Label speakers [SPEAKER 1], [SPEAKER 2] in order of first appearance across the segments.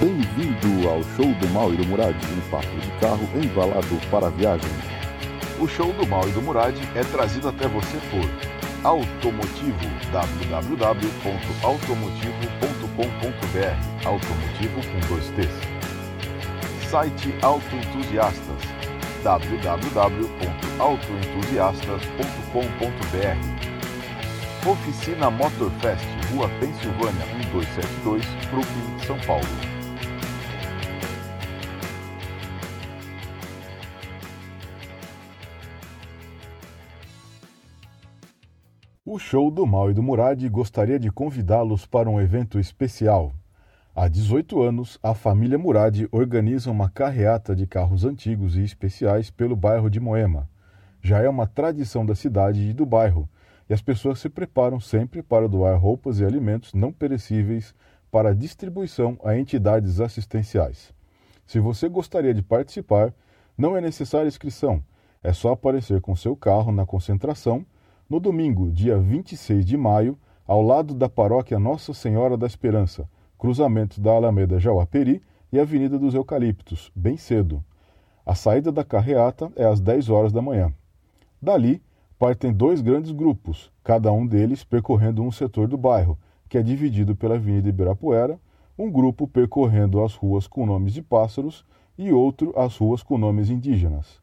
[SPEAKER 1] Bem-vindo ao show do Mal e do Murad, um papo de carro embalado para a viagem. O show do Mal e do Murad é trazido até você por Automotivo, www.automotivo.com.br, Automotivo com dois T's. Site Autoentusiastas, www.autoentusiastas.com.br. Oficina Motorfest, Rua Pensilvânia 1272, Brooklyn, São Paulo. O show do Mal e do Murad gostaria de convidá-los para um evento especial. Há 18 anos, a família Murad organiza uma carreata de carros antigos e especiais pelo bairro de Moema. Já é uma tradição da cidade e do bairro, e as pessoas se preparam sempre para doar roupas e alimentos não perecíveis para distribuição a entidades assistenciais. Se você gostaria de participar, não é necessária inscrição, é só aparecer com seu carro na concentração no domingo, dia 26 de maio, ao lado da paróquia Nossa Senhora da Esperança, cruzamento da Alameda Jauaperi e Avenida dos Eucaliptos, bem cedo. A saída da carreata é às 10 horas da manhã. Dali, partem dois grandes grupos, cada um deles percorrendo um setor do bairro, que é dividido pela Avenida Ibirapuera, um grupo percorrendo as ruas com nomes de pássaros e outro as ruas com nomes indígenas.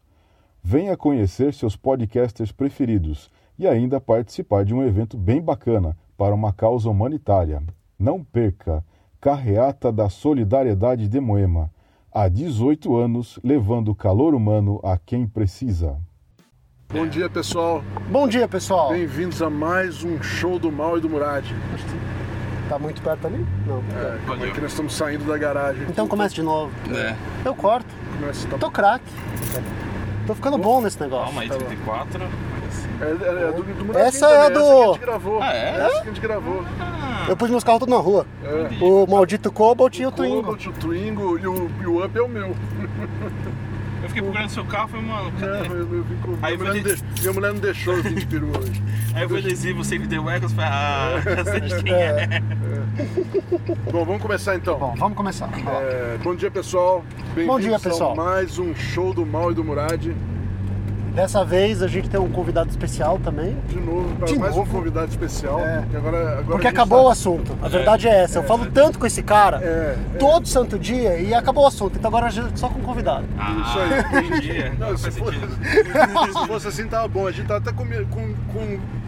[SPEAKER 1] Venha conhecer seus podcasters preferidos e ainda participar de um evento bem bacana para uma causa humanitária. Não perca! Carreata da Solidariedade de Moema. Há 18 anos, levando calor humano a quem precisa.
[SPEAKER 2] Bom dia, pessoal.
[SPEAKER 3] Bom dia, pessoal.
[SPEAKER 2] Bem-vindos a mais um show do Mal e do Murad.
[SPEAKER 3] Tá muito perto ali? Não.
[SPEAKER 2] É, como é que nós estamos saindo da garagem.
[SPEAKER 3] Então começa de novo.
[SPEAKER 4] É.
[SPEAKER 3] Eu corto.
[SPEAKER 2] Começa, tá-
[SPEAKER 3] Tô craque. Tô ficando bom nesse negócio.
[SPEAKER 4] Calma aí, 34.
[SPEAKER 2] É, é, é do, do Muradinho
[SPEAKER 3] Essa é a
[SPEAKER 2] também,
[SPEAKER 3] do-
[SPEAKER 2] Essa que a gente gravou.
[SPEAKER 4] Ah, é?
[SPEAKER 2] Essa que a gente gravou.
[SPEAKER 3] Eu pus meus carros tudo na rua.
[SPEAKER 2] É.
[SPEAKER 3] O maldito Cobalt e o Twingo.
[SPEAKER 2] Cobalt, o Twingo e o, e o Up é o meu.
[SPEAKER 4] Eu fiquei procurando seu carro, falei, mano,
[SPEAKER 2] É,
[SPEAKER 4] cadê?
[SPEAKER 2] eu, eu vim com- minha, mulher
[SPEAKER 4] Aí foi
[SPEAKER 2] não
[SPEAKER 4] de-
[SPEAKER 2] de- minha mulher não deixou eu vir de peru hoje.
[SPEAKER 4] Aí eu fui adesivo, save the wagons, falei, ah, já sei de quem é.
[SPEAKER 2] Bom, vamos começar então.
[SPEAKER 3] Bom, vamos começar.
[SPEAKER 2] É, bom dia, pessoal. Bem-vindos
[SPEAKER 3] Bom dia,
[SPEAKER 2] a
[SPEAKER 3] pessoal.
[SPEAKER 2] mais um show do Mal e do Murad. De
[SPEAKER 3] Dessa vez a gente tem um convidado especial também.
[SPEAKER 2] novo, para
[SPEAKER 3] De
[SPEAKER 2] mais
[SPEAKER 3] novo?
[SPEAKER 2] um convidado especial.
[SPEAKER 3] É.
[SPEAKER 2] E Agora, agora
[SPEAKER 3] Porque
[SPEAKER 2] a gente
[SPEAKER 3] acabou o
[SPEAKER 2] tá-
[SPEAKER 3] assunto. A verdade é essa. Eu falo tanto com esse cara
[SPEAKER 2] É,
[SPEAKER 3] todo santo dia e acabou o assunto. Então agora a gente só com o convidado.
[SPEAKER 2] Isso
[SPEAKER 4] Ah,
[SPEAKER 2] aí.
[SPEAKER 4] entendi.
[SPEAKER 2] Não,
[SPEAKER 4] Não,
[SPEAKER 2] se
[SPEAKER 4] faz
[SPEAKER 2] fosse,
[SPEAKER 4] sentido.
[SPEAKER 2] se fosse assim, tava bom. A gente tava até com. com, com-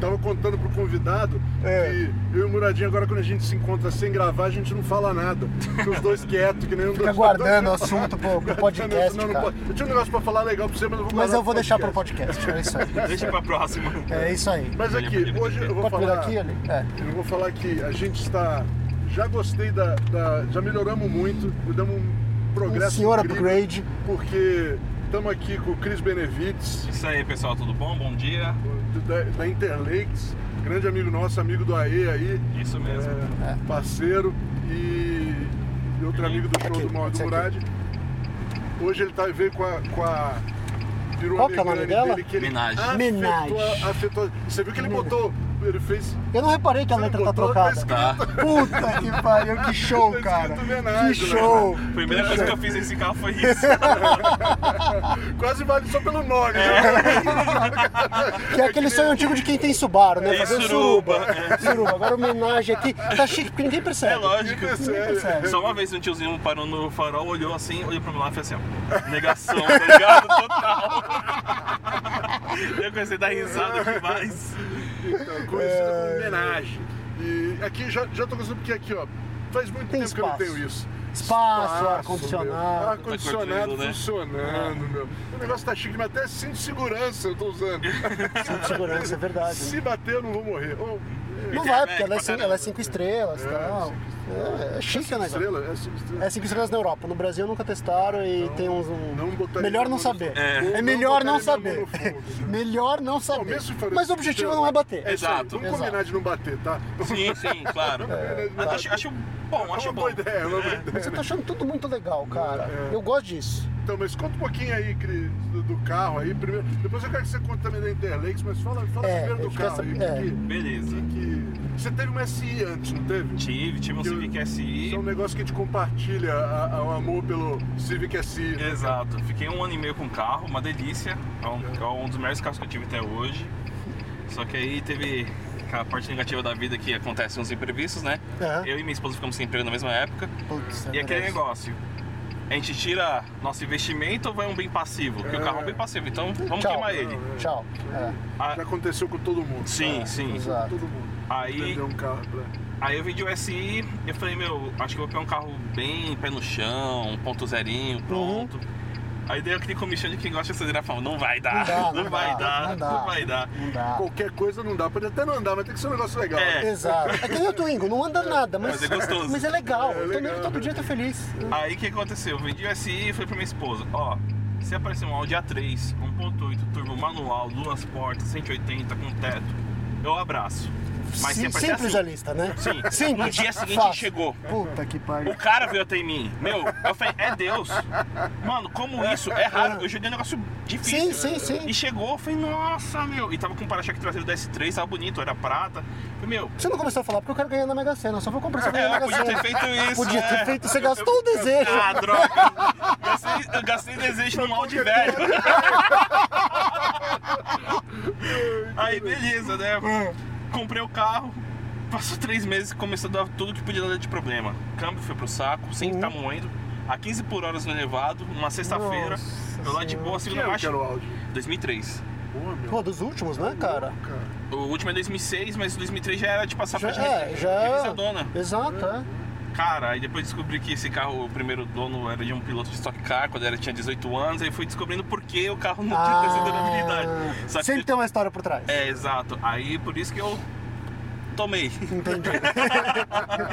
[SPEAKER 2] tava contando pro convidado
[SPEAKER 3] É.
[SPEAKER 2] que eu e o Muradinho, agora quando a gente se encontra sem gravar, a gente não fala nada. Fica os dois quietos, que nem um
[SPEAKER 3] Fica guardando o assunto pro, pro podcast,
[SPEAKER 2] Não, não
[SPEAKER 3] cara.
[SPEAKER 2] pode. Eu tinha um negócio pra falar legal pra você, mas eu vou
[SPEAKER 3] Mas
[SPEAKER 2] guardar
[SPEAKER 3] eu
[SPEAKER 2] pro
[SPEAKER 3] vou deixar pro
[SPEAKER 2] podcast.
[SPEAKER 3] podcast. É isso aí.
[SPEAKER 4] Deixa pra próxima.
[SPEAKER 3] É isso aí.
[SPEAKER 2] Mas aqui, hoje eu vou
[SPEAKER 3] Pode virar
[SPEAKER 2] falar.
[SPEAKER 3] aqui, ali? É.
[SPEAKER 2] Eu vou falar que a gente está. Já gostei da. da- já melhoramos muito, damos um
[SPEAKER 3] Um
[SPEAKER 2] progresso.
[SPEAKER 3] senhor
[SPEAKER 2] incrível,
[SPEAKER 3] upgrade.
[SPEAKER 2] Porque estamos aqui com o Cris Benevides.
[SPEAKER 4] Isso aí, pessoal, tudo bom? Bom dia.
[SPEAKER 2] da, da Interlakes, grande amigo nosso, amigo do AE aí,
[SPEAKER 4] Isso mesmo.
[SPEAKER 2] é, parceiro e e outro amigo do show
[SPEAKER 3] Aqui,
[SPEAKER 2] do Mauro
[SPEAKER 3] esse aqui.
[SPEAKER 2] Murad. Hoje ele tá, veio com a. Com a perua
[SPEAKER 3] Qual que é o nome
[SPEAKER 2] vegana
[SPEAKER 3] dela?
[SPEAKER 2] que ele
[SPEAKER 4] Minaj.
[SPEAKER 2] afetou-
[SPEAKER 3] Minaj.
[SPEAKER 2] afetou- Você viu que ele
[SPEAKER 3] Minaj.
[SPEAKER 2] botou. Ele fez.
[SPEAKER 3] Eu não reparei que a
[SPEAKER 2] Você
[SPEAKER 3] letra
[SPEAKER 2] não
[SPEAKER 3] tá
[SPEAKER 2] botou?
[SPEAKER 3] trocada.
[SPEAKER 4] Tá.
[SPEAKER 3] Puta que pariu, que show,
[SPEAKER 2] Tá escrito
[SPEAKER 3] cara.
[SPEAKER 2] homenagem, né?
[SPEAKER 3] Que show.
[SPEAKER 4] Primeira coisa que eu fiz nesse carro foi isso. né?
[SPEAKER 2] Quase vale só pelo nome.
[SPEAKER 4] É,
[SPEAKER 2] né?
[SPEAKER 3] Que é aquele sonho antigo de quem tem Subaru, né?
[SPEAKER 4] É,
[SPEAKER 3] Fazer
[SPEAKER 4] suruba,
[SPEAKER 3] suruba. Suruba. Agora homenagem aqui. Tá chique porque ninguém percebe.
[SPEAKER 4] É lógico.
[SPEAKER 3] Percebe.
[SPEAKER 4] Só uma vez um tiozinho parou no farol, olhou assim, olhou pra mim lá e fez assim, ó. Negação, tá ligado? Total. Eu comecei a dar risada demais.
[SPEAKER 2] Então, conhecida
[SPEAKER 3] É.
[SPEAKER 2] como homenagem. E aqui já, já tô gostando porque aqui, ó, faz muito
[SPEAKER 3] Tem
[SPEAKER 2] tempo que eu
[SPEAKER 3] espaço.
[SPEAKER 2] não tenho isso.
[SPEAKER 3] Espaço,
[SPEAKER 2] meu.
[SPEAKER 3] ar-condicionado.
[SPEAKER 2] Ar-condicionado
[SPEAKER 4] Tá curtindo, né?
[SPEAKER 2] funcionando, meu. O negócio tá chique, mas até cinto de segurança eu tô usando.
[SPEAKER 3] Cinto de segurança, é verdade.
[SPEAKER 2] Se bater, eu não vou morrer. Ou,
[SPEAKER 3] Não vai, porque ela é cinco, ela é cinco estrelas e tal. É, é chique o
[SPEAKER 2] é,
[SPEAKER 3] negócio.
[SPEAKER 2] estrela, é cinco estrelas.
[SPEAKER 3] É cinco estrelas na Europa. No Brasil nunca testaram e tem uns. um-
[SPEAKER 2] não tá botaria
[SPEAKER 3] melhor não
[SPEAKER 2] meu nome no né?
[SPEAKER 3] saber.
[SPEAKER 2] fogo.
[SPEAKER 3] É,
[SPEAKER 2] Ou não
[SPEAKER 3] melhor não
[SPEAKER 2] botaria
[SPEAKER 3] saber.
[SPEAKER 2] meu nome no fogo.
[SPEAKER 3] melhor não
[SPEAKER 2] Não,
[SPEAKER 3] saber.
[SPEAKER 2] mesmo se for
[SPEAKER 3] Mas o
[SPEAKER 2] cinco
[SPEAKER 3] objetivo
[SPEAKER 2] estrelas,
[SPEAKER 3] não é bater.
[SPEAKER 2] isso aí.
[SPEAKER 4] Exato.
[SPEAKER 2] assim, então, Vamos combinar de não bater, tá?
[SPEAKER 4] Sim, sim, claro. Mas acho, acho bom,
[SPEAKER 2] É
[SPEAKER 4] acho
[SPEAKER 2] uma
[SPEAKER 4] bom.
[SPEAKER 2] boa ideia, é uma boa ideia.
[SPEAKER 3] Mas eu tô tá achando tudo muito legal, cara.
[SPEAKER 2] É.
[SPEAKER 3] Eu gosto disso.
[SPEAKER 2] Então, mas conta um pouquinho aí, Cris, do, do carro aí. Primeiro, depois eu quero que você conte também da Interlakes, mas fala, fala
[SPEAKER 3] É,
[SPEAKER 2] primeiro
[SPEAKER 3] eu
[SPEAKER 2] do
[SPEAKER 3] quero
[SPEAKER 2] carro aí.
[SPEAKER 3] saber-
[SPEAKER 2] o que
[SPEAKER 3] é.
[SPEAKER 2] que-
[SPEAKER 4] Beleza.
[SPEAKER 2] que- Você teve uma SI antes, não teve?
[SPEAKER 4] Tive, tive um
[SPEAKER 2] Eu-
[SPEAKER 4] Civic
[SPEAKER 2] Isso
[SPEAKER 4] SI.
[SPEAKER 2] é um negócio que a gente compartilha, a- a- o amor pelo Civic SI. né?
[SPEAKER 4] Exato. Fiquei um ano e meio com o carro, uma delícia. É um, é um dos melhores carros que eu tive até hoje. Só que aí teve a parte negativa da vida que acontece uns imprevistos, né?
[SPEAKER 3] Aham.
[SPEAKER 4] Eu e minha esposa ficamos sem emprego na mesma época.
[SPEAKER 3] Putz, é
[SPEAKER 4] E aquele
[SPEAKER 3] Andrés.
[SPEAKER 4] negócio. A gente tira nosso investimento ou vai um bem passivo? Porque o carro é um bem passivo, então vamos
[SPEAKER 3] Tchau.
[SPEAKER 4] queimar ele.
[SPEAKER 3] Tchau. É,
[SPEAKER 4] Ah,
[SPEAKER 2] Já aconteceu com todo mundo. Tá?
[SPEAKER 4] sim,
[SPEAKER 3] é,
[SPEAKER 4] sim.
[SPEAKER 2] Com
[SPEAKER 3] exato.
[SPEAKER 2] todo mundo.
[SPEAKER 4] Aí,
[SPEAKER 2] Entendeu um carro pra...
[SPEAKER 4] aí eu vendi o SI, eu falei, meu, acho que eu vou pegar um carro bem pé no chão, um ponto zerinho,
[SPEAKER 3] Uhum.
[SPEAKER 4] pronto. Aí dei aquele comichão de quem gosta de acelerar falando, não vai dar,
[SPEAKER 3] Não dá,
[SPEAKER 4] não,
[SPEAKER 3] não
[SPEAKER 4] vai
[SPEAKER 3] dá,
[SPEAKER 4] dar,
[SPEAKER 3] não dá.
[SPEAKER 4] vai dar.
[SPEAKER 3] Não dá.
[SPEAKER 2] Qualquer coisa não dá, pode até não andar, mas tem que ser um negócio legal.
[SPEAKER 4] É.
[SPEAKER 3] Exato. É que nem o Twingo, não anda nada, mas,
[SPEAKER 4] Mas é gostoso.
[SPEAKER 3] mas é legal. né?
[SPEAKER 2] É
[SPEAKER 3] Eu tô nele
[SPEAKER 2] legal.
[SPEAKER 3] todo dia, eu tô feliz.
[SPEAKER 4] Aí o que aconteceu? Eu vendi o SI e falei pra minha esposa, ó, se aparecer um Audi A3, 1.8, turbo manual, duas portas, 180 com teto, eu abraço. Mas se
[SPEAKER 3] Sim-
[SPEAKER 4] aparecer
[SPEAKER 3] simples
[SPEAKER 4] assim,
[SPEAKER 3] a lista, né?
[SPEAKER 4] Sim.
[SPEAKER 3] Simples.
[SPEAKER 4] No dia seguinte
[SPEAKER 3] Fácil.
[SPEAKER 4] chegou.
[SPEAKER 3] Puta que
[SPEAKER 4] O
[SPEAKER 3] pariu.
[SPEAKER 4] cara veio até em mim. Meu, eu falei, é Deus. Mano, como isso? É raro. Eu joguei um negócio difícil.
[SPEAKER 3] Sim, sim, sim.
[SPEAKER 4] E chegou, eu falei, nossa, meu. E tava com o para-choque traseiro do S3, tava bonito, era prata. Eu Falei, meu,
[SPEAKER 3] Você não começou a falar porque eu quero ganhar na Mega Sena. Eu só vou comprar se eu ganhar
[SPEAKER 4] é,
[SPEAKER 3] na
[SPEAKER 4] eu
[SPEAKER 3] Mega
[SPEAKER 4] podia
[SPEAKER 3] Sena.
[SPEAKER 4] ter feito isso.
[SPEAKER 3] um assim, Podia ter
[SPEAKER 4] é.
[SPEAKER 3] feito, você gastou o desejo.
[SPEAKER 4] Ah, droga. Gastei, eu gastei desejo num Audi velho. Aí, beleza, né?
[SPEAKER 3] Ah.
[SPEAKER 4] Comprei o carro. Passou três meses e começou a dar tudo que podia dar de problema. Câmbio foi pro saco, sem estar
[SPEAKER 3] Uhum.
[SPEAKER 4] moendo. A 15 por horas no elevado, uma sexta-feira.
[SPEAKER 3] Nossa
[SPEAKER 4] Eu lá de
[SPEAKER 3] Senhora. é
[SPEAKER 4] boa,
[SPEAKER 2] Que
[SPEAKER 4] segunda
[SPEAKER 2] ano que
[SPEAKER 4] marcha.
[SPEAKER 2] era é o Audi?
[SPEAKER 4] 2003.
[SPEAKER 2] Boa, meu.
[SPEAKER 3] Pô, dos últimos, né, cara?
[SPEAKER 2] Cara,
[SPEAKER 4] O último é 2006, mas 2003 já era tipo, de passar
[SPEAKER 3] Já,
[SPEAKER 4] pra gente.
[SPEAKER 3] é, já.
[SPEAKER 4] dona.
[SPEAKER 3] Exato, é.
[SPEAKER 4] Cara, aí depois descobri que esse carro, o primeiro dono era de um piloto de Stock Car, quando ele tinha 18 anos, aí fui descobrindo por que o carro não tinha considerabilidade. Só
[SPEAKER 3] Ah,
[SPEAKER 4] que-
[SPEAKER 3] sempre tem uma história por trás.
[SPEAKER 4] É, exato. Aí por isso que eu tomei.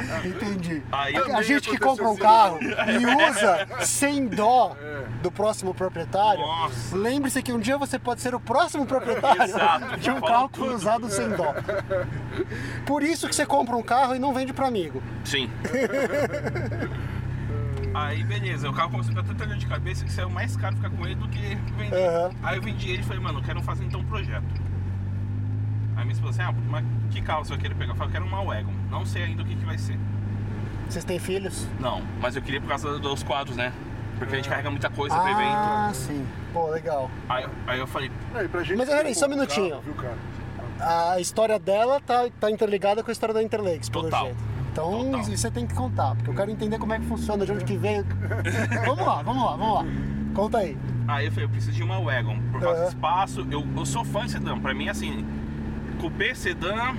[SPEAKER 3] Entendi. Entendi.
[SPEAKER 4] Aí
[SPEAKER 3] A-
[SPEAKER 4] eu
[SPEAKER 3] a gente que
[SPEAKER 2] aconteceu
[SPEAKER 3] compra um
[SPEAKER 2] isso.
[SPEAKER 3] carro
[SPEAKER 4] É.
[SPEAKER 3] e usa sem dó do próximo proprietário,
[SPEAKER 4] Nossa.
[SPEAKER 3] lembre-se que um dia você pode ser o próximo proprietário
[SPEAKER 4] Exato,
[SPEAKER 3] de um
[SPEAKER 4] já fala
[SPEAKER 3] carro que foi
[SPEAKER 4] tudo.
[SPEAKER 3] usado sem dó. Por isso que você compra um carro e não vende para amigo.
[SPEAKER 4] Sim. Aí beleza, o carro começou a dar tanta dor de cabeça que saiu mais caro ficar com ele do que vender.
[SPEAKER 3] Aham.
[SPEAKER 4] Aí eu vendi ele e falei, mano, eu quero fazer então um projeto. Aí minha esposa assim, ah, mas que carro você vai querer pegar? Eu falei, eu quero um Malwagon. Não sei ainda o que, que vai ser.
[SPEAKER 3] Vocês têm filhos?
[SPEAKER 4] Não, mas eu queria por causa dos quadros, né? Porque a gente carrega muita coisa pro evento.
[SPEAKER 3] Ah, sim. Pô, legal.
[SPEAKER 4] Aí, aí eu falei,
[SPEAKER 2] Aí, pra gente
[SPEAKER 3] Mas, peraí, só um
[SPEAKER 2] pô,
[SPEAKER 3] minutinho.
[SPEAKER 2] carro, viu, cara?
[SPEAKER 3] A história dela tá, tá interligada com a história da Interlakes, pelo
[SPEAKER 4] Total.
[SPEAKER 3] jeito. Então
[SPEAKER 4] Total.
[SPEAKER 3] isso você tem que contar, porque eu quero entender como é que funciona, de onde que veio. vamos lá, vamos lá, vamos lá. Conta aí.
[SPEAKER 4] aí eu falei, eu preciso de uma wagon, por causa
[SPEAKER 3] Aham.
[SPEAKER 4] do espaço. Eu, eu sou fã de sedã, pra mim assim, coupé, sedã,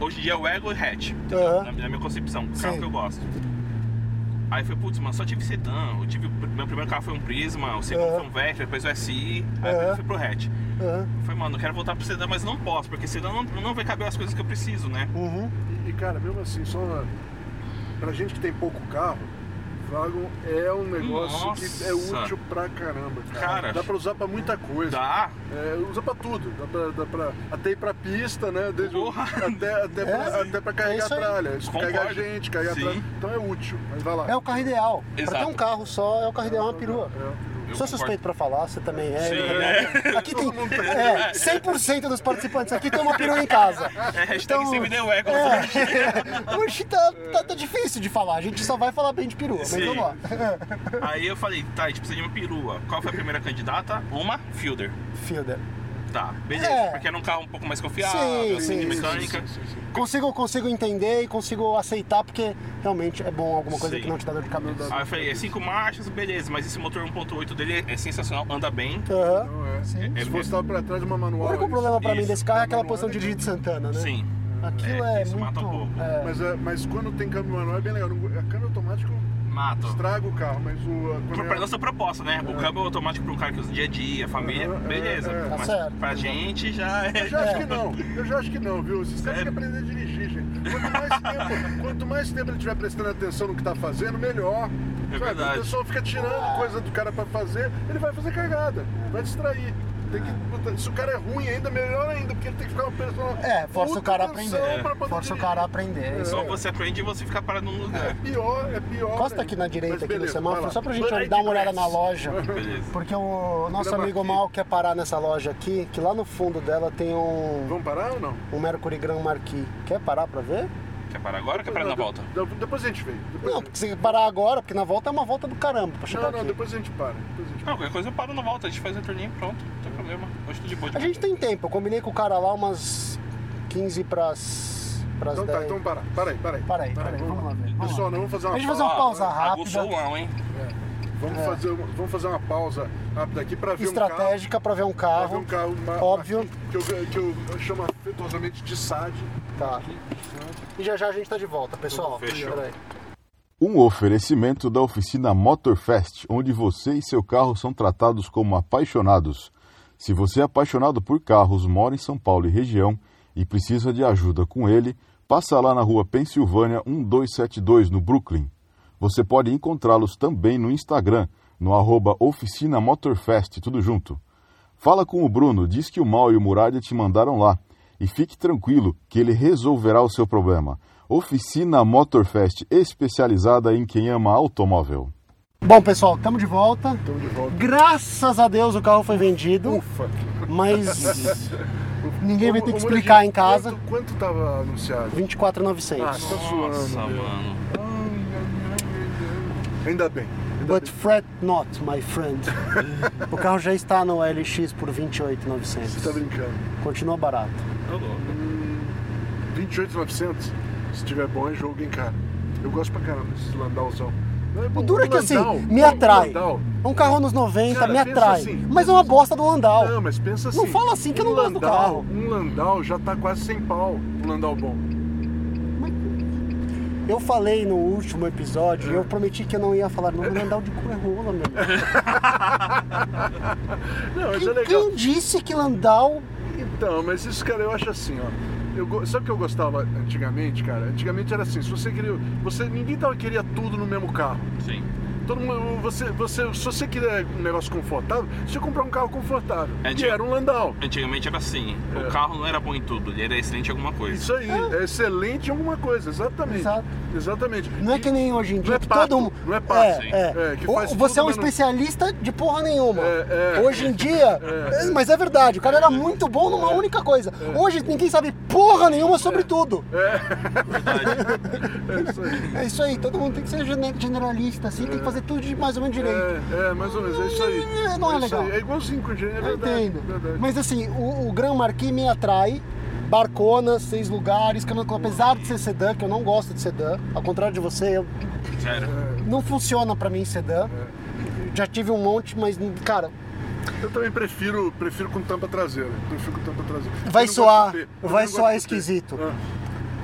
[SPEAKER 4] hoje em dia é wagon e hatch. entendeu?
[SPEAKER 3] Aham.
[SPEAKER 4] Na, na minha concepção, o carro
[SPEAKER 3] Ah. Sim.
[SPEAKER 4] que eu gosto. Aí eu falei, putz, mano, só tive sedã. Eu tive, meu primeiro carro foi um Prisma, o segundo
[SPEAKER 3] Aham.
[SPEAKER 4] foi um Vectra, depois o SI, aí
[SPEAKER 3] Aham.
[SPEAKER 4] eu fui pro hatch.
[SPEAKER 3] Aham.
[SPEAKER 4] Eu falei, mano, eu quero voltar pro sedã, mas não posso, porque sedã não, não vai caber as coisas que eu preciso, né?
[SPEAKER 3] Uhum.
[SPEAKER 2] E, E, cara, mesmo assim, só na- pra gente que tem pouco carro, Wagon é um negócio que é
[SPEAKER 4] Nossa.
[SPEAKER 2] útil pra caramba, cara.
[SPEAKER 4] Cara.
[SPEAKER 2] Dá pra usar pra muita coisa.
[SPEAKER 4] Dá,
[SPEAKER 2] É, usa pra tudo. Dá pra, dá pra- até ir pra pista, né? Desde o-
[SPEAKER 4] Porra.
[SPEAKER 2] até, até, pra, até pra carregar
[SPEAKER 3] É? isso aí.
[SPEAKER 2] tralha. Isso
[SPEAKER 4] Concordo.
[SPEAKER 2] carregar gente, carregar
[SPEAKER 4] Sim.
[SPEAKER 2] tralha. Então é útil. Mas vai lá.
[SPEAKER 3] É o carro ideal. Pra ter
[SPEAKER 4] Exato.
[SPEAKER 3] um carro só, é o carro ideal, é uma perua.
[SPEAKER 4] Eu
[SPEAKER 3] Sou
[SPEAKER 4] concordo.
[SPEAKER 3] suspeito pra falar, você também é.
[SPEAKER 4] Sim,
[SPEAKER 3] eu também.
[SPEAKER 4] é.
[SPEAKER 3] Aqui tem
[SPEAKER 2] Todo mundo tem.
[SPEAKER 3] é, 100% dos participantes aqui tem uma perua em casa.
[SPEAKER 4] é hashtag
[SPEAKER 3] Então-
[SPEAKER 4] se me deu wagon.
[SPEAKER 3] É. Hoje tá, tá, tá difícil de falar, a gente só vai falar bem de perua, mas
[SPEAKER 4] Sim.
[SPEAKER 3] vamos lá.
[SPEAKER 4] Aí eu falei, tá, a gente precisa de uma perua. Qual foi a primeira candidata? Uma Fielder.
[SPEAKER 3] Fielder.
[SPEAKER 4] Tá, beleza.
[SPEAKER 3] É.
[SPEAKER 4] Porque era um carro um pouco mais confiável,
[SPEAKER 3] Sim,
[SPEAKER 4] assim, de
[SPEAKER 3] sim,
[SPEAKER 4] mecânica.
[SPEAKER 3] Consigo, consigo entender e consigo aceitar, porque realmente é bom alguma coisa
[SPEAKER 4] Sim.
[SPEAKER 3] que não te dá dor de
[SPEAKER 2] Ah,
[SPEAKER 3] cabeça.
[SPEAKER 4] Aí eu falei, é cinco marchas, beleza, mas esse motor 1.8 dele é sensacional, anda bem.
[SPEAKER 3] Aham.
[SPEAKER 2] Não é.
[SPEAKER 3] Sim.
[SPEAKER 2] Se fosse dar pra trás de uma
[SPEAKER 3] O
[SPEAKER 2] manual.
[SPEAKER 3] único
[SPEAKER 2] é isso.
[SPEAKER 3] problema pra mim
[SPEAKER 4] isso.
[SPEAKER 3] desse carro é aquela
[SPEAKER 2] Manual
[SPEAKER 3] posição
[SPEAKER 2] é
[SPEAKER 3] de
[SPEAKER 2] bem-
[SPEAKER 3] Gigi de Santana, né?
[SPEAKER 4] Sim.
[SPEAKER 3] Aquilo
[SPEAKER 4] É,
[SPEAKER 3] é,
[SPEAKER 4] isso
[SPEAKER 3] muito.
[SPEAKER 4] mata um pouco.
[SPEAKER 3] é.
[SPEAKER 2] Mas, é- mas quando tem câmbio manual é bem legal. Não- A câmbio automático
[SPEAKER 4] Mato.
[SPEAKER 2] estraga o carro, mas o. a-
[SPEAKER 4] Pra,
[SPEAKER 2] quando
[SPEAKER 4] Tá. pra
[SPEAKER 2] é-
[SPEAKER 4] nossa proposta, né? O câmbio automático pra um cara que usa dia a dia, família,
[SPEAKER 2] Aham, é,
[SPEAKER 4] beleza.
[SPEAKER 2] é.
[SPEAKER 3] Tá
[SPEAKER 4] Mas
[SPEAKER 3] certo.
[SPEAKER 4] pra gente já é.
[SPEAKER 2] Eu já acho que não, eu já acho que não, viu? Vocês têm que aprender a dirigir, gente. Quanto mais, tempo, quanto mais tempo ele estiver prestando atenção no que tá fazendo, melhor.
[SPEAKER 4] É verdade.
[SPEAKER 2] O pessoal fica tirando coisa do cara pra fazer, ele vai fazer cagada, vai distrair. Tem que botar- se o cara é ruim ainda, melhor ainda, porque ele tem que ficar uma pessoa.
[SPEAKER 3] É, força
[SPEAKER 2] outra
[SPEAKER 3] o cara a
[SPEAKER 2] pessoa
[SPEAKER 3] aprender.
[SPEAKER 2] pra poder É.
[SPEAKER 3] Força o
[SPEAKER 2] dirigir.
[SPEAKER 3] cara a aprender.
[SPEAKER 4] Só você aprende e você fica parado num lugar.
[SPEAKER 2] Pior, é pior.
[SPEAKER 3] Costa
[SPEAKER 2] né?
[SPEAKER 3] aqui na
[SPEAKER 2] Mas
[SPEAKER 3] direita, aqui no
[SPEAKER 2] beleza, vai
[SPEAKER 3] semáforo,
[SPEAKER 2] lá.
[SPEAKER 3] só pra
[SPEAKER 2] But I
[SPEAKER 3] gente dar uma olhada na
[SPEAKER 2] digress.
[SPEAKER 3] loja.
[SPEAKER 4] Beleza.
[SPEAKER 3] Porque o nosso
[SPEAKER 2] Programa
[SPEAKER 3] amigo
[SPEAKER 2] aqui.
[SPEAKER 3] Mal quer parar nessa loja aqui, que lá no fundo dela tem um,
[SPEAKER 2] Vamos parar ou não?
[SPEAKER 3] um Mercury Grand Marquis. Quer parar pra ver?
[SPEAKER 4] Quer parar agora ou quer parar na
[SPEAKER 2] Não,
[SPEAKER 4] volta?
[SPEAKER 2] de- de- Depois a gente vem. Depois
[SPEAKER 3] Não, porque se parar agora, porque na volta é uma volta do caramba pra chegar
[SPEAKER 2] Não, não,
[SPEAKER 3] aqui.
[SPEAKER 2] depois a gente para. Depois a gente
[SPEAKER 4] Não, qualquer coisa eu paro na volta, a gente faz a turninha e pronto, não tem problema. Hoje tô de boa. de
[SPEAKER 3] A gente tem tempo, eu combinei com o cara lá umas 15 pras, pras
[SPEAKER 2] Então
[SPEAKER 3] 10.
[SPEAKER 2] tá, então para. Para aí, para aí.
[SPEAKER 3] Para aí, para aí, vamos lá ver. Vamos
[SPEAKER 2] Pessoal,
[SPEAKER 3] lá.
[SPEAKER 2] não, vamos fazer uma
[SPEAKER 3] Deixa eu fazer
[SPEAKER 2] pausa.
[SPEAKER 3] uma pausa
[SPEAKER 4] Aguçou o
[SPEAKER 3] rápida,
[SPEAKER 4] lão, hein?
[SPEAKER 2] Vamos,
[SPEAKER 3] É.
[SPEAKER 2] fazer, uma- vamos fazer uma pausa rápida aqui para ver um carro.
[SPEAKER 3] estratégica pra ver um
[SPEAKER 2] pra ver
[SPEAKER 3] carro.
[SPEAKER 2] um carro uma-
[SPEAKER 3] óbvio.
[SPEAKER 2] Que eu, que eu chamo afetuosamente de SAD.
[SPEAKER 3] Tá. E já já a gente tá de volta, pessoal.
[SPEAKER 4] Fechou.
[SPEAKER 3] Peraí.
[SPEAKER 1] Um oferecimento da oficina Motorfest, onde você e seu carro são tratados como apaixonados. Se você é apaixonado por carros, mora em São Paulo e região e precisa de ajuda com ele, passa lá na rua Pensilvânia 1272, no Brooklyn. Você pode encontrá-los também no Instagram, no arroba Oficina Motorfest, tudo junto. Fala com o Bruno, diz que o Mal e o Muralha te mandaram lá. E fique tranquilo que ele resolverá o seu problema. Oficina Motorfest, especializada em quem ama automóvel.
[SPEAKER 3] Bom, pessoal, estamos de volta.
[SPEAKER 2] Estamos de volta.
[SPEAKER 3] Graças a Deus o carro foi vendido,
[SPEAKER 2] Ufa!
[SPEAKER 3] mas ninguém vai
[SPEAKER 2] Ô,
[SPEAKER 3] ter
[SPEAKER 2] ô,
[SPEAKER 3] que explicar
[SPEAKER 2] Moradinho,
[SPEAKER 3] em casa.
[SPEAKER 2] Quanto, quanto tava anunciado?
[SPEAKER 3] 24,900.
[SPEAKER 2] Ah, você tá
[SPEAKER 4] Nossa,
[SPEAKER 2] zoando. meu.
[SPEAKER 4] mano.
[SPEAKER 2] Ainda bem. Ainda
[SPEAKER 3] But fret not, my friend. o carro já está no LX
[SPEAKER 2] Você
[SPEAKER 3] por
[SPEAKER 2] tá
[SPEAKER 3] 28,900.
[SPEAKER 2] brincando.
[SPEAKER 3] Continua barato.
[SPEAKER 4] Tá louco.
[SPEAKER 2] 28,900. Se tiver bom, é jogo, hein, cara. Eu gosto pra caramba desses Landauzão. Não é
[SPEAKER 3] O
[SPEAKER 2] bom,
[SPEAKER 3] duro é que assim,
[SPEAKER 2] Landau- um
[SPEAKER 3] me atrai.
[SPEAKER 2] Landau-
[SPEAKER 3] Um carro anos 90
[SPEAKER 2] Cara,
[SPEAKER 3] me
[SPEAKER 2] pensa
[SPEAKER 3] atrai,
[SPEAKER 2] assim,
[SPEAKER 3] mas é uma bosta do Landau.
[SPEAKER 2] Não, mas pensa assim.
[SPEAKER 3] Não fala assim que eu não gosto do carro.
[SPEAKER 2] Um Landau já tá quase sem pau. Um Landau bom.
[SPEAKER 3] Eu falei no último
[SPEAKER 2] É.
[SPEAKER 3] episódio, eu prometi que eu não ia falar, não, Landau de cu é rola, meu irmão.
[SPEAKER 2] Não, mas é
[SPEAKER 3] Quem,
[SPEAKER 2] legal.
[SPEAKER 3] quem disse que Landau
[SPEAKER 2] Então, mas isso, cara, eu acho assim, ó. Eu, go- sabe o que eu gostava antigamente, cara? Antigamente era assim, se você queria. Você, ninguém tava, queria tudo no mesmo carro.
[SPEAKER 4] Sim.
[SPEAKER 2] Todo mundo, você, você, se você queria um negócio confortável, você ia comprar um carro confortável.
[SPEAKER 4] É,
[SPEAKER 2] que
[SPEAKER 4] tipo-
[SPEAKER 2] era um Landau.
[SPEAKER 4] Antigamente era assim,
[SPEAKER 2] É.
[SPEAKER 4] o carro não era bom em tudo, ele era excelente em alguma coisa.
[SPEAKER 2] Isso aí, é excelente em alguma coisa, exatamente.
[SPEAKER 3] Ah. Exato.
[SPEAKER 2] Exatamente.
[SPEAKER 3] Não é
[SPEAKER 2] E-
[SPEAKER 3] que nem hoje em
[SPEAKER 2] Não
[SPEAKER 3] dia
[SPEAKER 2] é
[SPEAKER 3] que
[SPEAKER 2] pato,
[SPEAKER 3] todo mundo.
[SPEAKER 2] não é pato,
[SPEAKER 4] hein?
[SPEAKER 3] é.
[SPEAKER 2] É, que
[SPEAKER 3] O-
[SPEAKER 2] faz
[SPEAKER 3] você é um
[SPEAKER 2] tudo, mas não-
[SPEAKER 3] especialista de porra nenhuma.
[SPEAKER 2] É, é.
[SPEAKER 3] hoje em dia, é, mas é verdade, o cara era muito bom numa única coisa. Hoje ninguém sabe porra nenhuma sobre tudo.
[SPEAKER 2] É isso aí.
[SPEAKER 3] É isso aí, todo mundo tem que ser gene- generalista, assim, tem que fazer tudo de mais ou menos direito.
[SPEAKER 2] É, é, mais ou menos, é isso aí.
[SPEAKER 3] Não é
[SPEAKER 2] isso aí.
[SPEAKER 3] legal.
[SPEAKER 2] É igualzinho com o engenheiro, é
[SPEAKER 3] Eu
[SPEAKER 2] verdade.
[SPEAKER 3] entendo.
[SPEAKER 2] verdade.
[SPEAKER 3] Mas assim, o, o Gran Marquis me atrai. Barcona, seis lugares, caminhão com- apesar de ser sedã, que eu não gosto de sedã, ao contrário de você, eu-
[SPEAKER 4] Sério.
[SPEAKER 3] não funciona pra mim sedã. Já tive um monte, mas, cara,
[SPEAKER 2] Eu também prefiro, prefiro com tampa traseira. Prefiro com tampa traseira. Eu não
[SPEAKER 3] Vai
[SPEAKER 2] gosto
[SPEAKER 3] soar-
[SPEAKER 2] de ter, eu
[SPEAKER 3] vai
[SPEAKER 2] não gosto
[SPEAKER 3] soar
[SPEAKER 2] de ter.
[SPEAKER 3] esquisito.
[SPEAKER 2] Ah,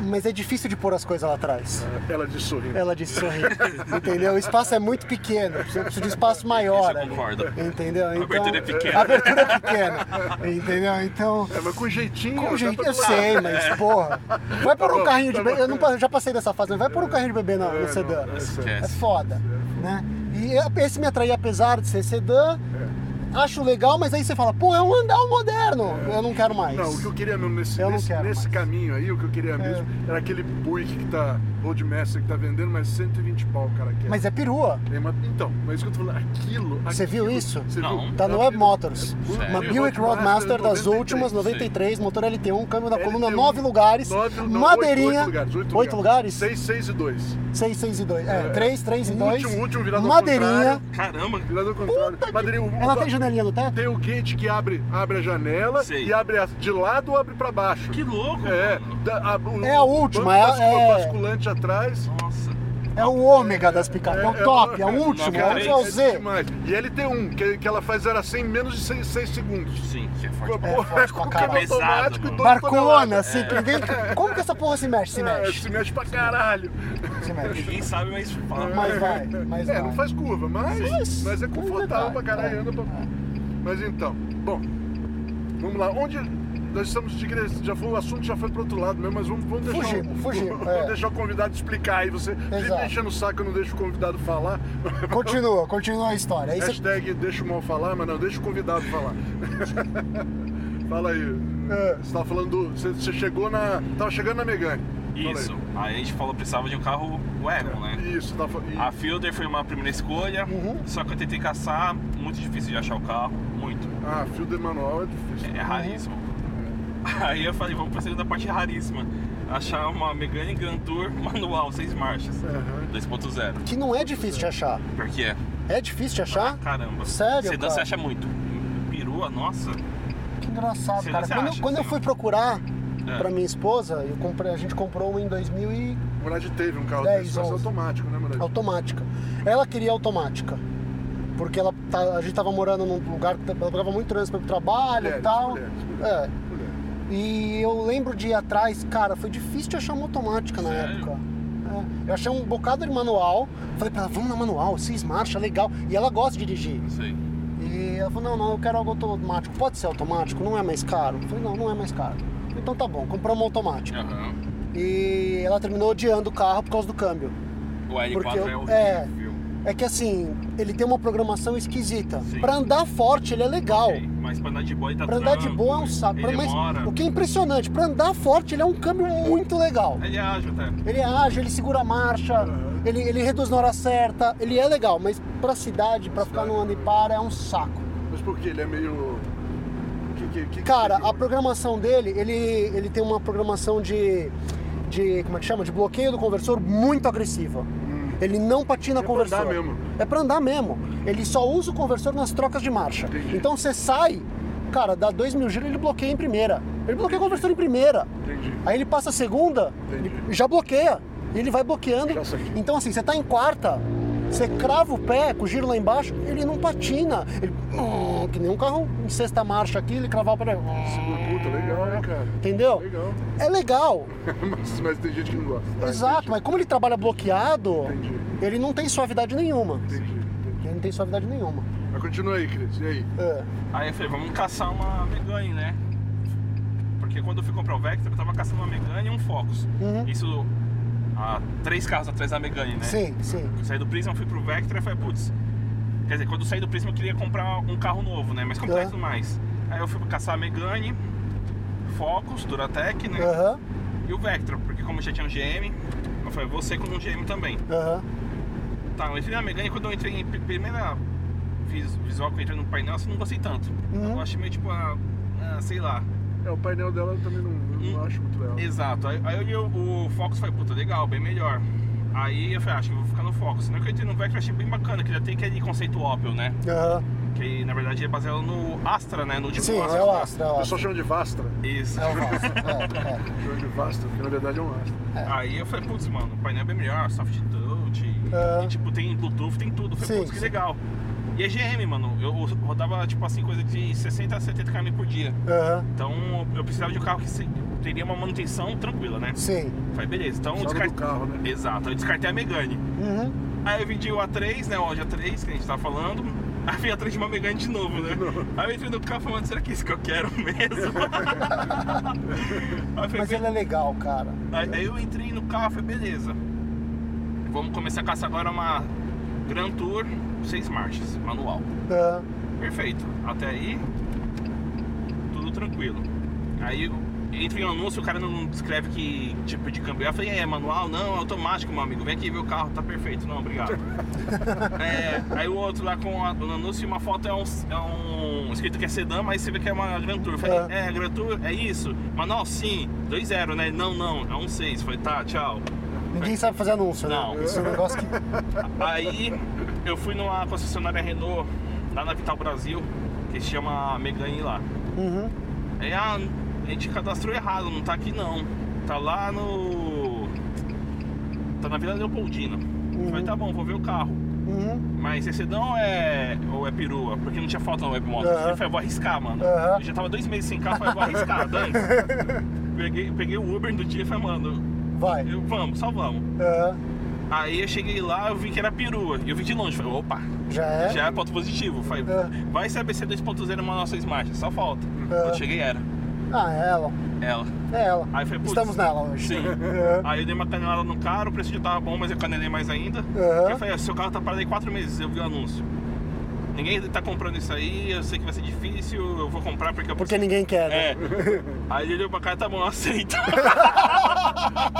[SPEAKER 3] mas é difícil de pôr as coisas lá atrás.
[SPEAKER 2] ela disse sorrindo.
[SPEAKER 3] Ela disse sorrindo, entendeu? O espaço é muito pequeno, eu preciso de um espaço maior.
[SPEAKER 4] Isso eu
[SPEAKER 3] ali,
[SPEAKER 4] concordo.
[SPEAKER 3] Entendeu? Então,
[SPEAKER 4] abertura é pequena.
[SPEAKER 3] A abertura é pequena, entendeu? Então,
[SPEAKER 2] É, mas com jeitinho.
[SPEAKER 3] Com é
[SPEAKER 2] dá
[SPEAKER 3] gente,
[SPEAKER 2] pra
[SPEAKER 3] eu
[SPEAKER 2] pular. É.
[SPEAKER 3] sei, mas porra. Vai por um
[SPEAKER 2] bom,
[SPEAKER 3] carrinho de
[SPEAKER 2] tá
[SPEAKER 3] bebê.
[SPEAKER 2] bom.
[SPEAKER 3] Eu, não, pa- eu já passei dessa fase, mas vai por um carrinho de bebê na-
[SPEAKER 2] É,
[SPEAKER 3] no
[SPEAKER 2] não,
[SPEAKER 3] sedã.
[SPEAKER 2] é sério.
[SPEAKER 3] É
[SPEAKER 4] Esquece.
[SPEAKER 3] foda, né? E eu- esse me atraía apesar de ser sedã.
[SPEAKER 2] É.
[SPEAKER 3] Acho legal, mas aí você fala, pô, é um andal moderno. Eu não quero mais.
[SPEAKER 2] Não, o que eu queria mesmo nesse,
[SPEAKER 3] Eu não
[SPEAKER 2] nesse,
[SPEAKER 3] quero
[SPEAKER 2] nesse
[SPEAKER 3] mais. É.
[SPEAKER 2] caminho aí, o que eu queria mesmo era aquele Buick que tá, Roadmaster, que tá vendendo mais 120 pau, cara. Que é.
[SPEAKER 3] Mas é perua.
[SPEAKER 2] Tem uma- Então, mas isso que eu tô falando, aquilo.
[SPEAKER 3] Você
[SPEAKER 2] aquilo-
[SPEAKER 3] viu isso?
[SPEAKER 2] Você
[SPEAKER 4] Não.
[SPEAKER 2] viu? é
[SPEAKER 3] Tá no Web Motors.
[SPEAKER 4] Sério?
[SPEAKER 3] Uma Buick Roadmaster das últimas, 93, motor LT1, câmbio da coluna,
[SPEAKER 2] 91,
[SPEAKER 3] 9 lugares,
[SPEAKER 2] nove- não,
[SPEAKER 3] madeirinha,
[SPEAKER 2] oito- oito lugares.
[SPEAKER 3] 8 lugares?
[SPEAKER 2] 6, 6 e 2.
[SPEAKER 3] 6, 6 e 2, é, 3, 3 e
[SPEAKER 2] Último,
[SPEAKER 3] 2,
[SPEAKER 2] último, virado ao
[SPEAKER 3] madeirinha,
[SPEAKER 2] contrário. Então-
[SPEAKER 4] Caramba,
[SPEAKER 2] Virado ao contrário. Madeirinha, o-
[SPEAKER 3] ela
[SPEAKER 2] o-
[SPEAKER 3] tem janelinha no teto?
[SPEAKER 2] tem o gate que abre, abre a janela
[SPEAKER 4] Sei.
[SPEAKER 2] e abre a- de lado ou abre pra baixo.
[SPEAKER 4] que louco.
[SPEAKER 2] É,
[SPEAKER 4] mano.
[SPEAKER 2] da- a, o,
[SPEAKER 3] É a última,
[SPEAKER 2] o
[SPEAKER 3] é-
[SPEAKER 2] bascul-
[SPEAKER 3] é-
[SPEAKER 2] basculante atrás.
[SPEAKER 4] Nossa.
[SPEAKER 3] É o ômega das picapes, é o top, é o
[SPEAKER 2] Não,
[SPEAKER 3] último, é
[SPEAKER 2] cara,
[SPEAKER 3] o é o
[SPEAKER 2] é
[SPEAKER 3] Z.
[SPEAKER 2] demais. E ele tem um, que, que ela faz 0 a 100 em menos de 6, segundos.
[SPEAKER 4] Sim, que é forte.
[SPEAKER 2] Pô,
[SPEAKER 3] forte pra
[SPEAKER 2] com
[SPEAKER 3] caralho.
[SPEAKER 2] câmbio automático e
[SPEAKER 4] Pesado,
[SPEAKER 2] dois
[SPEAKER 3] Barcona,
[SPEAKER 2] toneladas.
[SPEAKER 3] assim, que ninguém... Como que essa porra se mexe? Se
[SPEAKER 2] É,
[SPEAKER 3] mexe,
[SPEAKER 2] se mexe pra caralho.
[SPEAKER 3] se mexe.
[SPEAKER 4] Ninguém sabe, mas fala.
[SPEAKER 3] Mas vai, mas
[SPEAKER 2] É, não
[SPEAKER 3] vai.
[SPEAKER 2] faz curva,
[SPEAKER 3] Sim.
[SPEAKER 2] mas, mas é confortável né,
[SPEAKER 3] Mas
[SPEAKER 2] pra
[SPEAKER 3] vai,
[SPEAKER 2] caralho,
[SPEAKER 3] é.
[SPEAKER 2] anda pra... Mas então, bom, vamos lá. Onde... nós estamos digressando. Já foi, o assunto já foi pro outro lado mesmo, mas vamos, vamos deixar.
[SPEAKER 3] Fugimos,
[SPEAKER 2] o,
[SPEAKER 3] fugimos,
[SPEAKER 2] Vamos
[SPEAKER 3] é.
[SPEAKER 2] deixar o convidado explicar aí. Você fica
[SPEAKER 3] Exato.
[SPEAKER 2] enchendo o saco, eu não deixa o convidado falar.
[SPEAKER 3] Continua, continua a história. Aí você-
[SPEAKER 2] Hashtag deixa o mal falar, mas não, deixa o convidado falar. Fala aí.
[SPEAKER 3] É.
[SPEAKER 2] Você tava falando do. Você, você chegou na. Tava chegando na Megane. Fala
[SPEAKER 4] Isso. Aí a gente falou que precisava de um carro wagon,
[SPEAKER 2] aí.
[SPEAKER 4] né?
[SPEAKER 2] Isso, tava falando.
[SPEAKER 4] A Fielder foi uma primeira escolha,
[SPEAKER 3] Uhum.
[SPEAKER 4] só que eu tentei caçar, muito difícil de achar o carro, muito.
[SPEAKER 2] Ah, fio de manual é difícil.
[SPEAKER 4] É raríssimo. Aí eu falei, vamos parceiro da parte raríssima. Achar uma Megane Grand Tour manual, seis marchas,
[SPEAKER 2] Aham.
[SPEAKER 4] 2.0.
[SPEAKER 3] que não é difícil de achar.
[SPEAKER 4] Pior que é.
[SPEAKER 3] É difícil de achar?
[SPEAKER 4] Caramba.
[SPEAKER 3] Sério,
[SPEAKER 4] Sedã você
[SPEAKER 3] cara?
[SPEAKER 4] acha muito. Perua, nossa.
[SPEAKER 3] Que engraçado,
[SPEAKER 4] Você-
[SPEAKER 3] cara.
[SPEAKER 4] você
[SPEAKER 3] Quando,
[SPEAKER 4] acha,
[SPEAKER 3] eu, quando eu
[SPEAKER 4] sim.
[SPEAKER 3] fui procurar
[SPEAKER 4] É.
[SPEAKER 3] pra minha esposa, eu comprei, a gente comprou uma em 2000 e
[SPEAKER 2] O Murad teve um carro
[SPEAKER 3] Dez,
[SPEAKER 2] desse, mas é
[SPEAKER 3] onze.
[SPEAKER 2] automático, né, Murad?
[SPEAKER 3] automática. Ela queria automática. Porque ela tá- a gente tava morando num lugar que ela pegava muito trânsito para o trabalho
[SPEAKER 2] Mulheres,
[SPEAKER 3] e tal.
[SPEAKER 2] mulheres,
[SPEAKER 3] É.
[SPEAKER 2] mulheres, mulheres.
[SPEAKER 3] E eu lembro de ir atrás, cara, foi difícil de achar uma automática na
[SPEAKER 4] Sério?
[SPEAKER 3] época. É. Eu achei um bocado de manual. Falei pra ela, vamos na manual, seis marchas, legal. E ela gosta de dirigir.
[SPEAKER 4] Não sei.
[SPEAKER 3] E ela falou, não, não, eu quero algo automático. Pode ser automático? Não é mais caro? Eu falei, não, não é mais caro. Então tá bom, compramos uma automática.
[SPEAKER 4] Aham.
[SPEAKER 3] E ela terminou odiando o carro por causa do câmbio.
[SPEAKER 4] O L4
[SPEAKER 3] Porque eu-
[SPEAKER 4] é
[SPEAKER 3] é.
[SPEAKER 4] horrível.
[SPEAKER 3] É que assim, ele tem uma programação esquisita.
[SPEAKER 4] Sim.
[SPEAKER 3] Pra andar forte, ele é legal.
[SPEAKER 4] Ok, Mas pra andar de boa ele tá
[SPEAKER 3] Pra andar de
[SPEAKER 4] tranco,
[SPEAKER 3] boa é um saco.
[SPEAKER 4] Ele
[SPEAKER 3] Pra- Mas
[SPEAKER 4] demora.
[SPEAKER 3] o que é impressionante, pra andar forte, ele é um câmbio muito legal.
[SPEAKER 4] Ele é ágil até.
[SPEAKER 3] Ele é ágil, ele segura a marcha, ele, ele reduz na hora certa, ele é legal, mas pra cidade, pra ficar no anda e para, é um saco.
[SPEAKER 2] Mas por que? Ele é meio. Que, que, que,
[SPEAKER 3] Cara,
[SPEAKER 2] que-
[SPEAKER 3] a programação dele, ele, ele tem uma programação de, de. como é que chama? De bloqueio do conversor muito agressiva. Ele não patina
[SPEAKER 2] É pra
[SPEAKER 3] conversor.
[SPEAKER 2] andar mesmo.
[SPEAKER 3] É pra andar mesmo. Ele só usa o conversor nas trocas de marcha.
[SPEAKER 2] Entendi.
[SPEAKER 3] Então você sai, cara, dá dois mil giros ele bloqueia em primeira. Ele bloqueia o conversor em primeira.
[SPEAKER 2] Entendi.
[SPEAKER 3] Aí ele passa a segunda,
[SPEAKER 2] Entendi.
[SPEAKER 3] ele já bloqueia. E ele vai bloqueando.
[SPEAKER 2] Já saquei.
[SPEAKER 3] Então assim, você tá em quarta, você crava o pé com o giro lá embaixo, ele não patina. Ele. hum, que nem um carro em sexta marcha aqui, ele cravar o pé. hum,
[SPEAKER 2] Puta, legal, né, cara?
[SPEAKER 3] Entendeu?
[SPEAKER 2] Legal. Tá,
[SPEAKER 3] É legal.
[SPEAKER 2] mas, mas tem gente que não gosta. Tá,
[SPEAKER 3] Exato, mas como ele trabalha bloqueado,
[SPEAKER 2] Entendi.
[SPEAKER 3] ele não tem suavidade nenhuma.
[SPEAKER 2] Entendi, entendi.
[SPEAKER 3] Ele não tem suavidade nenhuma.
[SPEAKER 2] Mas continua aí, Cris. E aí?
[SPEAKER 3] É.
[SPEAKER 4] Aí eu falei, vamos caçar uma Megane, né? Porque quando eu fui comprar o Vectra, eu tava caçando uma Megane e um Focus.
[SPEAKER 3] Uhum.
[SPEAKER 4] Isso há três carros atrás da Megane, né?
[SPEAKER 3] Sim, sim.
[SPEAKER 4] Eu saí do Prisma, fui pro Vectra e falei, putz. Quer dizer, quando eu saí do Prisma eu queria comprar um carro novo, né? Mais complexo
[SPEAKER 3] Aham.
[SPEAKER 4] mais. Aí eu fui caçar a Megane, Focus, Duratec, né?
[SPEAKER 3] Aham,
[SPEAKER 4] E o Vectra, porque como eu já tinha um GM, eu falei, você com um GM também.
[SPEAKER 3] aham.
[SPEAKER 4] Tá, eu entrei na Megane quando eu entrei em pri- primeira vis- visual que eu entrei no painel, assim, não gostei tanto.
[SPEAKER 3] Uhum.
[SPEAKER 4] Eu achei meio tipo a. ah, sei lá.
[SPEAKER 2] É, o painel dela eu também não, eu não
[SPEAKER 4] Hum.
[SPEAKER 2] acho muito legal.
[SPEAKER 4] Exato. Aí, aí eu, li o o Focus e falei, puta, legal, bem melhor. Aí eu falei, "Ah, acho que eu vou ficar no Focus. Na hora que eu entrei no Vectra, eu achei bem bacana, que já tem aquele conceito Opel, né?
[SPEAKER 3] Aham.
[SPEAKER 4] Que na verdade é baseado no Astra, né? No último
[SPEAKER 2] Tipo
[SPEAKER 3] Sim,
[SPEAKER 4] Astra.
[SPEAKER 3] é o Astra, é o
[SPEAKER 2] O
[SPEAKER 3] Astra.
[SPEAKER 2] pessoal chama de Vastra.
[SPEAKER 4] Isso.
[SPEAKER 3] É o Astra. É, é.
[SPEAKER 2] Chama de Vastra, porque na verdade é um Astra.
[SPEAKER 4] Aí eu falei, putz, mano, o painel é bem melhor, soft touch,
[SPEAKER 3] É.
[SPEAKER 4] e, tipo, tem Bluetooth, tem tudo. Eu falei,
[SPEAKER 3] Sim,
[SPEAKER 4] putz, que
[SPEAKER 3] sim.
[SPEAKER 4] legal. E é GM, mano, eu rodava, tipo assim, coisa de 60 a 70 km por dia.
[SPEAKER 3] Aham.
[SPEAKER 4] Então eu precisava de um carro que se- teria uma manutenção tranquila, né?
[SPEAKER 3] Sim.
[SPEAKER 4] Falei, beleza, então eu
[SPEAKER 2] Precisava do
[SPEAKER 4] descartei.
[SPEAKER 2] carro, né?
[SPEAKER 4] Exato, eu descartei a Megane.
[SPEAKER 3] Uhum.
[SPEAKER 4] Aí eu vendi o A3, né? O Audi A3 que a gente tava falando. Aí vim atrás de uma Megane de novo, né? Aí eu entrei no carro falando, será que é isso que eu quero mesmo? Aí eu falei,
[SPEAKER 3] Mas ele é legal, cara.
[SPEAKER 4] Aí, aí eu entrei no carro e falei, beleza. Vamos começar a caçar agora uma Grand Tour, seis marchas, manual.
[SPEAKER 3] Aham.
[SPEAKER 4] Perfeito. Até aí, tudo tranquilo. Aí eu- entre um anúncio, o cara não descreve que tipo de câmbio. é. Eu falei, é manual? Não, é automático, meu amigo. Vem aqui ver o carro, tá perfeito. Não, obrigado. É, aí o outro lá com a- o anúncio e uma foto é um, é um- escrito que é sedã, mas você vê que é uma Grand Tour. Eu falei, é, Grand Tour, é isso? Manual, sim. 2-0, né? Não, não, é um 6. Falei, tá, tchau.
[SPEAKER 3] Ninguém sabe fazer anúncio, né?
[SPEAKER 4] Não.
[SPEAKER 3] Isso é um negócio que.
[SPEAKER 4] Aí eu fui numa concessionária Renault, lá na Vital Brasil, que se chama Megane lá.
[SPEAKER 3] Uhum.
[SPEAKER 4] Aí ah, a gente cadastrou errado, não tá aqui não. Tá lá no. Tá na Vila Leopoldina. Falei, tá bom, vou ver o carro.
[SPEAKER 3] Uhum.
[SPEAKER 4] Mas esse não é. ou é perua, porque não tinha foto na webmoto.
[SPEAKER 3] Aham.
[SPEAKER 4] Eu falei, vou arriscar, mano.
[SPEAKER 3] Aham.
[SPEAKER 4] Eu já tava dois meses sem carro, falei, vou arriscar, dane peguei, peguei o Uber do dia e falei, mano,
[SPEAKER 3] Vai.
[SPEAKER 4] eu- vamos, só vamos.
[SPEAKER 3] Aham.
[SPEAKER 4] Aí eu cheguei lá, eu vi que era perua. E eu vi de longe, falei, opa,
[SPEAKER 3] Já é?
[SPEAKER 4] já é ponto positivo. Falei,
[SPEAKER 3] É.
[SPEAKER 4] vai saber se é 2.0 uma nossa marchas, só falta.
[SPEAKER 3] É.
[SPEAKER 4] Quando cheguei era.
[SPEAKER 3] Ah, é ela.
[SPEAKER 4] Ela.
[SPEAKER 3] É ela.
[SPEAKER 4] Aí eu falei, putz.
[SPEAKER 3] Estamos nela hoje.
[SPEAKER 4] Sim.
[SPEAKER 3] É.
[SPEAKER 4] Aí eu dei uma canelada no cara, o preço já tava bom, mas eu canelei mais ainda.
[SPEAKER 3] Aham.
[SPEAKER 4] Eu falei, "Ah, seu carro tá parado aí quatro meses, eu vi o anúncio. Ninguém tá comprando isso aí, eu sei que vai ser difícil, eu vou comprar porque eu
[SPEAKER 3] Porque ninguém quer, né?
[SPEAKER 4] É. Aí ele olhou pra cara, tá bom, aceita.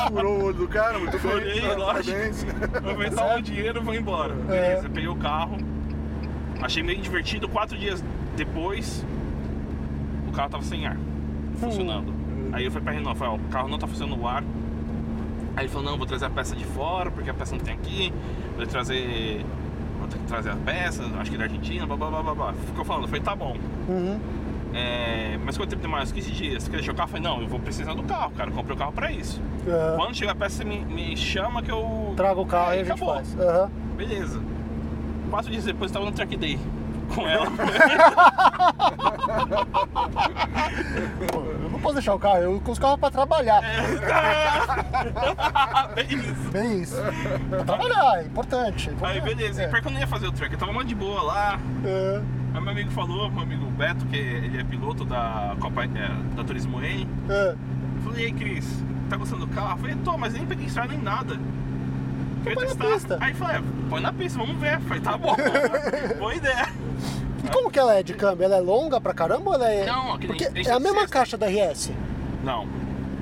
[SPEAKER 2] Furou o olho do cara, muito bem.
[SPEAKER 4] Olhei,
[SPEAKER 2] tá,
[SPEAKER 4] lógico.
[SPEAKER 2] parabéns.
[SPEAKER 4] Eu falei, tá bom, dinheiro, eu vou embora. Beleza, peguei o carro. Achei meio divertido, quatro dias depois, o carro tava sem ar. Funcionando. Aí eu falei pra Renault, falei, ó, o carro não tá funcionando o ar. Aí ele falou, não, vou trazer a peça de fora, porque a peça não tem aqui. Vou trazer. Vou ter que trazer a peça, acho que da Argentina, blá blá blá blá blá. Ficou falando, eu falei, tá bom.
[SPEAKER 3] Uhum.
[SPEAKER 4] É, mas quanto tempo tem mais? 15 dias. Você quer deixar o carro? Eu falei, não, eu vou precisar do carro, cara. Eu comprei o carro pra isso.
[SPEAKER 3] Aham.
[SPEAKER 4] Quando chegar a peça, você me, me chama que eu.
[SPEAKER 3] É. Traga o carro
[SPEAKER 4] Aí
[SPEAKER 3] e a gente
[SPEAKER 4] acabou.
[SPEAKER 3] faz. Aham.
[SPEAKER 4] Beleza. Quatro dias depois eu tava no track day com ela.
[SPEAKER 3] Pô, eu não posso deixar o carro, eu com os carros pra trabalhar.
[SPEAKER 4] É. Bem isso.
[SPEAKER 3] Bem isso. Pra trabalhar, é importante. é
[SPEAKER 4] Aí
[SPEAKER 3] importante.
[SPEAKER 4] beleza, e
[SPEAKER 3] É.
[SPEAKER 4] pior que eu não ia fazer o track, eu tava mó de boa lá.
[SPEAKER 3] É.
[SPEAKER 4] Aí meu amigo falou, meu amigo Beto, que ele é piloto da Copa é, da Turismo N.
[SPEAKER 3] É.
[SPEAKER 4] Eu falei, e aí Cris, tá gostando do carro? Eu falei, tô, mas nem peguei estrada nem nada. Queria
[SPEAKER 3] Então põe na
[SPEAKER 4] testar.
[SPEAKER 3] pista.
[SPEAKER 4] Aí eu falei, é, põe na pista, vamos ver. Eu falei, tá bom, boa ideia.
[SPEAKER 3] E como que ela é de câmbio? Ela é longa pra caramba ou ela é.
[SPEAKER 4] Ah. Não, aquele-
[SPEAKER 3] Porque
[SPEAKER 4] esse
[SPEAKER 3] é a
[SPEAKER 4] é
[SPEAKER 3] mesma
[SPEAKER 4] sexta.
[SPEAKER 3] caixa da RS.
[SPEAKER 4] Não,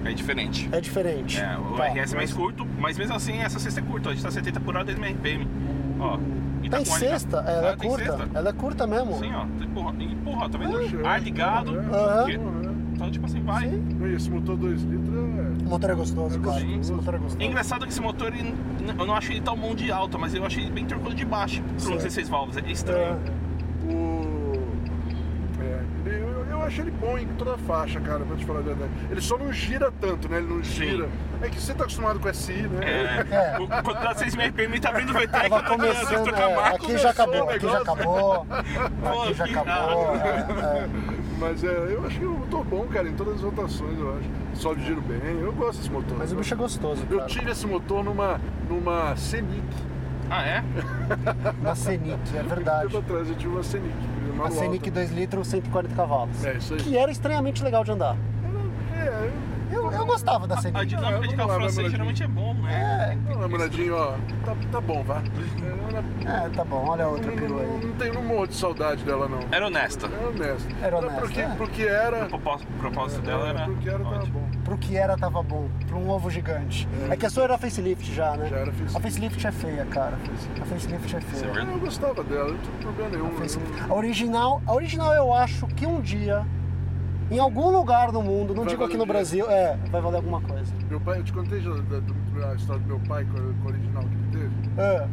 [SPEAKER 4] é diferente.
[SPEAKER 3] É diferente.
[SPEAKER 4] É, o
[SPEAKER 3] Tá.
[SPEAKER 4] RS é mais curto, mas mesmo assim essa sexta é curta, a gente tá 70 por hora, 10 mil RPM. Ó, e tá
[SPEAKER 3] Tem
[SPEAKER 4] com ar ligado.
[SPEAKER 3] sexta? Ela é
[SPEAKER 4] né? Ah, tem
[SPEAKER 3] curta.
[SPEAKER 4] sexta.
[SPEAKER 3] Ela é curta mesmo.
[SPEAKER 4] Sim, ó, tu empurra, empurra, tá vendo?
[SPEAKER 2] Puxa,
[SPEAKER 4] ar ligado.
[SPEAKER 3] Aham.
[SPEAKER 4] porque- Então, tipo assim, vai.
[SPEAKER 2] Esse né? motor 2 litros
[SPEAKER 3] O
[SPEAKER 2] é.
[SPEAKER 3] motor é gostoso, cara.
[SPEAKER 4] Sim.
[SPEAKER 3] Esse motor é gostoso.
[SPEAKER 4] É engraçado que esse motor, ele n- eu não achei ele tão mão de alta, mas eu achei ele bem tranquilo de baixo,
[SPEAKER 3] Sim.
[SPEAKER 4] com 16 válvulas, é estranho.
[SPEAKER 3] É.
[SPEAKER 2] O. É, ele- eu, eu acho ele bom em toda a faixa, cara, pra te falar a verdade. Ele só não gira tanto, né? Ele não gira. É que você tá acostumado com SI, né?
[SPEAKER 4] É, o quando dá 6 mil RPM, tá abrindo o VT,
[SPEAKER 3] Tava começando, é, aqui
[SPEAKER 2] começou
[SPEAKER 3] já acabou,
[SPEAKER 2] o
[SPEAKER 3] aqui já
[SPEAKER 2] negócio.
[SPEAKER 3] acabou,
[SPEAKER 4] Pô,
[SPEAKER 3] aqui já
[SPEAKER 4] que
[SPEAKER 3] acabou.
[SPEAKER 4] nada.
[SPEAKER 3] é, é.
[SPEAKER 2] Mas é, eu acho que eu tô bom, cara, em todas as rotações, eu acho. Sobe giro bem, eu gosto desse motor.
[SPEAKER 3] Mas o bicho é gostoso,
[SPEAKER 2] Eu
[SPEAKER 3] cara.
[SPEAKER 2] tive esse motor numa, numa Scenic.
[SPEAKER 4] Ah, é?
[SPEAKER 3] Na Scenic, é
[SPEAKER 2] Um tempo
[SPEAKER 3] verdade.
[SPEAKER 2] atrás eu tive uma Scenic. Uma
[SPEAKER 3] A Scenic 2 litros, 140 cavalos.
[SPEAKER 2] então. É, isso aí.
[SPEAKER 3] Que era estranhamente legal de andar.
[SPEAKER 2] É,
[SPEAKER 3] Eu, eu gostava da
[SPEAKER 4] A
[SPEAKER 3] Scenic.
[SPEAKER 4] dinâmica
[SPEAKER 2] vamos
[SPEAKER 4] de carro
[SPEAKER 2] lá,
[SPEAKER 4] francês
[SPEAKER 2] vamos lá,
[SPEAKER 4] geralmente é bom, né?
[SPEAKER 3] É,
[SPEAKER 2] não, namoradinho, ó, tá, tá bom, vá. É, ela-
[SPEAKER 3] é, Uhum. tá bom, olha a outra
[SPEAKER 2] não,
[SPEAKER 3] perua
[SPEAKER 2] não,
[SPEAKER 3] aí.
[SPEAKER 2] não, tem, não morro de saudade dela, não.
[SPEAKER 4] Era honesta.
[SPEAKER 2] Era honesta.
[SPEAKER 3] Era honesta,
[SPEAKER 2] É Porque,
[SPEAKER 3] é.
[SPEAKER 2] porque era...
[SPEAKER 4] O propósito, o propósito dela era.
[SPEAKER 2] Porque era, tava
[SPEAKER 4] ótimo.
[SPEAKER 2] bom.
[SPEAKER 3] Pro que era, tava bom. Pro um ovo gigante. É que a sua era facelift já, né?
[SPEAKER 2] Já era facelift.
[SPEAKER 3] A facelift é feia, cara. A facelift é
[SPEAKER 4] é
[SPEAKER 3] feia.
[SPEAKER 4] verdade.
[SPEAKER 2] Eu gostava dela, não tinha problema nenhum.
[SPEAKER 3] Facelift. A original, a original eu acho que um dia, em algum lugar do mundo, não
[SPEAKER 2] Vai
[SPEAKER 3] digo aqui
[SPEAKER 2] valer um dia.
[SPEAKER 3] no Brasil, é, vai valer alguma coisa.
[SPEAKER 2] Meu pai, eu te contei já da, do- a história do meu pai com, a- com o original que ele teve.
[SPEAKER 3] É.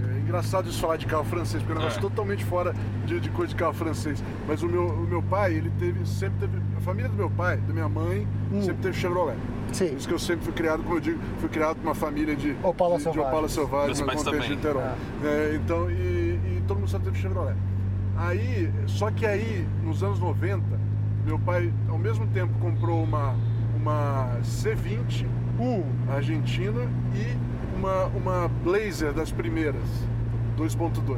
[SPEAKER 2] É engraçado isso falar de carro francês, porque é um negócio
[SPEAKER 4] É.
[SPEAKER 2] totalmente fora de, de coisa de carro francês. Mas o meu, o meu pai, ele teve, sempre teve. A família do meu pai, da minha mãe,
[SPEAKER 3] Hum.
[SPEAKER 2] sempre teve Chevrolet. Por
[SPEAKER 3] Sim.
[SPEAKER 2] isso que eu sempre fui criado, como eu digo, fui criado com uma família de
[SPEAKER 3] Opala
[SPEAKER 2] de, de
[SPEAKER 3] selvagens.
[SPEAKER 2] Opala Selvagem
[SPEAKER 4] Meus
[SPEAKER 2] na
[SPEAKER 4] pais
[SPEAKER 2] Montanha de
[SPEAKER 4] também.
[SPEAKER 2] Niterói. É, então, e, e todo mundo só teve Chevrolet. Aí, só que aí, nos anos 90, meu pai, ao mesmo tempo, comprou uma, uma C20
[SPEAKER 3] Hum,
[SPEAKER 2] argentina e uma, uma Blazer das primeiras, 2.2.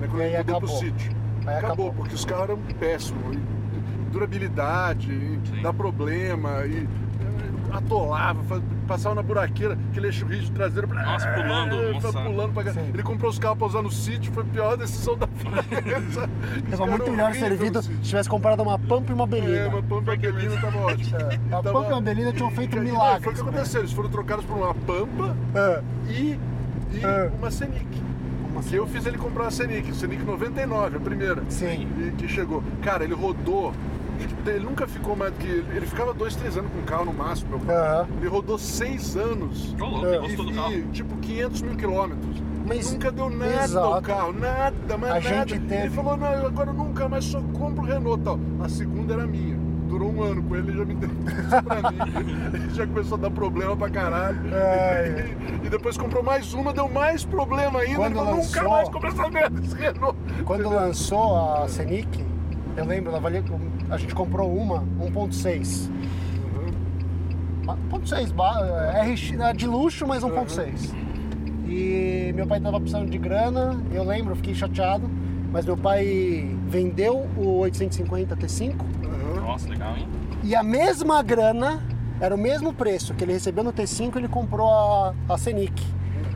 [SPEAKER 2] Né, quando
[SPEAKER 3] E aí
[SPEAKER 2] ele mudou
[SPEAKER 3] acabou.
[SPEAKER 2] pro sítio.
[SPEAKER 3] Aí acabou.
[SPEAKER 2] porque os carros eram péssimos. e durabilidade, e
[SPEAKER 4] Sim.
[SPEAKER 2] dá problema, e eh, atolava, fa- passava na buraqueira, aquele eixo rígido traseiro. blá,
[SPEAKER 4] Nossa, pulando,
[SPEAKER 2] eh,
[SPEAKER 4] nossa.
[SPEAKER 2] pulando pra... cá.
[SPEAKER 3] Sim.
[SPEAKER 2] Ele comprou os carros pra usar no sítio, foi a pior decisão da vida. Os
[SPEAKER 3] tava
[SPEAKER 2] caras
[SPEAKER 3] muito melhor
[SPEAKER 2] horríveis
[SPEAKER 3] servido
[SPEAKER 2] no
[SPEAKER 3] se
[SPEAKER 2] sítio.
[SPEAKER 3] tivesse comprado uma Pampa e uma
[SPEAKER 2] É,
[SPEAKER 3] Belina.
[SPEAKER 2] uma Pampa Belina tava ótima.
[SPEAKER 3] É, a Pampa e a Belina tinham feito
[SPEAKER 2] E- e-
[SPEAKER 3] milagres,
[SPEAKER 2] Foi o que
[SPEAKER 3] né?
[SPEAKER 2] aconteceu, eles foram trocados por uma Pampa
[SPEAKER 3] É.
[SPEAKER 2] e, e
[SPEAKER 3] É.
[SPEAKER 2] uma Scenic.
[SPEAKER 3] Uma
[SPEAKER 2] Que eu fiz ele comprar uma Scenic, Scenic 99, a primeira.
[SPEAKER 3] Sim.
[SPEAKER 2] E que chegou. Cara, ele rodou. Ele nunca ficou mais do que. Ele ficava dois, três anos com o carro no máximo, meu pai.
[SPEAKER 3] Aham.
[SPEAKER 2] Ele rodou seis anos.
[SPEAKER 4] Ô, louco,
[SPEAKER 3] É.
[SPEAKER 4] ele gostou do carro.
[SPEAKER 2] E, e, tipo 500 mil quilômetros.
[SPEAKER 3] Mas-
[SPEAKER 2] nunca deu nada ao
[SPEAKER 3] Exato.
[SPEAKER 2] carro, nada, mas
[SPEAKER 3] A
[SPEAKER 2] nada.
[SPEAKER 3] gente teve-
[SPEAKER 2] Ele falou, não, eu agora nunca mais só compro Renault tal. A segunda era minha. Durou um ano com ele, ele já me deu tudo pra mim. Ele já começou a dar problema pra caralho.
[SPEAKER 3] Ai.
[SPEAKER 2] E, depois comprou mais uma, deu mais problema ainda.
[SPEAKER 3] Quando
[SPEAKER 2] ele falou, nunca
[SPEAKER 3] lançou-
[SPEAKER 2] mais compro essa merda, esse Renault.
[SPEAKER 3] Quando lançou a Scenic, eu lembro, ela valia, a gente comprou uma 1.6. Ma- 1.6, Uhum. ba- é, RX, né, de luxo, mas 1.6. E meu pai tava precisando de grana, eu lembro, eu fiquei chateado, mas meu pai vendeu o 850 T5
[SPEAKER 2] Aham.
[SPEAKER 4] Nossa, legal, hein?
[SPEAKER 3] E a mesma grana, era o mesmo preço que ele recebeu no T5, ele comprou a, a Scenic.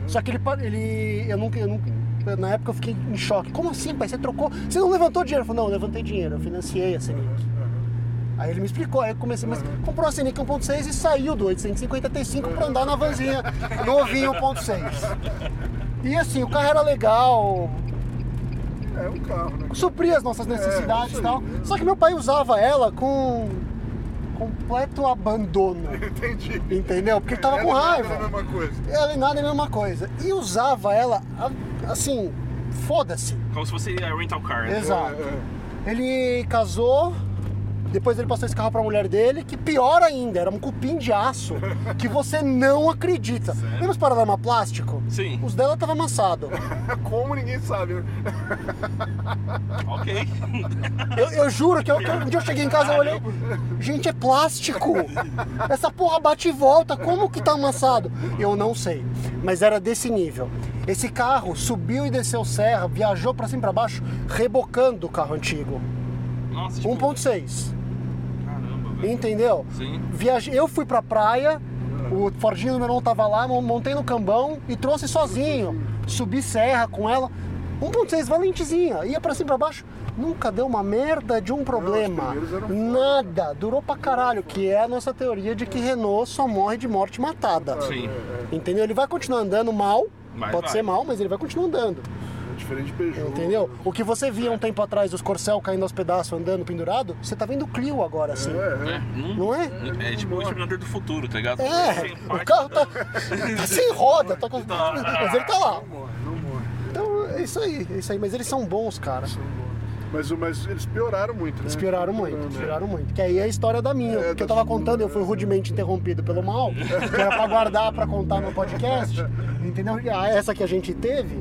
[SPEAKER 3] Só que ele, pa- ele eu nunca, eu nunca, eu- na época eu fiquei em choque. Como assim, pai? Você trocou? Você não levantou dinheiro? Eu falei, não, eu levantei dinheiro, eu financiei a Scenic. Aí ele me explicou, aí eu comecei, mas comprou a Scenic 1.6 e saiu do 850 T5 pra andar na vanzinha novinho 1.6. E assim, o carro era legal,
[SPEAKER 2] É um carro, né?
[SPEAKER 3] supria as nossas
[SPEAKER 2] É,
[SPEAKER 3] necessidades
[SPEAKER 2] isso
[SPEAKER 3] e
[SPEAKER 2] aí,
[SPEAKER 3] tal.
[SPEAKER 2] né?
[SPEAKER 3] Só que meu pai usava ela com completo abandono,
[SPEAKER 2] Entendi.
[SPEAKER 3] entendeu? Porque ele tava com
[SPEAKER 2] Era nada né,
[SPEAKER 3] raiva.
[SPEAKER 2] da mesma coisa.
[SPEAKER 3] Ela e nada é a mesma coisa. E usava ela, a- assim, foda-se.
[SPEAKER 4] Como se fosse a rental car. né?
[SPEAKER 3] Exato.
[SPEAKER 2] É, é.
[SPEAKER 3] Ele casou, depois ele passou esse carro pra mulher dele, que pior ainda, era um cupim de aço, que você não acredita.
[SPEAKER 4] Sério?
[SPEAKER 3] Lembra os paralama plástico?
[SPEAKER 4] Sim.
[SPEAKER 3] Os dela tava amassado.
[SPEAKER 2] É Como ninguém sabe, né?
[SPEAKER 3] É.
[SPEAKER 4] Ok.
[SPEAKER 3] Eu, eu juro que eu, que um dia eu cheguei em casa e olhei. Gente, é plástico! Essa porra bate e volta, como que tá amassado? Eu não sei, mas era desse nível. Esse carro subiu e desceu serra, viajou pra cima e pra baixo, rebocando o carro antigo.
[SPEAKER 4] Nossa, tipo,
[SPEAKER 3] 1.6,
[SPEAKER 4] Caramba, velho.
[SPEAKER 3] entendeu?
[SPEAKER 4] Sim.
[SPEAKER 3] Viajei, eu fui pra praia, o Fordinho número 1 tava lá, mon- montei no cambão e trouxe sozinho. Subi serra com ela. 1.6 valentezinha, ia pra cima e pra baixo. Nunca deu uma merda de um problema.
[SPEAKER 2] primeiros eram foda.
[SPEAKER 3] Nada, durou pra caralho, que é a nossa teoria de que Renault só morre de morte matada.
[SPEAKER 4] Sim.
[SPEAKER 3] Entendeu? Ele vai continuar andando mal,
[SPEAKER 4] Mas
[SPEAKER 3] pode
[SPEAKER 4] vai.
[SPEAKER 3] ser mal, mas ele vai continuar andando.
[SPEAKER 2] É diferente de Peugeot.
[SPEAKER 3] Entendeu? O que você via um tempo atrás dos Corcel caindo aos pedaços, andando pendurado, você tá vendo o Clio agora, assim.
[SPEAKER 4] É,
[SPEAKER 2] É,
[SPEAKER 4] hum.
[SPEAKER 3] Não é?
[SPEAKER 4] É tipo o Exterminador do Futuro, tá ligado?
[SPEAKER 3] É,
[SPEAKER 4] Sem
[SPEAKER 3] o
[SPEAKER 4] parte.
[SPEAKER 3] carro tá, tá sem roda, tá com... mas ele tá lá.
[SPEAKER 2] não morre, não morre.
[SPEAKER 3] Então é isso aí, é isso aí. Mas eles são bons, cara.
[SPEAKER 2] Não morre. Mas, o- mas eles pioraram muito, né?
[SPEAKER 3] Eles pioraram muito, eles pioraram muito. Que aí é a história da minha,
[SPEAKER 2] É,
[SPEAKER 3] que eu
[SPEAKER 2] tá
[SPEAKER 3] tava
[SPEAKER 2] tudo-
[SPEAKER 3] contando, eu fui rudemente interrompido pelo mal, que era pra guardar, pra contar no podcast, entendeu? E a- Essa que a gente teve,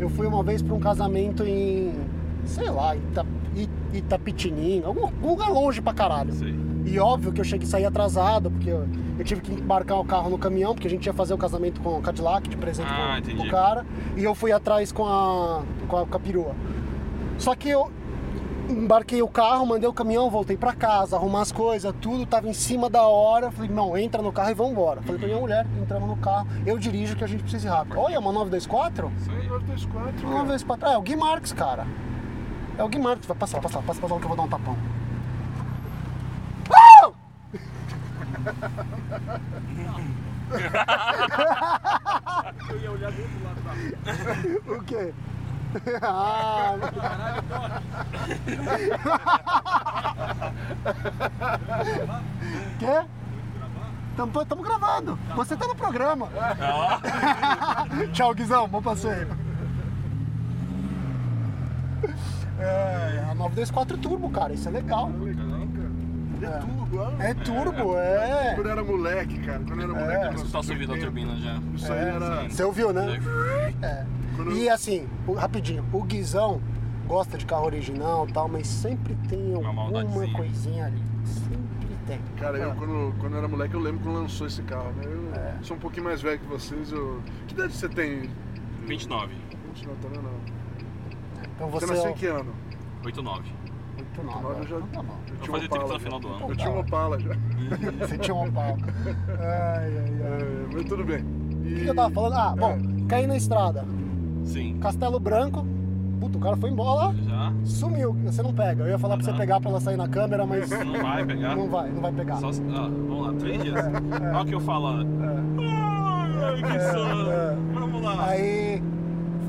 [SPEAKER 3] eu fui uma vez pra um casamento em, sei lá, Ita, I- Itapetininga, algum algum lugar longe pra caralho.
[SPEAKER 4] Sei.
[SPEAKER 3] E óbvio que eu cheguei saí atrasado, porque eu, eu tive que embarcar o carro no caminhão, porque a gente ia fazer o casamento com o Cadillac de presente
[SPEAKER 4] Ah,
[SPEAKER 3] pro- pro,
[SPEAKER 4] entendi.
[SPEAKER 3] cara. E eu fui atrás com a, com a, com a perua. Só que eu embarquei o carro, mandei o caminhão, voltei pra casa, arrumar as coisas, tudo, tava em cima da hora. Falei, não, entra no carro e vambora. Falei
[SPEAKER 4] Uhum.
[SPEAKER 3] com a minha mulher, entramos no carro, eu dirijo que a gente precisa ir rápido. Olha, uma 924?
[SPEAKER 2] É, nós dois quatro,
[SPEAKER 3] Uma
[SPEAKER 2] cara.
[SPEAKER 3] vez pra trás. É o Gui Marques, cara. É o Gui Marques. Vai passar, passar, passa, passa que eu vou dar um tapão. Ah! O quê? Ah, Quê? Tamo, tamo gravando. Você tá no programa. Tchau, Guizão. Bom passeio. É, a 924 Turbo, cara. Isso é legal.
[SPEAKER 2] É turbo, ah.
[SPEAKER 3] É turbo, é.
[SPEAKER 2] Quando eu era moleque, cara. Quando eu era moleque,
[SPEAKER 4] Mas
[SPEAKER 2] eu
[SPEAKER 4] o pessoal subiu da tá turbina já.
[SPEAKER 2] É. Isso
[SPEAKER 3] É,
[SPEAKER 2] aí era.
[SPEAKER 3] Você ouviu, né? É.
[SPEAKER 2] Quando eu-
[SPEAKER 3] E assim, o- rapidinho, o Guizão gosta de carro original e tal, mas sempre tem alguma
[SPEAKER 4] maldadezinha.
[SPEAKER 3] coisinha ali. Sempre tem.
[SPEAKER 2] Cara, eu quando, quando eu era moleque, eu lembro quando lançou esse carro, né? Eu
[SPEAKER 3] É.
[SPEAKER 2] sou um pouquinho mais velho que vocês. Eu... Que idade você tem?
[SPEAKER 4] 29.
[SPEAKER 2] 20 não, também não.
[SPEAKER 3] Então
[SPEAKER 2] Você,
[SPEAKER 3] você
[SPEAKER 2] nasceu
[SPEAKER 3] é
[SPEAKER 2] em que ano?
[SPEAKER 4] 89.
[SPEAKER 3] muito
[SPEAKER 2] Nove
[SPEAKER 3] nova.
[SPEAKER 2] eu já-
[SPEAKER 3] Então tá bom.
[SPEAKER 2] Eu
[SPEAKER 4] Vou fazer 30
[SPEAKER 2] um Opala
[SPEAKER 4] no final do
[SPEAKER 2] já.
[SPEAKER 4] ano.
[SPEAKER 2] Eu tinha um Opala já.
[SPEAKER 3] Você tinha um pau. Ai, ai, ai.
[SPEAKER 2] É, mas tudo bem. E...
[SPEAKER 3] O que eu tava falando? Ah, bom, caí na estrada.
[SPEAKER 4] Sim.
[SPEAKER 3] Castelo Branco. Puta, o cara foi embora,
[SPEAKER 4] Já?
[SPEAKER 3] sumiu. Você não pega. Eu ia falar pra você
[SPEAKER 4] Não.
[SPEAKER 3] pegar pra ela sair na câmera, mas
[SPEAKER 4] Não vai pegar?
[SPEAKER 3] não vai, não vai pegar.
[SPEAKER 4] Só se- ah, vamos lá, três dias. Olha o que eu falo. Ai, que sono. Vamos lá.
[SPEAKER 3] Aí,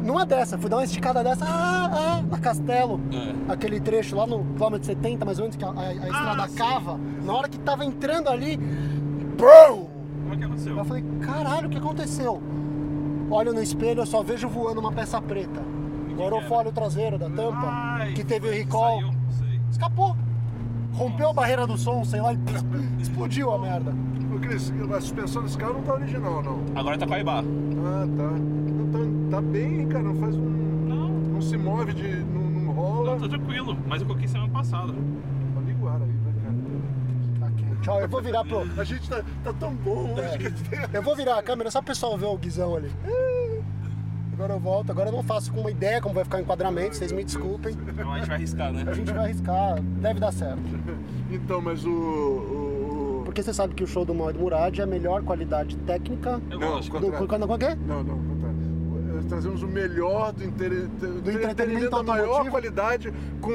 [SPEAKER 3] numa dessa, fui dar uma esticada dessa, ah, ah, na Castelo.
[SPEAKER 4] É.
[SPEAKER 3] Aquele trecho lá no quilômetro 70, mais ou menos, que a, a- a estrada
[SPEAKER 4] Ah, sim.
[SPEAKER 3] cava. Na hora que tava entrando ali, BRUM!
[SPEAKER 4] Como é que aconteceu?
[SPEAKER 3] Eu falei, caralho, o que aconteceu? Olho no espelho, eu só vejo voando uma peça preta. Gorofólio traseiro da tampa,
[SPEAKER 4] Ai,
[SPEAKER 3] que teve o
[SPEAKER 4] foi-
[SPEAKER 3] recall.
[SPEAKER 4] saiu, sei.
[SPEAKER 3] Escapou. Rompeu a barreira do som, sei lá, e explodiu a merda.
[SPEAKER 2] Ô, Cris, a suspensão desse carro não tá original, não.
[SPEAKER 4] Agora tá com a Ibar.
[SPEAKER 2] Ah, tá. Então tá bem, hein, cara. Não faz um.
[SPEAKER 4] Não,
[SPEAKER 2] Não se move de. Não, não rola.
[SPEAKER 4] não, tá tranquilo. Mas eu coloquei semana passada.
[SPEAKER 2] Olha o ar aí, vai, cara.
[SPEAKER 3] Tá Ok, tchau, eu vou virar pro...
[SPEAKER 2] A gente
[SPEAKER 4] É.
[SPEAKER 2] tá, tá tão bom hoje que a gente tem.
[SPEAKER 3] Eu vou virar a câmera só pro pessoal ver o guizão ali. Agora eu volto. Agora eu não faço com uma ideia como vai ficar o enquadramento, vocês me desculpem.
[SPEAKER 4] Então a gente vai arriscar, né?
[SPEAKER 3] A gente vai arriscar, deve dar certo.
[SPEAKER 2] Então, mas o. o- o-
[SPEAKER 3] Porque você sabe que o show do Mauro Murad é a melhor qualidade técnica
[SPEAKER 4] Eu
[SPEAKER 2] Não,
[SPEAKER 4] gosto.
[SPEAKER 2] quando-
[SPEAKER 3] do,
[SPEAKER 2] Contrário.
[SPEAKER 3] quando- qual que é?
[SPEAKER 2] Não, não, contrário. Nós trazemos o melhor do, inter... do entretenimento da maior
[SPEAKER 3] automotivo.
[SPEAKER 2] qualidade com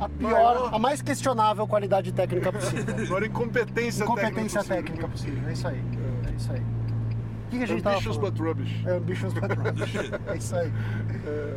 [SPEAKER 2] a,
[SPEAKER 3] A pior, a mais questionável qualidade técnica possível.
[SPEAKER 2] maior incompetência,
[SPEAKER 3] Incompetência
[SPEAKER 2] técnica.
[SPEAKER 3] técnica
[SPEAKER 2] É
[SPEAKER 3] possível, Então, é isso aí. É isso aí. O que, que a gente tava
[SPEAKER 2] Ambitious
[SPEAKER 3] falando?
[SPEAKER 2] but rubbish.
[SPEAKER 3] É Ambitious but rubbish. É isso aí.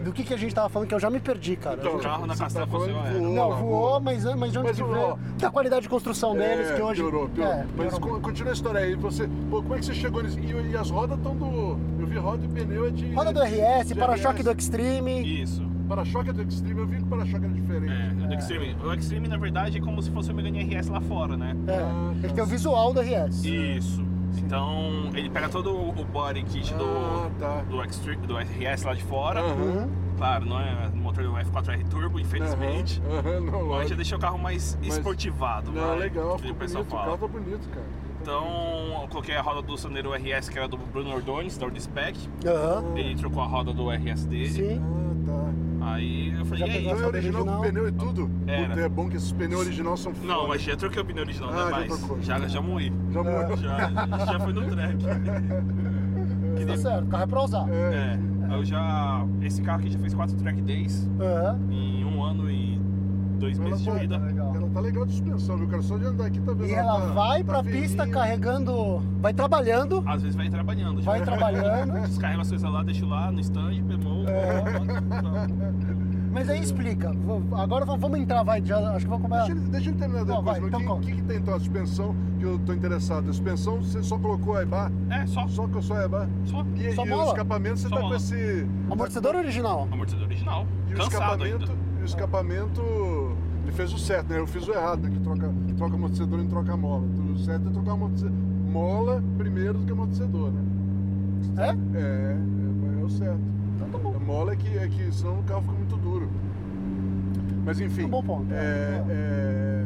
[SPEAKER 3] Do que, que a gente tava falando que eu já me perdi, cara.
[SPEAKER 4] Então, o carro na
[SPEAKER 2] você tá
[SPEAKER 4] Castela
[SPEAKER 2] falando,
[SPEAKER 4] Fossil, é.
[SPEAKER 2] voou,
[SPEAKER 3] não,
[SPEAKER 2] lá,
[SPEAKER 3] voou, mas, mas de onde
[SPEAKER 2] Mas
[SPEAKER 3] que
[SPEAKER 2] voou.
[SPEAKER 3] veio? Da qualidade de construção deles,
[SPEAKER 2] É,
[SPEAKER 3] que hoje.
[SPEAKER 2] Piorou, piorou.
[SPEAKER 3] É,
[SPEAKER 2] Mas
[SPEAKER 3] piorou.
[SPEAKER 2] co- continua a história aí. Você, pô, como é que você chegou nisso? E, e as rodas estão do. Eu vi roda e pneu é de.
[SPEAKER 3] Roda do RS,
[SPEAKER 2] de
[SPEAKER 3] para-choque do
[SPEAKER 2] RS.
[SPEAKER 3] Extreme.
[SPEAKER 4] Isso.
[SPEAKER 2] Para-choque é do Extreme, eu vi que o para-choque era diferente.
[SPEAKER 4] É, o do Extreme. O Extreme, na verdade, é como se fosse o Megane RS lá fora, né?
[SPEAKER 3] É, ele tem o visual do RS.
[SPEAKER 4] Isso. Então, ele pega todo o o body kit
[SPEAKER 2] Ah,
[SPEAKER 4] do,
[SPEAKER 2] tá.
[SPEAKER 4] do, Extreme, do RS lá de fora.
[SPEAKER 2] Aham.
[SPEAKER 4] Claro, não é motor do F4R Turbo, infelizmente.
[SPEAKER 2] Aham, não,
[SPEAKER 4] Mas já
[SPEAKER 2] lógico.
[SPEAKER 4] deixou o carro mais esportivado.
[SPEAKER 2] Não,
[SPEAKER 4] vai,
[SPEAKER 2] legal, ficou
[SPEAKER 4] que o
[SPEAKER 2] bonito.
[SPEAKER 4] pessoal
[SPEAKER 2] O carro
[SPEAKER 4] fala.
[SPEAKER 2] tá bonito, cara.
[SPEAKER 4] Então, eu coloquei a roda do Sandero RS, que era do Bruno Ordones, da Ordispec.
[SPEAKER 2] Tá.
[SPEAKER 3] Aham.
[SPEAKER 4] Ele trocou a roda do RS dele.
[SPEAKER 3] Sim.
[SPEAKER 2] Ah,
[SPEAKER 4] Aí eu falei,
[SPEAKER 3] Já
[SPEAKER 4] e aí?
[SPEAKER 3] pegou
[SPEAKER 2] tá.
[SPEAKER 3] Nossa,
[SPEAKER 2] É original
[SPEAKER 3] original?
[SPEAKER 2] com pneu e tudo?
[SPEAKER 4] Era.
[SPEAKER 2] Puta, é bom que esses pneus originais são foda.
[SPEAKER 4] Não, mas já troquei o pneu original,
[SPEAKER 2] Ah,
[SPEAKER 4] né?
[SPEAKER 2] já trocou.
[SPEAKER 4] Mas já, já moí.
[SPEAKER 2] Já morreu.
[SPEAKER 4] Já, já foi no track.
[SPEAKER 3] Tá
[SPEAKER 4] Que nem-
[SPEAKER 3] certo, o carro é pra usar. Aham.
[SPEAKER 4] É, eu já. Esse carro aqui já fez 4 track days em um ano e dois meses de
[SPEAKER 2] tá,
[SPEAKER 4] vida.
[SPEAKER 3] legal.
[SPEAKER 2] ela tá legal de suspensão, viu, cara? Só de andar aqui tá vendo.
[SPEAKER 3] E ela
[SPEAKER 2] tá-
[SPEAKER 3] vai
[SPEAKER 2] tá
[SPEAKER 3] pra pista
[SPEAKER 2] fininha.
[SPEAKER 3] carregando. Vai trabalhando.
[SPEAKER 4] Às vezes vai trabalhando.
[SPEAKER 3] Vai trabalhando.
[SPEAKER 4] Descarrega as coisas lá, deixa lá no stand, bemol.
[SPEAKER 2] É.
[SPEAKER 4] volta.
[SPEAKER 3] Mas aí explica. v- Agora v- vamos entrar, vai. Já, acho que vou começar.
[SPEAKER 2] Deixa ele, deixa ele terminar
[SPEAKER 3] Ah. Não,
[SPEAKER 2] depois,
[SPEAKER 3] vai, então
[SPEAKER 2] mas o
[SPEAKER 3] conta.
[SPEAKER 2] que, que, que tem então a suspensão que eu tô interessado? A suspensão, você só colocou a EBA,
[SPEAKER 4] É, só,
[SPEAKER 2] só que eu só a EBA.
[SPEAKER 4] só.
[SPEAKER 2] E,
[SPEAKER 3] Só
[SPEAKER 2] e o
[SPEAKER 3] bola.
[SPEAKER 2] escapamento, você
[SPEAKER 4] Só
[SPEAKER 2] tá com
[SPEAKER 4] bola.
[SPEAKER 2] esse.
[SPEAKER 3] Amortecedor original.
[SPEAKER 4] Amortecedor original.
[SPEAKER 2] E o
[SPEAKER 4] Cansado
[SPEAKER 2] escapamento.
[SPEAKER 4] ainda.
[SPEAKER 2] E o escapamento. Ele fez o certo, né? Eu fiz o errado, né? Que troca, que troca amortecedor e troca mola. Então, O certo é trocar amortecedor. Mola primeiro do que amortecedor, né?
[SPEAKER 3] É?
[SPEAKER 2] É, é, é o certo.
[SPEAKER 3] Então tá bom.
[SPEAKER 2] A mola é que, é que senão o carro fica muito duro. Mas enfim.
[SPEAKER 3] Um bom ponto.
[SPEAKER 2] É, é,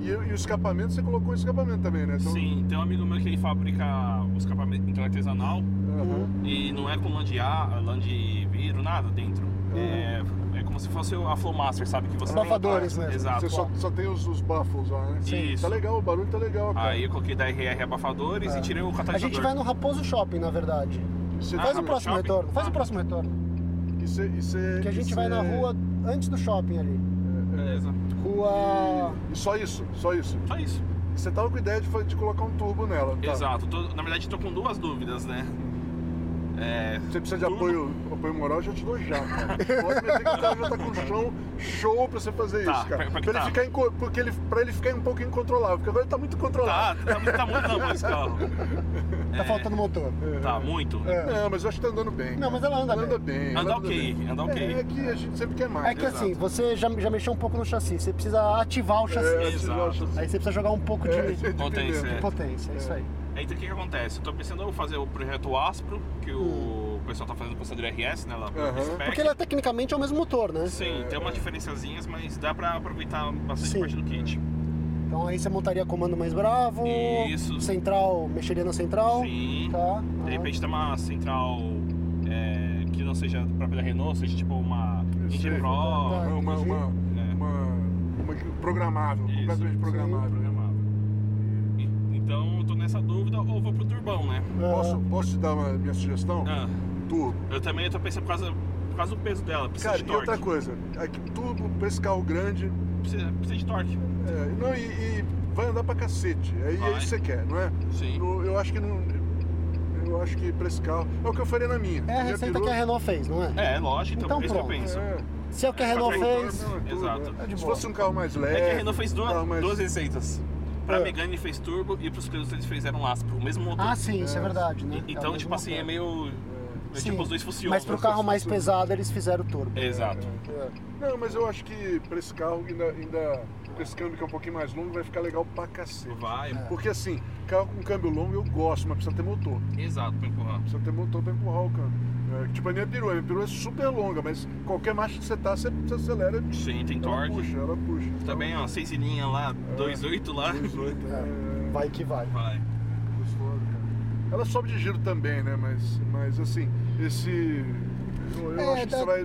[SPEAKER 2] E, e o escapamento, você colocou o escapamento também, né? Então-
[SPEAKER 4] Sim, tem um amigo meu que ele fabrica o escapamento artesanal
[SPEAKER 2] Aham.
[SPEAKER 4] e não é com lã de ar, lã de vidro, nada dentro.
[SPEAKER 2] Ah.
[SPEAKER 4] É, é como se fosse a Flowmaster, sabe? Que você tem-
[SPEAKER 3] Abafadores mesmo.
[SPEAKER 4] Exato.
[SPEAKER 2] né? Você só, só tem os, os baffles lá, né?
[SPEAKER 4] Sim.
[SPEAKER 2] Tá legal, o barulho tá legal, cara.
[SPEAKER 4] Aí eu coloquei da RR abafadores e tirei o
[SPEAKER 3] Tá. A
[SPEAKER 4] catalisador.
[SPEAKER 3] gente vai no Raposo Shopping, na verdade.
[SPEAKER 2] Você
[SPEAKER 4] Ah,
[SPEAKER 3] Faz
[SPEAKER 4] tá
[SPEAKER 3] o
[SPEAKER 4] bom.
[SPEAKER 3] próximo
[SPEAKER 4] Shopping?
[SPEAKER 3] retorno. Faz
[SPEAKER 4] Ah.
[SPEAKER 3] o próximo retorno.
[SPEAKER 2] E cê- e cê-
[SPEAKER 3] Que a
[SPEAKER 2] e
[SPEAKER 3] gente
[SPEAKER 2] cê-
[SPEAKER 3] vai na rua antes do shopping ali.
[SPEAKER 4] Beleza.
[SPEAKER 3] Rua.
[SPEAKER 2] E só isso, só isso.
[SPEAKER 4] É, Só isso.
[SPEAKER 2] Você tava com a ideia de, fa- de colocar um turbo nela. tá?
[SPEAKER 4] Exato. Tô- na verdade, tô com duas dúvidas, né? É,
[SPEAKER 2] Você precisa de
[SPEAKER 4] Turbo.
[SPEAKER 2] apoio, apoio moral, eu já te dou já, cara. Pode meter que o cara já tá com chão show pra você fazer
[SPEAKER 4] Tá,
[SPEAKER 2] isso, cara.
[SPEAKER 4] pra- pra que
[SPEAKER 2] ele
[SPEAKER 4] tá?
[SPEAKER 2] ficar inco- porque ele, pra ele ficar um pouco incontrolável, porque agora ele tá muito
[SPEAKER 4] tá,
[SPEAKER 2] controlado.
[SPEAKER 4] tá, muito- tá muito na mão esse carro. É.
[SPEAKER 3] Tá faltando motor.
[SPEAKER 4] Tá, muito.
[SPEAKER 3] É.
[SPEAKER 2] Não, mas eu acho que tá andando bem.
[SPEAKER 3] Não,
[SPEAKER 2] cara.
[SPEAKER 3] mas ela anda
[SPEAKER 2] anda
[SPEAKER 3] bem.
[SPEAKER 2] bem.
[SPEAKER 4] Anda ok,
[SPEAKER 2] bem.
[SPEAKER 4] anda ok.
[SPEAKER 2] É, é que a gente sempre quer mais.
[SPEAKER 3] É que assim, você já, já mexeu um pouco no chassi. Você precisa ativar o chassi.
[SPEAKER 2] É,
[SPEAKER 4] Exato.
[SPEAKER 2] eu acho-
[SPEAKER 3] Aí você precisa jogar um pouco de,
[SPEAKER 2] é, de
[SPEAKER 4] Potência,
[SPEAKER 2] pneu.
[SPEAKER 3] de potência. É isso aí.
[SPEAKER 4] Então o que, que acontece? Eu tô pensando em fazer o projeto Aspro, que o pessoal tá fazendo com o Sandro RS, né? Lá pro
[SPEAKER 2] Aham.
[SPEAKER 4] Spec.
[SPEAKER 3] Hum. Porque ele é, tecnicamente é o mesmo motor, né?
[SPEAKER 4] Sim, tem umas diferenciazinhas, mas dá pra aproveitar bastante
[SPEAKER 3] Sim.
[SPEAKER 4] parte do kit.
[SPEAKER 3] Então aí você montaria comando mais bravo.
[SPEAKER 4] Isso.
[SPEAKER 3] Central, mexeria na central.
[SPEAKER 4] Sim.
[SPEAKER 3] Tá.
[SPEAKER 4] De
[SPEAKER 3] aham.
[SPEAKER 4] repente tem uma central é, que não seja própria da Renault, seja tipo uma
[SPEAKER 2] Eu sei.
[SPEAKER 4] Engine Pro.
[SPEAKER 3] Tá.
[SPEAKER 2] Uma, uma, uma,
[SPEAKER 4] É.
[SPEAKER 2] uma- uma programável,
[SPEAKER 4] Isso.
[SPEAKER 2] completamente programável.
[SPEAKER 4] programável. E- Então eu tô nessa dúvida ou vou pro turbão, né?
[SPEAKER 3] Ah,
[SPEAKER 2] Posso, posso te dar uma minha sugestão?
[SPEAKER 4] Ah,
[SPEAKER 2] Turbo.
[SPEAKER 4] eu também tô pensando por causa, por causa do peso dela, precisa
[SPEAKER 2] Cara,
[SPEAKER 4] de
[SPEAKER 2] e
[SPEAKER 4] torque.
[SPEAKER 2] outra coisa, aqui, turbo pra esse carro grande,
[SPEAKER 4] Precisa, precisa de torque.
[SPEAKER 2] é, não, e, e vai andar pra cacete. É, e é
[SPEAKER 4] Vai.
[SPEAKER 2] isso que você quer, não é?
[SPEAKER 4] Sim.
[SPEAKER 2] No- eu acho que não. Eu acho que pra esse carro. É o que eu faria na minha.
[SPEAKER 3] É a
[SPEAKER 2] Minha
[SPEAKER 3] receita que
[SPEAKER 2] perua-
[SPEAKER 3] a Renault fez, não é?
[SPEAKER 4] É, lógico, então,
[SPEAKER 3] Então
[SPEAKER 4] por isso que eu
[SPEAKER 3] pronto.
[SPEAKER 4] penso.
[SPEAKER 2] É,
[SPEAKER 3] Se é o que a Renault
[SPEAKER 4] Perfeito.
[SPEAKER 3] fez.
[SPEAKER 2] não, é tudo,
[SPEAKER 4] Exato.
[SPEAKER 2] né?
[SPEAKER 3] É de
[SPEAKER 2] Se
[SPEAKER 3] boa.
[SPEAKER 2] fosse um carro mais leve.
[SPEAKER 4] É que a Renault fez duas,
[SPEAKER 2] um carro mais-
[SPEAKER 4] duas receitas. Pra
[SPEAKER 3] É.
[SPEAKER 4] Megane ele fez turbo e pros pilotos eles fizeram um Aspro, o mesmo motor.
[SPEAKER 3] Ah, sim, isso é verdade, né?
[SPEAKER 4] E-
[SPEAKER 3] É o
[SPEAKER 4] Então,
[SPEAKER 3] mesmo
[SPEAKER 4] tipo assim,
[SPEAKER 3] motor.
[SPEAKER 4] é meio. é
[SPEAKER 3] Sim,
[SPEAKER 4] tipo, os dois funcionam.
[SPEAKER 3] Mas pro carro mais pesado eles fizeram o turbo.
[SPEAKER 4] Exato.
[SPEAKER 2] É. Não, mas eu acho que pra esse carro ainda. ainda com esse câmbio que é um pouquinho mais longo, vai ficar legal pra cacete.
[SPEAKER 4] Vai,
[SPEAKER 2] Porque assim, carro com câmbio longo eu gosto, mas precisa ter motor.
[SPEAKER 4] exato, pra empurrar.
[SPEAKER 2] Precisa ter motor pra empurrar o câmbio. É, tipo a minha perua, a minha perua é super longa, mas qualquer marcha que você tá, você, você acelera e
[SPEAKER 4] Sim, tem
[SPEAKER 2] ela
[SPEAKER 4] torque.
[SPEAKER 2] Então puxa, ela puxa. Então,
[SPEAKER 4] Também, é. ó, seis linhas lá, 2.8 lá.
[SPEAKER 2] 18, é,
[SPEAKER 3] Vai que vai.
[SPEAKER 4] Vai.
[SPEAKER 2] gostoso, cara. Ela sobe de giro também, né? Mas, mas assim, esse Eu, eu
[SPEAKER 3] É, tá
[SPEAKER 2] acho que
[SPEAKER 3] da-
[SPEAKER 2] você vai.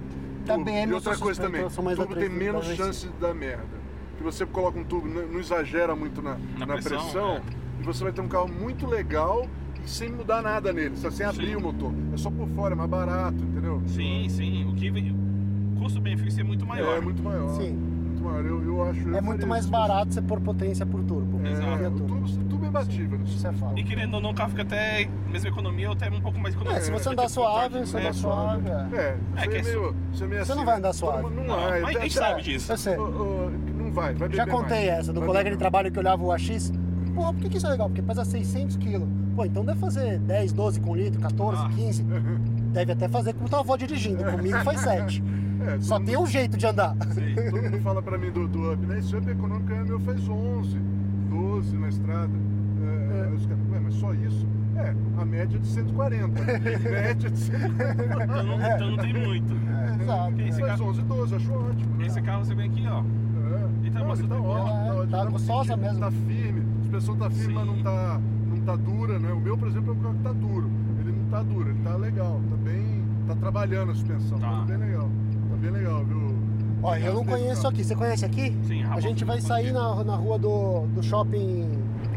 [SPEAKER 3] da
[SPEAKER 2] tudo.
[SPEAKER 3] BM
[SPEAKER 2] e
[SPEAKER 3] eu
[SPEAKER 2] outra
[SPEAKER 3] sou
[SPEAKER 2] coisa
[SPEAKER 3] suspeito,
[SPEAKER 2] também,
[SPEAKER 3] eu sou mais
[SPEAKER 2] tubo tem
[SPEAKER 3] atrás da
[SPEAKER 2] menos
[SPEAKER 3] Racing.
[SPEAKER 2] chance da merda. Que você coloca um tubo, não, não exagera muito na, na, pressão,
[SPEAKER 4] pressão, é.
[SPEAKER 2] e você vai ter um carro muito legal e sem mudar nada nele, só sem abrir
[SPEAKER 4] Sim.
[SPEAKER 2] o motor. É só por fora, é mais barato, entendeu?
[SPEAKER 4] Sim, sim. O que vem- o custo-benefício é muito maior.
[SPEAKER 2] É, muito maior.
[SPEAKER 3] Sim.
[SPEAKER 2] Muito maior. Eu, eu acho. eu
[SPEAKER 3] É muito
[SPEAKER 2] faria
[SPEAKER 3] mais
[SPEAKER 2] isso.
[SPEAKER 3] barato você pôr potência por turbo.
[SPEAKER 2] É,
[SPEAKER 4] Exato.
[SPEAKER 2] o tubo, o tubo é imbatível. né?
[SPEAKER 3] Isso é fato.
[SPEAKER 4] E querendo ou não, o carro fica até mesma economia ou até um pouco mais econômico.
[SPEAKER 3] É, se você
[SPEAKER 4] Vai
[SPEAKER 3] andar
[SPEAKER 4] ter conforto,
[SPEAKER 3] suave, você
[SPEAKER 4] né?
[SPEAKER 3] andar suave. é.
[SPEAKER 2] É,
[SPEAKER 4] É
[SPEAKER 2] você
[SPEAKER 4] que
[SPEAKER 2] é meio,
[SPEAKER 4] é
[SPEAKER 2] você é meio
[SPEAKER 3] Você
[SPEAKER 2] assim,
[SPEAKER 3] não vai andar
[SPEAKER 2] né?
[SPEAKER 3] suave.
[SPEAKER 2] Todo mundo- Não,
[SPEAKER 4] Não,
[SPEAKER 2] vai.
[SPEAKER 4] mas
[SPEAKER 2] até-
[SPEAKER 4] a gente sabe disso.
[SPEAKER 3] Eu sei.
[SPEAKER 2] Ô, ô, Não vai, vai
[SPEAKER 3] Já
[SPEAKER 2] beber
[SPEAKER 3] contei
[SPEAKER 2] mais.
[SPEAKER 3] essa, do
[SPEAKER 2] Vai
[SPEAKER 3] colega de
[SPEAKER 2] beber
[SPEAKER 3] trabalho que olhava o AX. Porra, por que, que isso é legal? Porque pesa 600 quilos. Pô, então deve fazer 10, 12 com litro, 14,
[SPEAKER 4] Ah.
[SPEAKER 3] 15. Deve até fazer com tua avó dirigindo. Comigo faz 7.
[SPEAKER 2] mais. É,
[SPEAKER 3] Só
[SPEAKER 2] todo
[SPEAKER 3] tem um jeito de andar.
[SPEAKER 4] Sim.
[SPEAKER 2] Todo mundo fala pra mim do, do up, né? Esse up econômico aí, meu fez 11, 12 na estrada. É, Aí os caras, ué, mas só isso? É, a média de 140. média de 140.
[SPEAKER 4] Então não, então não tem muito.
[SPEAKER 3] É. Exato.
[SPEAKER 2] Fez
[SPEAKER 4] Esse cara-
[SPEAKER 2] 11, 12, achou ótimo. né?
[SPEAKER 4] Esse carro você vem aqui, ó.
[SPEAKER 2] É.
[SPEAKER 4] Ele tá
[SPEAKER 2] Não,
[SPEAKER 4] mostrando
[SPEAKER 2] tá
[SPEAKER 4] bem.
[SPEAKER 2] ótimo,
[SPEAKER 3] Ela é-
[SPEAKER 2] ótimo.
[SPEAKER 3] tá
[SPEAKER 2] com
[SPEAKER 3] gostosa
[SPEAKER 2] sentido,
[SPEAKER 3] mesmo.
[SPEAKER 2] Tá firme, a suspensão tá firme, mas não
[SPEAKER 4] Sim.
[SPEAKER 2] tá, não tá dura, né? O meu, por exemplo, é um carro que tá duro. Ele não tá duro, ele tá legal, tá bem. tá trabalhando a suspensão, tá,
[SPEAKER 4] Tá.
[SPEAKER 2] bem legal. Tá bem legal, viu?
[SPEAKER 3] Ó, eu não conheço aqui. Você conhece aqui?
[SPEAKER 4] Sim,
[SPEAKER 3] A
[SPEAKER 4] Raposo.
[SPEAKER 3] gente vai sair na, na rua do, do shopping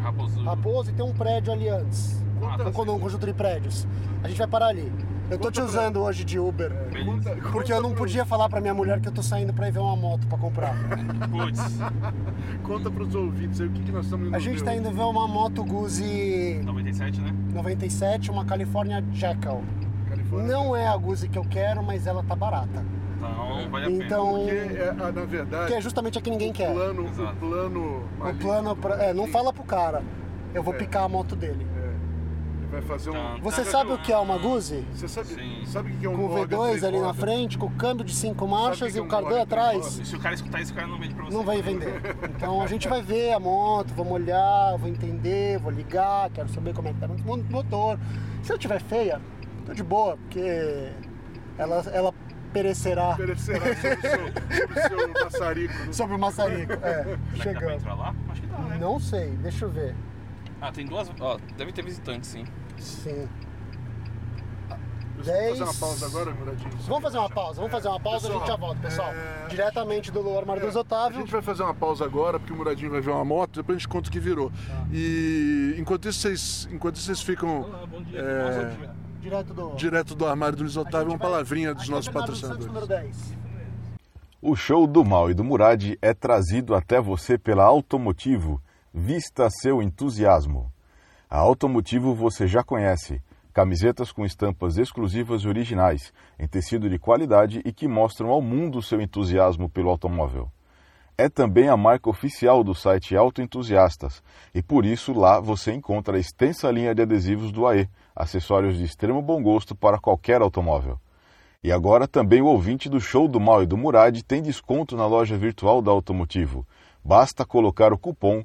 [SPEAKER 4] Raposo.
[SPEAKER 3] Raposo e tem um prédio ali antes.
[SPEAKER 2] Quantas-
[SPEAKER 3] Um condo- um conjunto de prédios. A gente vai parar ali. Eu tô te usando hoje de Uber.
[SPEAKER 4] Beleza.
[SPEAKER 2] Conta-
[SPEAKER 3] Porque
[SPEAKER 2] conta
[SPEAKER 3] eu não
[SPEAKER 2] pro-
[SPEAKER 3] podia falar pra minha mulher que eu tô saindo pra ir ver uma moto pra comprar.
[SPEAKER 4] Putz.
[SPEAKER 2] Conta pros ouvintes aí o que, que nós estamos indo
[SPEAKER 3] A gente
[SPEAKER 2] ver
[SPEAKER 3] tá indo ver uma moto Guzzi
[SPEAKER 4] 97, né?
[SPEAKER 3] 97, uma California Jackal.
[SPEAKER 2] hoje. Califórnia.
[SPEAKER 3] Não é a Guzzi que eu quero, mas ela tá barata.
[SPEAKER 4] Então vale a pena.
[SPEAKER 3] Então,
[SPEAKER 2] Porque, é, ah, na verdade,
[SPEAKER 3] que é justamente a que ninguém
[SPEAKER 2] o
[SPEAKER 3] quer.
[SPEAKER 2] plano.
[SPEAKER 4] Exato.
[SPEAKER 2] O plano.
[SPEAKER 3] O
[SPEAKER 2] maligno
[SPEAKER 3] plano
[SPEAKER 2] do
[SPEAKER 3] pra- é, não
[SPEAKER 2] Putin,
[SPEAKER 3] fala pro cara. Eu vou picar a moto dele.
[SPEAKER 2] é, ele vai fazer um.
[SPEAKER 4] Tá.
[SPEAKER 3] Você sabe o que é uma Guzzi?
[SPEAKER 2] Você sabe,
[SPEAKER 4] Sim.
[SPEAKER 2] sabe o que é um
[SPEAKER 3] Com o
[SPEAKER 2] Logan
[SPEAKER 3] V2
[SPEAKER 2] três
[SPEAKER 3] ali na
[SPEAKER 2] rodas?
[SPEAKER 3] frente, com o câmbio de cinco marchas
[SPEAKER 2] que
[SPEAKER 3] e
[SPEAKER 2] é
[SPEAKER 3] o
[SPEAKER 2] um
[SPEAKER 3] cardan
[SPEAKER 2] Logan três
[SPEAKER 3] atrás.
[SPEAKER 2] rodas?
[SPEAKER 4] Se o cara escutar isso, o cara não vende pra você.
[SPEAKER 3] Não vai vender. Então a gente vai ver a moto, vamos olhar, vou entender, vou ligar, quero saber como é que tá o motor. Se eu tiver feia, tô de boa, porque ela, ela perecerá
[SPEAKER 2] Oferecerá sobre o seu, sobre o seu maçarico. né?
[SPEAKER 3] sobre o maçarico.
[SPEAKER 2] tá
[SPEAKER 3] É,
[SPEAKER 4] Será que dá pra
[SPEAKER 3] chegando.
[SPEAKER 4] entrar lá? Acho que dá, né?
[SPEAKER 3] Não sei, deixa eu ver.
[SPEAKER 4] Ah, tem duas. Ó, deve ter visitante, sim.
[SPEAKER 3] Sim.
[SPEAKER 2] Vamos
[SPEAKER 3] Dez.
[SPEAKER 2] fazer uma pausa agora, Muradinho?
[SPEAKER 3] Vamos fazer uma pausa, vamos fazer uma pausa, a gente já volta, pessoal.
[SPEAKER 2] é-
[SPEAKER 3] Diretamente do armário dos
[SPEAKER 2] A
[SPEAKER 3] Otávio.
[SPEAKER 2] gente vai fazer uma pausa agora, porque o Muradinho vai ver uma moto, depois a gente conta o que virou.
[SPEAKER 3] Tá.
[SPEAKER 2] E enquanto isso, vocês, enquanto isso, vocês ficam
[SPEAKER 4] Olá, bom dia.
[SPEAKER 2] É.
[SPEAKER 4] Nossa, dia.
[SPEAKER 3] Direto do.
[SPEAKER 2] direto do armário do Luiz
[SPEAKER 3] a gente
[SPEAKER 2] Otávio, uma
[SPEAKER 3] vai-
[SPEAKER 2] palavrinha dos
[SPEAKER 3] aqui é
[SPEAKER 2] nossos
[SPEAKER 3] Bernardo dos Santos,
[SPEAKER 2] patrocinadores.
[SPEAKER 3] número 10.
[SPEAKER 1] O show do Mal e do Murad é trazido até você pela Automotivo. Vista seu entusiasmo. A Automotivo você já conhece. Camisetas com estampas exclusivas e originais, em tecido de qualidade e que mostram ao mundo seu entusiasmo pelo automóvel. É também a marca oficial do site Autoentusiastas e por isso lá você encontra a extensa linha de adesivos do AE, acessórios de extremo bom gosto para qualquer automóvel. E agora também o ouvinte do show do Mal e do Murad tem desconto na loja virtual da Automotivo. Basta colocar o cupom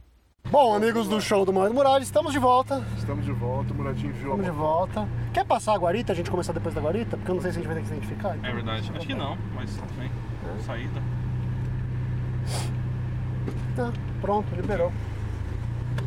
[SPEAKER 3] Bom, amigos do show do Mário Muralha, estamos de volta.
[SPEAKER 2] Estamos de volta, o Muradinho viu a
[SPEAKER 3] Estamos de
[SPEAKER 2] moto.
[SPEAKER 3] volta. Quer passar a guarita, a gente começar depois da guarita? Porque eu não sei se a gente vai ter que se identificar. então.
[SPEAKER 4] É verdade. Acho que não, mas tudo bem.
[SPEAKER 3] É.
[SPEAKER 4] Saída.
[SPEAKER 3] Tá, pronto, liberou.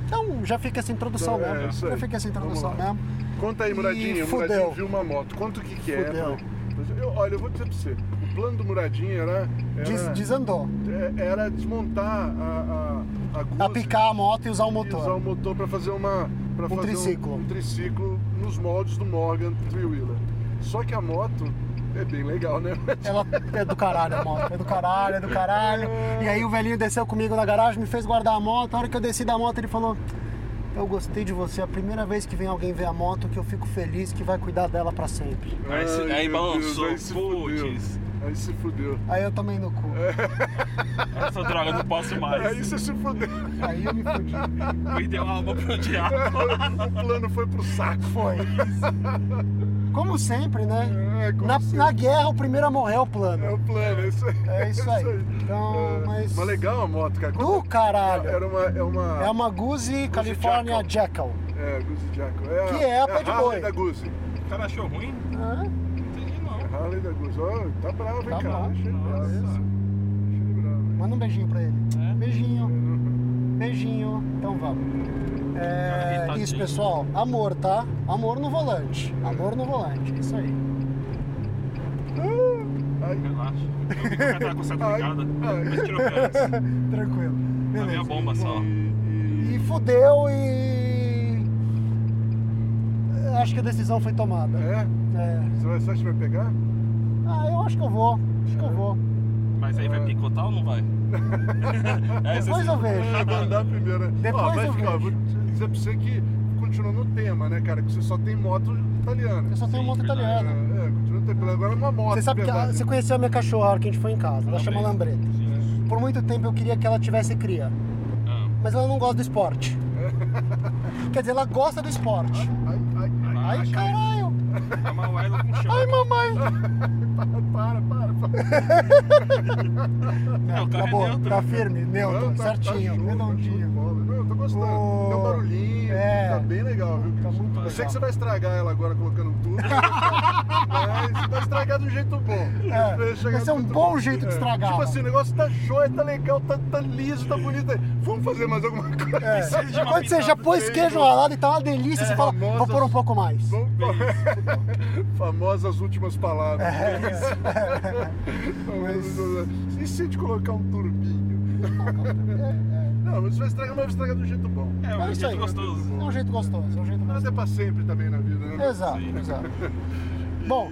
[SPEAKER 3] Então já fica essa introdução
[SPEAKER 2] É,
[SPEAKER 3] mesmo.
[SPEAKER 2] isso aí.
[SPEAKER 3] Já fica essa introdução
[SPEAKER 2] Vamos lá.
[SPEAKER 3] mesmo.
[SPEAKER 2] Conta aí, Muradinho.
[SPEAKER 3] Ih,
[SPEAKER 2] o Muradinho
[SPEAKER 3] fudeu.
[SPEAKER 2] viu uma moto. Conta o que, que é.
[SPEAKER 3] Fudeu.
[SPEAKER 2] pra- Eu, olha, eu vou dizer pra você. O plano do Muradinho era. era-
[SPEAKER 3] Des- desandou.
[SPEAKER 2] é- era desmontar a, a, a
[SPEAKER 3] A
[SPEAKER 2] Guzzi
[SPEAKER 3] picar a moto e usar o
[SPEAKER 2] e usar o
[SPEAKER 3] motor.
[SPEAKER 2] motor para fazer uma pra
[SPEAKER 3] Um
[SPEAKER 2] fazer
[SPEAKER 3] triciclo.
[SPEAKER 2] Um, triciclo nos moldes do Morgan Three Wheeler. Só que a moto é bem legal, né?
[SPEAKER 3] Ela é do caralho a moto. É do caralho, é do caralho. E aí o velhinho desceu comigo na garagem, me fez guardar a moto. A hora que eu desci da moto, ele falou. Eu gostei de você, É a primeira vez que vem alguém ver a moto que eu fico feliz que vai cuidar dela pra sempre.
[SPEAKER 4] Aí se-
[SPEAKER 2] Ai,
[SPEAKER 4] aí
[SPEAKER 2] meu
[SPEAKER 4] balançou.
[SPEAKER 2] aí se fudeu.
[SPEAKER 4] Putz.
[SPEAKER 2] Aí se fudeu.
[SPEAKER 3] Aí eu tomei no cu.
[SPEAKER 4] Essa droga, não posso
[SPEAKER 2] Aí
[SPEAKER 4] mais.
[SPEAKER 2] você se fudeu.
[SPEAKER 3] Aí eu me fudi.
[SPEAKER 4] Perdeu a alma pro diabo.
[SPEAKER 2] É, o plano foi pro saco.
[SPEAKER 3] Foi. Como sempre, né?
[SPEAKER 2] É, como
[SPEAKER 3] Na,
[SPEAKER 2] se-
[SPEAKER 3] na guerra, o primeiro a morrer é o plano.
[SPEAKER 2] É o plano, é isso aí.
[SPEAKER 3] É isso aí. Então,
[SPEAKER 2] É,
[SPEAKER 3] mas-
[SPEAKER 2] legal a moto, cara.
[SPEAKER 3] Do caralho.
[SPEAKER 2] Era uma. É uma.
[SPEAKER 3] É uma Guzzi California Jackal.
[SPEAKER 2] É, Guzzi Jackal. É
[SPEAKER 3] Que é a bad
[SPEAKER 2] Harley
[SPEAKER 3] boy.
[SPEAKER 2] da Guzzi.
[SPEAKER 4] O cara achou ruim?
[SPEAKER 3] Hã?
[SPEAKER 4] Não entendi
[SPEAKER 2] É
[SPEAKER 4] não.
[SPEAKER 2] a Harley da Guzzi. Ó, tá bravo, hein,
[SPEAKER 3] Tá
[SPEAKER 2] cara.
[SPEAKER 3] bravo.
[SPEAKER 2] Achei bravo.
[SPEAKER 4] Nossa.
[SPEAKER 2] Achei bravo. hein?
[SPEAKER 3] Manda um beijinho pra ele.
[SPEAKER 4] É.
[SPEAKER 3] Beijinho, beijinho. Então vamos. É,
[SPEAKER 4] Cara,
[SPEAKER 3] isso,
[SPEAKER 4] irritadinho.
[SPEAKER 3] pessoal. Amor, tá? Amor no volante. Amor no volante. Isso aí.
[SPEAKER 2] Ai,
[SPEAKER 4] Relaxa. Eu vi que o cara tava com a seta
[SPEAKER 2] Ai.
[SPEAKER 4] ligada,
[SPEAKER 2] Ai.
[SPEAKER 4] mas tirou antes.
[SPEAKER 3] Tranquilo.
[SPEAKER 4] A minha bomba só.
[SPEAKER 3] E fudeu e. eh, Acho que a decisão foi tomada.
[SPEAKER 2] É?
[SPEAKER 3] É.
[SPEAKER 2] Você vai- você acha que vai pegar?
[SPEAKER 3] Ah, eu acho que eu vou. Acho que eu vou.
[SPEAKER 4] Mas aí vai picotar ou não vai? Essa
[SPEAKER 3] Depois
[SPEAKER 4] sim.
[SPEAKER 3] eu vejo.
[SPEAKER 2] É, vou andar primeiro, né?
[SPEAKER 3] Depois
[SPEAKER 2] Ó, vai
[SPEAKER 3] eu
[SPEAKER 2] ficar,
[SPEAKER 3] vejo.
[SPEAKER 2] vou dizer pra você que continua no tema, né, cara? Que você só tem moto italiana.
[SPEAKER 3] Eu só tenho
[SPEAKER 4] Sim,
[SPEAKER 3] moto
[SPEAKER 4] verdade.
[SPEAKER 2] É,
[SPEAKER 3] italiana.
[SPEAKER 2] é, continua no tema. Agora é uma moto.
[SPEAKER 3] Você sabe que a-
[SPEAKER 2] verdade.
[SPEAKER 3] você conheceu a minha cachorra a hora que a gente foi em casa, ela chama
[SPEAKER 4] Lambreta.
[SPEAKER 3] Lambreta. Por muito tempo eu queria que ela tivesse cria,
[SPEAKER 4] Ah,
[SPEAKER 3] mas ela não gosta do esporte. Quer dizer, ela gosta do esporte.
[SPEAKER 2] Ai, ai, ai.
[SPEAKER 4] vai
[SPEAKER 3] Ai,
[SPEAKER 4] achar
[SPEAKER 3] caralho!
[SPEAKER 4] ele. Amarrar ela com chão.
[SPEAKER 3] Ai, mamãe!
[SPEAKER 2] Para, para, para.
[SPEAKER 4] Não, o carro é
[SPEAKER 3] Acabou,
[SPEAKER 4] neutro.
[SPEAKER 3] tá firme, neutro,
[SPEAKER 2] Não, tá- tá show,
[SPEAKER 3] certinho,
[SPEAKER 2] tá show de
[SPEAKER 3] redondinho.
[SPEAKER 2] bola. Não, eu tô gostando.
[SPEAKER 3] Ô.
[SPEAKER 2] Tem um barulhinho,
[SPEAKER 3] É.
[SPEAKER 2] tá bem legal, viu?
[SPEAKER 3] Tá
[SPEAKER 2] Cris?
[SPEAKER 3] muito
[SPEAKER 2] Eu sei
[SPEAKER 3] legal.
[SPEAKER 2] que você vai estragar ela agora colocando tudo, mas vai estragar de um jeito bom.
[SPEAKER 3] É,
[SPEAKER 2] Vai chegar
[SPEAKER 3] vai ser um
[SPEAKER 2] muito
[SPEAKER 3] bom jeito de
[SPEAKER 2] É,
[SPEAKER 3] estragar.
[SPEAKER 2] Tipo assim, o negócio tá joia, tá legal, tá, tá liso, tá bonito. aí. Vamos fazer mais alguma coisa.
[SPEAKER 3] É.
[SPEAKER 4] de uma
[SPEAKER 3] Quando você já
[SPEAKER 4] pitada
[SPEAKER 3] pôs
[SPEAKER 2] bem,
[SPEAKER 3] queijo
[SPEAKER 2] não.
[SPEAKER 3] ralado e tá uma delícia,
[SPEAKER 4] É,
[SPEAKER 3] você fala, vou
[SPEAKER 2] famosas-
[SPEAKER 3] pôr um pouco mais.
[SPEAKER 2] Vamos Famosas últimas palavras.
[SPEAKER 3] É.
[SPEAKER 4] É,
[SPEAKER 2] Mas... E se a gente colocar um turbinho? Não, mas vai estragar, mas vai estragar do jeito bom.
[SPEAKER 4] É,
[SPEAKER 3] É
[SPEAKER 4] um
[SPEAKER 3] isso aí.
[SPEAKER 4] jeito gostoso.
[SPEAKER 3] É um jeito gostoso, é um jeito
[SPEAKER 2] Mas
[SPEAKER 3] gostoso.
[SPEAKER 2] é pra sempre também na vida, né?
[SPEAKER 3] Exato, exato. Bom,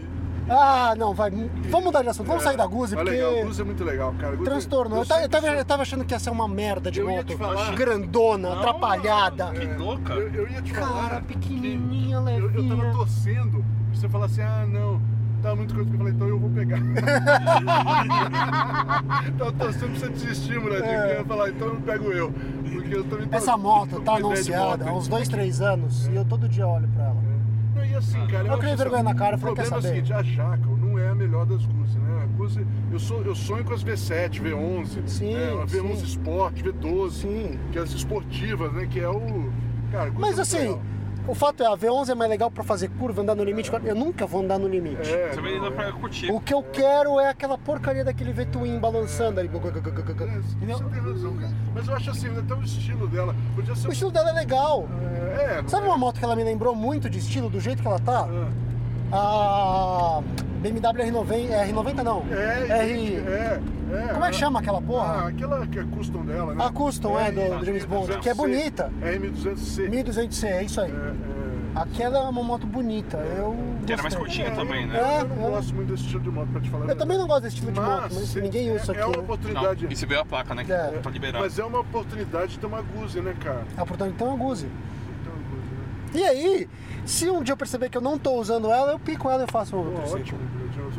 [SPEAKER 3] ah, não, vai. Vamos mudar de assunto,
[SPEAKER 2] É.
[SPEAKER 3] vamos sair da Guzi,
[SPEAKER 2] Mas
[SPEAKER 3] porque
[SPEAKER 2] legal, o Guzi é muito legal, cara. Guzi-
[SPEAKER 3] transtornou. Tá- Eu,
[SPEAKER 2] eu
[SPEAKER 3] ta-
[SPEAKER 2] sempre
[SPEAKER 3] eu tava,
[SPEAKER 2] sou-
[SPEAKER 3] eu tava achando que ia ser uma merda de
[SPEAKER 2] Eu ia
[SPEAKER 3] moto.
[SPEAKER 2] te falar.
[SPEAKER 3] Grandona,
[SPEAKER 4] Não,
[SPEAKER 3] atrapalhada.
[SPEAKER 4] Que louca.
[SPEAKER 2] Eu, eu ia te falar. né?
[SPEAKER 3] Cara,
[SPEAKER 2] que
[SPEAKER 3] pequenininha,
[SPEAKER 2] Eu, eu
[SPEAKER 3] levinha.
[SPEAKER 2] tava torcendo pra você falar assim: ah, não, tá muito coisa que eu falei, então eu vou pegar. tava torcendo pra você desistir, moleque. Eu ia falar, então eu pego eu. Porque eu também tô-
[SPEAKER 3] É. Essa moto
[SPEAKER 2] tô
[SPEAKER 3] tá
[SPEAKER 2] com ideia de né?
[SPEAKER 3] anunciada há
[SPEAKER 2] moto.
[SPEAKER 3] uns dois, três anos e eu todo dia olho pra ela.
[SPEAKER 2] Não, e assim, cara.
[SPEAKER 3] Eu criei
[SPEAKER 2] acho
[SPEAKER 3] vergonha na cara, eu
[SPEAKER 2] O
[SPEAKER 3] falei,
[SPEAKER 2] problema
[SPEAKER 3] quer
[SPEAKER 2] é o
[SPEAKER 3] saber?
[SPEAKER 2] seguinte: a Jackal não é a melhor das Guzzi, né? A Guzzi, eu, sou, eu sonho com as V7, V11,
[SPEAKER 3] Sim,
[SPEAKER 2] né? a V11
[SPEAKER 3] sim.
[SPEAKER 2] Sport, V12,
[SPEAKER 3] Sim.
[SPEAKER 2] que é as esportivas, né? Que é o. Cara, Guzzi
[SPEAKER 3] Mas
[SPEAKER 2] é muito
[SPEAKER 3] assim,
[SPEAKER 2] legal.
[SPEAKER 3] o fato é, a V11 é mais legal pra fazer curva, andar no limite. Eu nunca vou andar no limite.
[SPEAKER 2] É,
[SPEAKER 4] Você vai
[SPEAKER 2] não,
[SPEAKER 4] indo
[SPEAKER 2] é.
[SPEAKER 4] pra curtir.
[SPEAKER 3] O que eu quero é aquela porcaria daquele V-Twin balançando ali.
[SPEAKER 2] É,
[SPEAKER 3] Entendeu?
[SPEAKER 2] Você tem razão, cara. Mas eu acho assim, até o estilo dela. Podia ser.
[SPEAKER 3] O estilo dela é legal.
[SPEAKER 2] É, é,
[SPEAKER 3] Sabe uma moto que ela me lembrou muito de estilo, do jeito que ela tá? A BMW R90, R90 não.
[SPEAKER 2] Ah. É,
[SPEAKER 3] R...
[SPEAKER 2] é, é.
[SPEAKER 3] Como é que chama aquela
[SPEAKER 2] Ah,
[SPEAKER 3] porra?
[SPEAKER 2] aquela que é custom dela, né?
[SPEAKER 3] A custom, é, do James Bond, que é bonita.
[SPEAKER 2] É M200C.
[SPEAKER 3] 1200C, é isso aí.
[SPEAKER 2] É, é.
[SPEAKER 3] Aquela é uma moto bonita, eu
[SPEAKER 4] Que era mais
[SPEAKER 3] gostei.
[SPEAKER 4] curtinha também, né?
[SPEAKER 2] Eu, eu
[SPEAKER 3] É,
[SPEAKER 2] não
[SPEAKER 3] é.
[SPEAKER 2] gosto muito desse estilo de moto, pra te falar. a
[SPEAKER 3] Eu também não
[SPEAKER 2] verdade.
[SPEAKER 3] gosto desse tipo de moto, mas ninguém
[SPEAKER 2] é-
[SPEAKER 3] usa isso
[SPEAKER 2] É
[SPEAKER 3] aqui.
[SPEAKER 2] uma
[SPEAKER 3] né?
[SPEAKER 2] oportunidade.
[SPEAKER 4] Não, e você vê a placa, né? Que
[SPEAKER 3] É.
[SPEAKER 4] tá liberado.
[SPEAKER 2] Mas é uma oportunidade de ter uma Guzzi, né, cara?
[SPEAKER 3] A oportunidade então é uma Guzzi.
[SPEAKER 2] Então, Guzzi, né?
[SPEAKER 3] E aí, se um dia eu perceber que eu não tô usando ela, eu pico ela e faço um
[SPEAKER 2] Pô,
[SPEAKER 3] outra. Ah.
[SPEAKER 2] ótimo.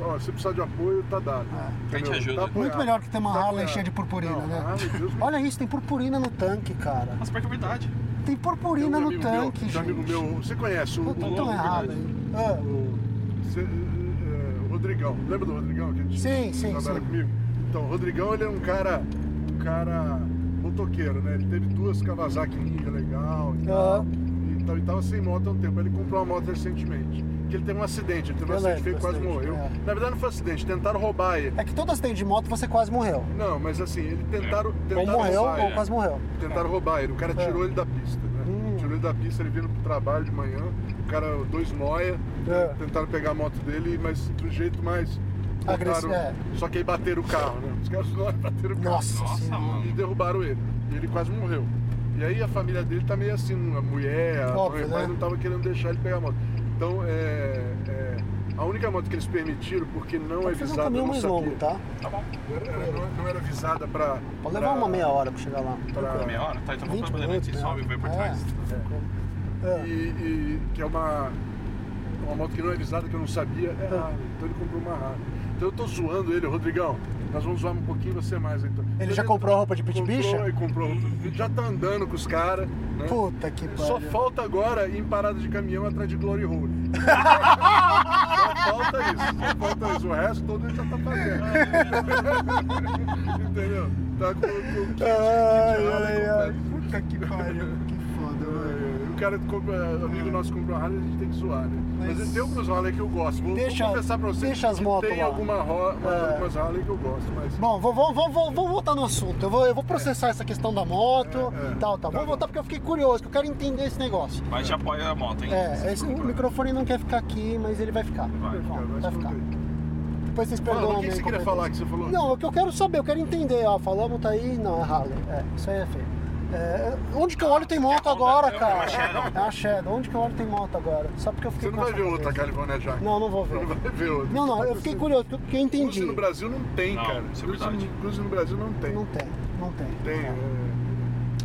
[SPEAKER 2] Ó, se precisar de apoio, tá dado.
[SPEAKER 4] A gente
[SPEAKER 2] Entendeu?
[SPEAKER 4] ajuda.
[SPEAKER 2] Tá apoiado.
[SPEAKER 3] Muito melhor que ter uma
[SPEAKER 2] Tá
[SPEAKER 3] Harley
[SPEAKER 2] apoiado.
[SPEAKER 3] cheia de purpurina,
[SPEAKER 2] Não,
[SPEAKER 3] né?
[SPEAKER 2] Harley, Deus me
[SPEAKER 3] Olha isso, tem purpurina no tanque, cara.
[SPEAKER 4] Mas pior que é verdade.
[SPEAKER 2] Tem
[SPEAKER 3] Tem
[SPEAKER 2] um
[SPEAKER 3] purpurina no
[SPEAKER 2] amigo meu-
[SPEAKER 3] tanque,
[SPEAKER 2] tem um amigo
[SPEAKER 3] gente.
[SPEAKER 2] meu, você conhece o, né?
[SPEAKER 3] Eu tô
[SPEAKER 2] o-
[SPEAKER 3] tão
[SPEAKER 2] o-
[SPEAKER 3] errado aí. Ah,
[SPEAKER 2] o- cê- é, o Rodrigão. Lembra do Rodrigão que a gente
[SPEAKER 3] Sim, sim,
[SPEAKER 2] trabalha
[SPEAKER 3] sim.
[SPEAKER 2] comigo? Então, o Rodrigão ele é um cara, um cara motoqueiro, né? Ele teve duas Kawasaki Ninja legal e tal.
[SPEAKER 3] Ah.
[SPEAKER 2] E, tal, e tava sem moto há um tempo. Ele comprou uma moto recentemente. Que ele teve um acidente, ele teve um
[SPEAKER 3] Eu
[SPEAKER 2] acidente
[SPEAKER 3] lembro
[SPEAKER 2] feio,
[SPEAKER 3] do
[SPEAKER 2] quase
[SPEAKER 3] acidente,
[SPEAKER 2] morreu.
[SPEAKER 3] é.
[SPEAKER 2] Na verdade não foi acidente, tentaram roubar ele.
[SPEAKER 3] É que todo acidente de moto você quase morreu.
[SPEAKER 2] Não, mas assim, ele tentaram.
[SPEAKER 3] Ou
[SPEAKER 2] tentaram
[SPEAKER 3] morreu
[SPEAKER 2] roubar
[SPEAKER 3] ou
[SPEAKER 2] ele.
[SPEAKER 3] quase morreu.
[SPEAKER 2] Tentaram roubar ele. O cara
[SPEAKER 3] É.
[SPEAKER 2] tirou ele da pista, né?
[SPEAKER 3] Hum.
[SPEAKER 2] Tirou ele da pista, ele vindo pro trabalho de manhã. O cara, dois noia,
[SPEAKER 3] É.
[SPEAKER 2] tentaram pegar a moto dele, mas do jeito mais.
[SPEAKER 3] Agressivo, é.
[SPEAKER 2] Só que aí bateram o carro, né? Os caras noia bateram o carro.
[SPEAKER 3] Nossa
[SPEAKER 4] Nossa,
[SPEAKER 3] senhora.
[SPEAKER 2] E
[SPEAKER 4] mano.
[SPEAKER 2] derrubaram ele. E ele quase morreu. E aí a família dele tá meio assim, a mulher, a
[SPEAKER 3] Óbvio,
[SPEAKER 2] mãe, o pai
[SPEAKER 3] né?
[SPEAKER 2] não tava querendo deixar ele pegar a moto. Então, é, é, a única moto que eles permitiram, porque não é
[SPEAKER 3] Pode fazer um
[SPEAKER 2] visada, eu
[SPEAKER 3] caminho
[SPEAKER 2] não
[SPEAKER 3] mais
[SPEAKER 2] sabia.
[SPEAKER 3] longo, tá?
[SPEAKER 4] Tá bom.
[SPEAKER 2] Era- não, não era visada pra...
[SPEAKER 3] Pode levar
[SPEAKER 2] pra-
[SPEAKER 3] uma meia hora pra chegar lá.
[SPEAKER 2] pra-
[SPEAKER 4] Meia hora? Tá, então vamos
[SPEAKER 3] 20
[SPEAKER 4] pra Bandeirante e
[SPEAKER 3] minutos.
[SPEAKER 4] sobe e vai por trás.
[SPEAKER 3] É.
[SPEAKER 2] e, e- que é uma,
[SPEAKER 3] Ah.
[SPEAKER 2] ah, uma moto que não é avisada, que eu não sabia, é Harley. Então ele comprou uma Harley. Então eu tô zoando ele, Rodrigão. Nós vamos zoar um pouquinho você mais então.
[SPEAKER 3] Ele
[SPEAKER 2] Então,
[SPEAKER 3] já comprou a roupa de pit
[SPEAKER 2] comprou
[SPEAKER 3] bicha?
[SPEAKER 2] e comprou roupa de pit- Já tá andando com os caras. Né?
[SPEAKER 3] Puta que pariu.
[SPEAKER 2] Só falta agora ir em parada de caminhão atrás de Glory Hole. só falta isso, só falta isso. O resto todo ele já tá fazendo. Entendeu? Tá com, com kit-
[SPEAKER 3] Ai,
[SPEAKER 2] kit
[SPEAKER 3] ai,
[SPEAKER 2] Harley
[SPEAKER 3] ai.
[SPEAKER 2] completo.
[SPEAKER 3] Puta que pariu. Que foda, velho.
[SPEAKER 2] Então, é, O cara que compra, amigo nosso comprou Harley, a gente tem que zoar, né? Mas,
[SPEAKER 3] Mas-
[SPEAKER 2] tem algumas Harley que eu gosto. Vou, vou
[SPEAKER 3] Deixa-
[SPEAKER 2] confessar pra vocês
[SPEAKER 3] deixa as
[SPEAKER 2] que
[SPEAKER 3] motos
[SPEAKER 2] tem
[SPEAKER 3] lá.
[SPEAKER 2] alguma ro...
[SPEAKER 3] É.
[SPEAKER 2] algumas Harley que eu gosto, mas...
[SPEAKER 3] Bom, vou, vou, vou, vou, vou voltar no assunto. Eu vou, eu vou processar essa questão da moto
[SPEAKER 2] É, é.
[SPEAKER 3] tal, tal. Vou voltar porque eu fiquei curioso, que eu quero entender esse negócio.
[SPEAKER 4] Mas já apoia a moto, hein?
[SPEAKER 3] É, esse, o microfone não quer ficar aqui, mas ele vai ficar.
[SPEAKER 4] Vai
[SPEAKER 3] Bom,
[SPEAKER 2] Cara, mas
[SPEAKER 3] vai
[SPEAKER 2] conta
[SPEAKER 3] ficar.
[SPEAKER 2] aí.
[SPEAKER 3] Depois vocês
[SPEAKER 2] Fala, o
[SPEAKER 3] perdoam
[SPEAKER 2] que, que você
[SPEAKER 3] a minha
[SPEAKER 2] queria falar que você
[SPEAKER 3] incompetência.
[SPEAKER 2] falou?
[SPEAKER 3] Não, é o que eu quero saber, eu quero entender. Ó, falamos, tá aí, não, é Harley. É, isso aí é feio. É, onde que eu olho tem moto
[SPEAKER 4] É a Honda,
[SPEAKER 3] agora,
[SPEAKER 4] é uma
[SPEAKER 3] cara?
[SPEAKER 4] Shadow.
[SPEAKER 3] É a Shadow. Onde que eu olho tem moto agora? Só porque eu fiquei
[SPEAKER 2] Você não
[SPEAKER 3] com
[SPEAKER 2] vai
[SPEAKER 3] essa
[SPEAKER 2] ver outra
[SPEAKER 3] cabeça.
[SPEAKER 2] Califórnia Jack.
[SPEAKER 3] Não, não vou ver.
[SPEAKER 2] Não vai ver outra.
[SPEAKER 3] Não, não, eu fiquei curioso, porque eu- porque eu
[SPEAKER 2] Cruze
[SPEAKER 3] entendi.
[SPEAKER 2] no Brasil não tem,
[SPEAKER 4] Não,
[SPEAKER 2] cara.
[SPEAKER 4] isso é
[SPEAKER 2] Cruze no-
[SPEAKER 4] verdade.
[SPEAKER 2] Cruze no Brasil não tem.
[SPEAKER 3] Não tem, não tem.
[SPEAKER 2] Tem, é...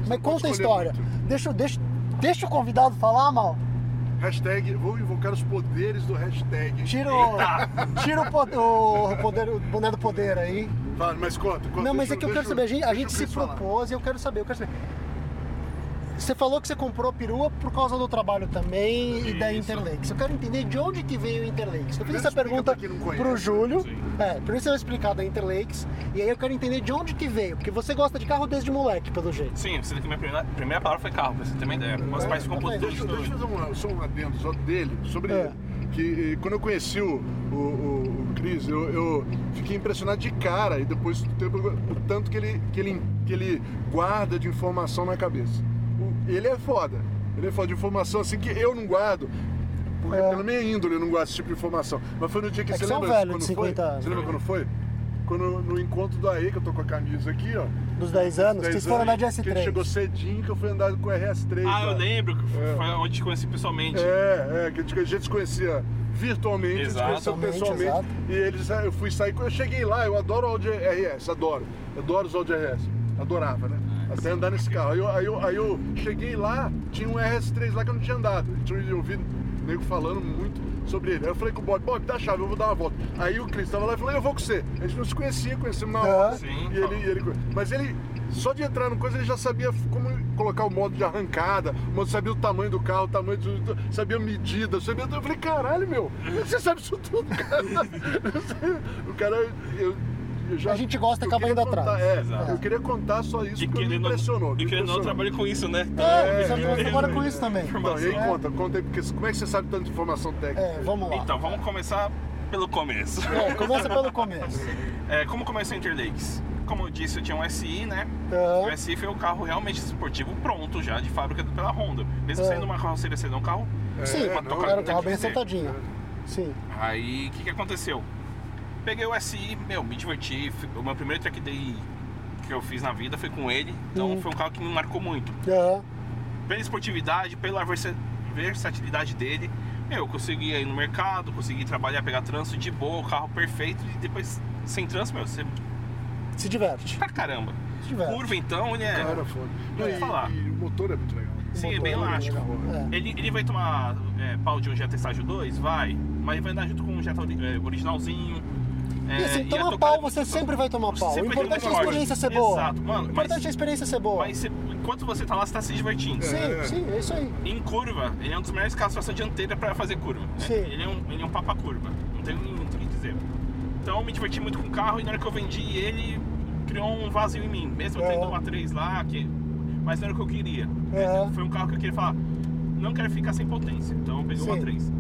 [SPEAKER 3] Mas
[SPEAKER 2] pode
[SPEAKER 3] conta a
[SPEAKER 2] escolher
[SPEAKER 3] história.
[SPEAKER 2] muito.
[SPEAKER 3] Deixa, deixa, deixa o convidado falar, mal.
[SPEAKER 2] Hashtag, vou invocar os poderes do hashtag.
[SPEAKER 3] Tira o, tira o, po- o poder, o boné do poder aí.
[SPEAKER 2] Vai, mas conta, conta.
[SPEAKER 3] Não, mas
[SPEAKER 2] deixa
[SPEAKER 3] é que eu
[SPEAKER 2] deixa
[SPEAKER 3] quero saber. A gente, a
[SPEAKER 2] deixa
[SPEAKER 3] gente
[SPEAKER 2] o
[SPEAKER 3] se
[SPEAKER 2] Cris falar.
[SPEAKER 3] propôs e eu quero saber, eu quero saber. Você falou que você comprou a perua por causa do trabalho também e da
[SPEAKER 4] Isso.
[SPEAKER 3] Interlakes. Eu quero entender de onde que veio o Interlakes. Eu fiz
[SPEAKER 2] Primeiro
[SPEAKER 3] essa
[SPEAKER 2] explica
[SPEAKER 3] pergunta
[SPEAKER 2] pra quem não conhece,
[SPEAKER 3] pro Júlio.
[SPEAKER 4] sim.
[SPEAKER 3] É, primeiro você vai explicar da Interlakes e aí eu quero entender de onde que veio. Porque você gosta de carro desde moleque, pelo jeito.
[SPEAKER 4] Sim, você que minha primeira, primeira palavra foi carro, pra você ter uma ideia. Meus pais ficam
[SPEAKER 3] Mas
[SPEAKER 4] putos
[SPEAKER 2] Deixa,
[SPEAKER 4] doidos.
[SPEAKER 2] deixa eu fazer um, só um adendo só dele, sobre
[SPEAKER 3] É.
[SPEAKER 2] ele. Que eh, quando eu conheci o, o, o, o Cris, eu, eu fiquei impressionado de cara e depois do tempo, eu- o tanto que ele, que, ele, que ele guarda de informação na cabeça. O- ele é foda. Ele é foda de informação assim que eu não guardo. Porque
[SPEAKER 3] É.
[SPEAKER 2] pela minha índole eu não guardo desse tipo de informação. Mas foi no dia que
[SPEAKER 3] É
[SPEAKER 2] você
[SPEAKER 3] que você é um
[SPEAKER 2] lembra
[SPEAKER 3] velho de
[SPEAKER 2] quando
[SPEAKER 3] 50
[SPEAKER 2] foi?
[SPEAKER 3] anos.
[SPEAKER 2] Você lembra quando foi? Quando no encontro do AE, que eu tô com a camisa aqui, ó.
[SPEAKER 3] Dos 10 anos, que
[SPEAKER 2] 10
[SPEAKER 3] vocês foram andar de
[SPEAKER 2] anos, Que ele chegou
[SPEAKER 3] S3.
[SPEAKER 2] cedinho que eu fui andar com o RS3.
[SPEAKER 4] Ah, eu
[SPEAKER 2] lá.
[SPEAKER 4] lembro que foi onde te conheci pessoalmente.
[SPEAKER 2] É, é, que a gente- a gente se conhecia virtualmente, a gente se
[SPEAKER 3] Exatamente,
[SPEAKER 2] conheceu pessoalmente.
[SPEAKER 3] exato.
[SPEAKER 2] E eles, é, eu fui sair, eu cheguei lá, eu adoro Audi RS, adoro. Adoro os Audi RS. Adorava, né? Até andar nesse carro. Aí eu, aí eu- aí eu cheguei lá, tinha um RS3 lá que eu não tinha andado. Eu tinha ouvido o nego falando muito sobre ele. Aí eu falei com o Bob, Bob, dá a chave, eu vou dar uma volta. Aí o Cris tava lá e falou, eu vou com você. A gente não se conhecia, conhecemos na hora.
[SPEAKER 4] Sim,
[SPEAKER 2] e ele, e ele- mas ele, só de entrar no coisa, ele já sabia como colocar o modo de arrancada, o modo, sabia o tamanho do carro, o tamanho do. do- sabia a medida, sabia. Eu falei, caralho, meu, como é que você sabe isso tudo, cara? o cara. Eu, eu já,
[SPEAKER 3] A gente gosta e
[SPEAKER 2] eu
[SPEAKER 3] acaba
[SPEAKER 2] queria
[SPEAKER 3] indo atrás.
[SPEAKER 2] contar- é,
[SPEAKER 4] Exato.
[SPEAKER 2] eu queria contar só isso,
[SPEAKER 4] E
[SPEAKER 2] porque me
[SPEAKER 4] querendo
[SPEAKER 2] impressionou.
[SPEAKER 4] não,
[SPEAKER 2] me
[SPEAKER 4] e querendo ou não, eu
[SPEAKER 2] impressionou.
[SPEAKER 4] trabalho com isso, né?
[SPEAKER 3] É,
[SPEAKER 2] É,
[SPEAKER 3] precisamos trabalhar com isso também.
[SPEAKER 2] Então, e aí
[SPEAKER 4] Informação.
[SPEAKER 2] conta, conta aí, porque como é que você sabe tanta informação técnica?
[SPEAKER 3] É, vamos lá.
[SPEAKER 4] Então, vamos começar pelo começo.
[SPEAKER 3] É, começa pelo começo.
[SPEAKER 4] É, como começou a Interlakes? Como eu disse, eu tinha um SI, né?
[SPEAKER 3] Tá.
[SPEAKER 4] O SI foi o carro realmente esportivo pronto já, de fábrica pela Honda. Mesmo
[SPEAKER 3] Tá.
[SPEAKER 4] sendo uma carroceria sedã, um carro...
[SPEAKER 2] É.
[SPEAKER 3] Sim,
[SPEAKER 4] pra
[SPEAKER 2] não,
[SPEAKER 4] tocar
[SPEAKER 3] era um
[SPEAKER 4] tem
[SPEAKER 3] carro
[SPEAKER 4] que
[SPEAKER 3] bem
[SPEAKER 4] ser.
[SPEAKER 3] sentadinho. Sim.
[SPEAKER 4] Aí, o que, que aconteceu? Peguei o SI, meu, me diverti. F- O meu primeiro track day que eu fiz na vida foi com ele. Então,
[SPEAKER 3] Uhum.
[SPEAKER 4] foi um carro que me marcou muito.
[SPEAKER 3] Aham.
[SPEAKER 4] Pela esportividade, pela versa- versatilidade dele. Meu, eu consegui ir no mercado, consegui trabalhar, pegar trânsito de boa, o carro perfeito. E depois, sem trânsito, meu, você... é
[SPEAKER 3] Se diverte.
[SPEAKER 4] Pra caramba.
[SPEAKER 3] Se diverte.
[SPEAKER 4] Curva, então, ele é...
[SPEAKER 2] Cara, tipo, foda.
[SPEAKER 4] Vou falar.
[SPEAKER 2] E, e o motor é muito legal.
[SPEAKER 4] Sim, é
[SPEAKER 3] Motor,
[SPEAKER 4] bem elástico.
[SPEAKER 3] É.
[SPEAKER 4] Ele, ele vai tomar é, pau de um Jetta Estágio 2? Vai. Mas ele vai andar junto com um Jetta ori- é, originalzinho. É,
[SPEAKER 3] E assim,
[SPEAKER 4] a
[SPEAKER 3] tomar
[SPEAKER 4] tocada-
[SPEAKER 3] pau, você sempre vai tomar pau. O
[SPEAKER 4] Sempre vai
[SPEAKER 3] importante é a
[SPEAKER 4] tomar pau.
[SPEAKER 3] experiência ser boa.
[SPEAKER 4] Exato, mano,
[SPEAKER 3] O importante
[SPEAKER 4] mas-
[SPEAKER 3] é a experiência ser boa.
[SPEAKER 4] Mas você- enquanto você tá lá, você tá se divertindo.
[SPEAKER 3] Sim,
[SPEAKER 2] É.
[SPEAKER 3] sim, é isso aí.
[SPEAKER 4] Em curva, ele é um dos melhores carros pra essa dianteira pra fazer curva. né?
[SPEAKER 3] Sim.
[SPEAKER 4] Ele, é um, ele é um papa curva. Não tem muito o que dizer. Então eu me diverti muito com o carro e na hora que eu vendi ele, criou um vazio em mim. Mesmo eu
[SPEAKER 3] É.
[SPEAKER 4] tendo uma 3 lá, que... mas não era o que eu queria.
[SPEAKER 3] É.
[SPEAKER 4] Foi um carro que eu queria falar, não quero ficar sem potência. Então eu peguei
[SPEAKER 3] Sim.
[SPEAKER 4] uma 3.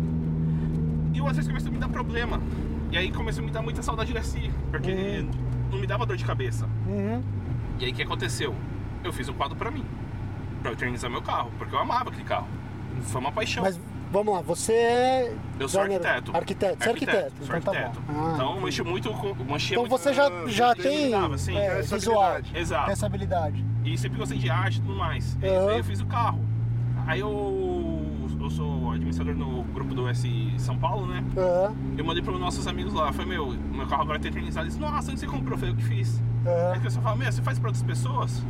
[SPEAKER 4] E o A3 começou a me dar problema. E aí começou a me dar muita saudade do SI, porque
[SPEAKER 3] Hum.
[SPEAKER 4] não me dava dor de cabeça.
[SPEAKER 3] Uhum.
[SPEAKER 4] E aí o que aconteceu? Eu fiz um quadro pra mim, pra eu eternizar meu carro, porque eu amava aquele carro. Foi uma paixão.
[SPEAKER 3] Mas vamos lá, você é.
[SPEAKER 4] eu sou
[SPEAKER 3] designer-
[SPEAKER 4] arquiteto.
[SPEAKER 3] Arquiteto, você é arquiteto.
[SPEAKER 4] Sou
[SPEAKER 3] então tá
[SPEAKER 4] arquiteto.
[SPEAKER 3] bom. Ah,
[SPEAKER 4] então
[SPEAKER 3] entendi.
[SPEAKER 4] eu mexo muito com. Mexia
[SPEAKER 3] Então
[SPEAKER 4] muito
[SPEAKER 3] você já,
[SPEAKER 2] Ah,
[SPEAKER 3] já
[SPEAKER 2] eu
[SPEAKER 3] tem
[SPEAKER 4] dominava, sim.
[SPEAKER 3] é,
[SPEAKER 2] Essa
[SPEAKER 3] visual,
[SPEAKER 2] habilidade.
[SPEAKER 4] Exato.
[SPEAKER 3] essa habilidade.
[SPEAKER 4] E sempre gostei de arte e tudo mais. E
[SPEAKER 3] Aham.
[SPEAKER 4] Aí eu fiz o carro. Aí eu, eu sou administrador no grupo do S São Paulo, né?
[SPEAKER 3] Aham,
[SPEAKER 4] Eu mandei para os nossos amigos lá. Falei, meu, meu carro agora tem eternizado. Eles, nossa, onde você comprou? Eu falei, eu que fiz. Aí o
[SPEAKER 3] aham,
[SPEAKER 4] pessoal fala, meu, você faz para outras pessoas?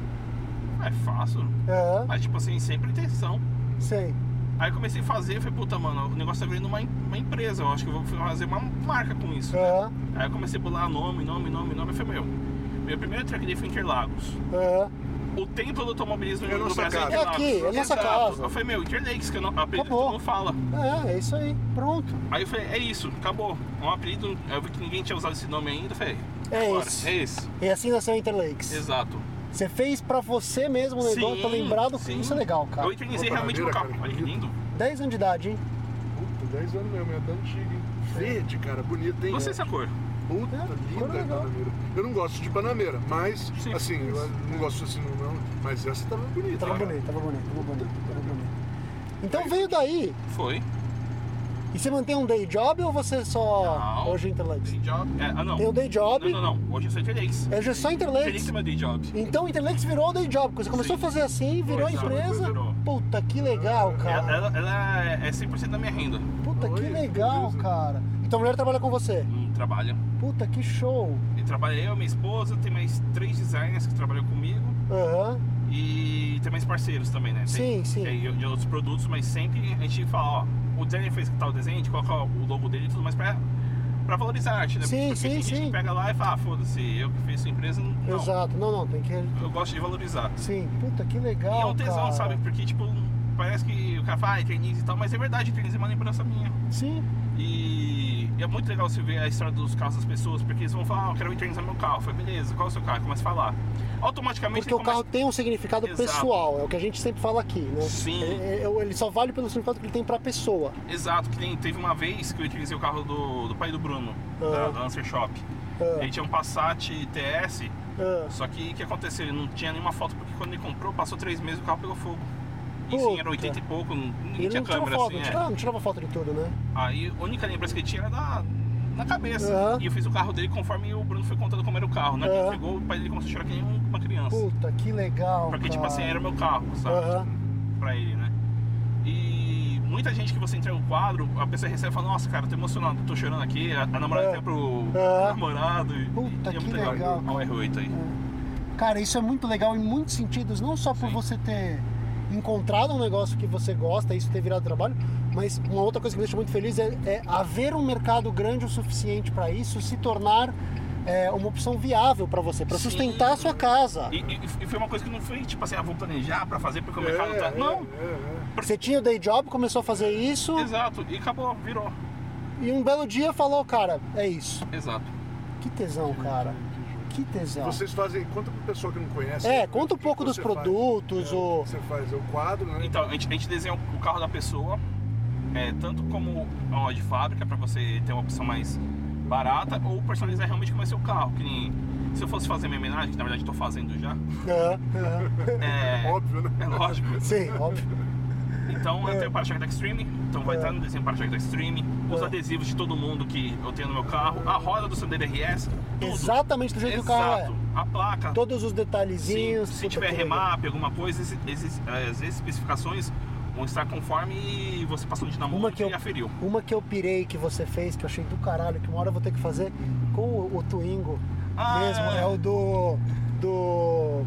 [SPEAKER 4] É, faço.
[SPEAKER 3] aham.
[SPEAKER 4] Mas tipo assim, sempre intenção.
[SPEAKER 3] Sei.
[SPEAKER 4] Aí comecei a fazer, falei, puta, mano, o negócio tá virando uma, em- uma empresa, eu acho que eu vou fazer uma marca com isso. né?
[SPEAKER 3] Aham,
[SPEAKER 4] Aí eu comecei a bolar nome, nome, nome, nome, e falei, meu, meu primeiro track day foi Interlagos.
[SPEAKER 3] aham.
[SPEAKER 4] O templo do automobilismo
[SPEAKER 2] É
[SPEAKER 4] no
[SPEAKER 2] nossa
[SPEAKER 4] Brasil
[SPEAKER 2] casa.
[SPEAKER 4] é Interlagos.
[SPEAKER 3] É aqui, é nossa
[SPEAKER 4] Exato.
[SPEAKER 3] casa.
[SPEAKER 4] Eu falei, meu, Interlakes, que eu não, apelido que
[SPEAKER 3] Acabou.
[SPEAKER 4] todo mundo fala.
[SPEAKER 3] É, é isso aí. Pronto.
[SPEAKER 4] Aí eu falei, é isso, acabou. Um apelido, eu vi que ninguém tinha usado esse nome ainda, eu falei,
[SPEAKER 3] É
[SPEAKER 4] agora,
[SPEAKER 3] esse.
[SPEAKER 4] é esse.
[SPEAKER 3] E assim nasceu o Interlakes.
[SPEAKER 4] Exato.
[SPEAKER 3] Você fez pra você mesmo, né?
[SPEAKER 4] Sim,
[SPEAKER 3] Pra lembrar do
[SPEAKER 4] sim.
[SPEAKER 3] filme. Isso é legal, cara.
[SPEAKER 4] Eu eternizei
[SPEAKER 2] Pô,
[SPEAKER 4] realmente no
[SPEAKER 2] maravilha,
[SPEAKER 4] carro. Olha
[SPEAKER 2] cara.
[SPEAKER 4] que lindo.
[SPEAKER 3] 10 anos de idade, hein?
[SPEAKER 2] Puta, 10 anos mesmo, é até antiga, hein? Verde, cara, bonita, hein? É
[SPEAKER 4] Gostei dessa cor.
[SPEAKER 2] Puta,
[SPEAKER 3] É, cor
[SPEAKER 2] linda a
[SPEAKER 3] legal.
[SPEAKER 2] bananeira. Eu não gosto de bananeira, mas,
[SPEAKER 4] Sim.
[SPEAKER 2] assim, eu não gosto assim, não, não. Mas essa tava bonita. né?
[SPEAKER 3] Tava
[SPEAKER 2] cara.
[SPEAKER 3] bonito, tava bonito, tava bonito, tava bonito. Então veio daí.
[SPEAKER 4] Foi.
[SPEAKER 3] E você mantém um day job ou você só
[SPEAKER 4] Não.
[SPEAKER 3] hoje é Interlakes?
[SPEAKER 4] Day job. É, ah, não.
[SPEAKER 3] Tem o day job.
[SPEAKER 4] Não, não, não. Hoje eu sou Interlakes.
[SPEAKER 3] Hoje é só
[SPEAKER 4] Interlakes
[SPEAKER 3] Interlakes.
[SPEAKER 4] é meu day job.
[SPEAKER 3] Então o Interlakes virou o day job. Você começou
[SPEAKER 4] Sim.
[SPEAKER 3] a fazer assim, virou a
[SPEAKER 4] Pois é,
[SPEAKER 3] empresa.
[SPEAKER 4] virou. É,
[SPEAKER 3] Puta que legal,
[SPEAKER 4] Ela,
[SPEAKER 3] cara.
[SPEAKER 4] ela- ela é 100% da minha renda.
[SPEAKER 3] Puta que
[SPEAKER 2] Oi,
[SPEAKER 3] legal,
[SPEAKER 2] beleza.
[SPEAKER 3] cara. Então a mulher trabalha com você.
[SPEAKER 4] Hum, trabalha.
[SPEAKER 3] Puta que show.
[SPEAKER 4] E trabalha eu, minha esposa, tem mais três designers que trabalham comigo.
[SPEAKER 3] Aham.
[SPEAKER 4] E tem mais parceiros também, né?
[SPEAKER 3] Sim,
[SPEAKER 4] Tem-
[SPEAKER 3] sim.
[SPEAKER 4] tem de- de outros produtos, mas sempre a gente fala, ó, o designer fez tal desenho, a gente coloca o logo dele e tudo mais pra, pra valorizar a arte, né?
[SPEAKER 3] Sim,
[SPEAKER 4] Porque
[SPEAKER 3] sim,
[SPEAKER 4] tem gente
[SPEAKER 3] sim.
[SPEAKER 4] que pega lá e fala, ah, foda-se, eu que fiz sua empresa, não.
[SPEAKER 3] Exato. Não, não, tem que.
[SPEAKER 4] Eu gosto de valorizar.
[SPEAKER 3] Sim, puta que
[SPEAKER 4] e é
[SPEAKER 3] legal.
[SPEAKER 4] um tesão,
[SPEAKER 3] cara.
[SPEAKER 4] sabe? Porque, tipo, parece que o cara fala, ah, eternize e tal, mas é verdade, eternize é uma lembrança minha.
[SPEAKER 3] Sim.
[SPEAKER 4] E é muito legal você ver a história dos carros das pessoas, porque eles vão falar, ah, eu quero eternizar meu carro. Eu falei, beleza, qual é o seu carro? Começa a falar. Automaticamente
[SPEAKER 3] Porque o
[SPEAKER 4] ele
[SPEAKER 3] carro
[SPEAKER 4] começa...
[SPEAKER 3] tem um significado
[SPEAKER 4] Exato.
[SPEAKER 3] pessoal, é o que a gente sempre fala aqui, né?
[SPEAKER 4] Sim.
[SPEAKER 3] É- é- Ele só vale pelo significado que ele tem pra pessoa.
[SPEAKER 4] Exato, que nem teve uma vez que eu utilizei o carro do, do pai do Bruno, da,
[SPEAKER 3] Ah.
[SPEAKER 4] da Lancer Shop.
[SPEAKER 3] Ah,
[SPEAKER 4] Ele tinha um Passat TS,
[SPEAKER 3] ah.
[SPEAKER 4] só que o que aconteceu? Ele não tinha nenhuma foto, porque quando ele comprou, passou três meses e o carro pegou fogo. E sim,
[SPEAKER 3] Puta.
[SPEAKER 4] era 80 e pouco, ninguém
[SPEAKER 3] Ele
[SPEAKER 4] tinha
[SPEAKER 3] não tirou
[SPEAKER 4] câmera
[SPEAKER 3] foto,
[SPEAKER 4] assim.
[SPEAKER 3] não,
[SPEAKER 4] é.
[SPEAKER 3] tirava, não tirava foto de tudo, né?
[SPEAKER 4] Aí a única lembrança que ele tinha era na, na cabeça.
[SPEAKER 3] Aham.
[SPEAKER 4] E eu fiz o carro dele conforme o Bruno foi contando como era o carro, né?
[SPEAKER 3] Aham.
[SPEAKER 4] Ele Pegou, o pai dele começou a chorar que nem um, uma criança.
[SPEAKER 3] Puta, que legal.
[SPEAKER 4] Porque,
[SPEAKER 3] cara.
[SPEAKER 4] tipo assim, era o meu carro, sabe?
[SPEAKER 3] Aham.
[SPEAKER 4] Pra ele, né? E muita gente que você entrega um quadro, a pessoa recebe e fala, nossa, cara, tô emocionado, tô chorando aqui, a, a namorada
[SPEAKER 3] É.
[SPEAKER 4] tem pro
[SPEAKER 3] É.
[SPEAKER 4] namorado. E,
[SPEAKER 3] Puta,
[SPEAKER 4] e é
[SPEAKER 3] que
[SPEAKER 4] muito
[SPEAKER 3] legal.
[SPEAKER 4] Olha o R8 aí.
[SPEAKER 3] Cara, isso é muito legal em muitos sentidos, não só por
[SPEAKER 4] Sim.
[SPEAKER 3] você ter encontrado um negócio que você gosta, isso ter virado trabalho, mas uma outra coisa que me deixa muito feliz é, é haver um mercado grande o suficiente para isso se tornar é, uma opção viável para você, para
[SPEAKER 4] Sim.
[SPEAKER 3] sustentar a sua casa.
[SPEAKER 4] E, e- e foi uma coisa que não foi tipo assim, ah, vou planejar pra fazer porque o
[SPEAKER 2] É,
[SPEAKER 4] mercado tá.
[SPEAKER 2] é,
[SPEAKER 4] Não,
[SPEAKER 2] é,
[SPEAKER 3] Você tinha o day job, começou a fazer isso
[SPEAKER 4] exato, e acabou, virou.
[SPEAKER 3] e um belo dia falou, cara, é isso.
[SPEAKER 4] Exato.
[SPEAKER 3] Que tesão, cara. Que
[SPEAKER 2] é.
[SPEAKER 3] tesão.
[SPEAKER 2] Vocês fazem. Conta pro pessoal que não conhece.
[SPEAKER 3] É,
[SPEAKER 2] o
[SPEAKER 3] conta um
[SPEAKER 2] que
[SPEAKER 3] pouco
[SPEAKER 2] você
[SPEAKER 3] dos
[SPEAKER 2] faz.
[SPEAKER 3] produtos,
[SPEAKER 2] É,
[SPEAKER 3] o-
[SPEAKER 2] o que você faz? É o quadro, né?
[SPEAKER 4] Então, a gente, a gente desenha o carro da pessoa, é, tanto como ó, de fábrica, pra você ter uma opção mais barata, ou personalizar realmente como é seu carro. Que nem, se eu fosse fazer minha homenagem, que na verdade eu tô fazendo já,
[SPEAKER 3] Aham, aham.
[SPEAKER 4] é,
[SPEAKER 2] Óbvio, né?
[SPEAKER 4] é lógico.
[SPEAKER 3] Sim, óbvio.
[SPEAKER 4] Então eu tenho o para-choque da Extreme, então vai estar no desenho para-choque da Extreme, os
[SPEAKER 3] É.
[SPEAKER 4] adesivos de todo mundo que eu tenho no meu carro, a roda do Sandero RS, tudo.
[SPEAKER 3] Exatamente do jeito que o
[SPEAKER 4] Exato.
[SPEAKER 3] carro é.
[SPEAKER 4] A placa,
[SPEAKER 3] Todos os
[SPEAKER 4] Sim,
[SPEAKER 3] detalhezinhos.
[SPEAKER 4] se
[SPEAKER 3] puta
[SPEAKER 4] tiver
[SPEAKER 3] que legal.
[SPEAKER 4] remap, alguma coisa, esse- esses- as especificações vão estar conforme você passou de namoro
[SPEAKER 3] Uma que eu-
[SPEAKER 4] e aferiu.
[SPEAKER 3] Uma que eu pirei que você fez, que eu achei do caralho, que uma hora eu vou ter que fazer com o, o Twingo
[SPEAKER 4] Ah,
[SPEAKER 3] mesmo,
[SPEAKER 4] é.
[SPEAKER 3] é o do. do.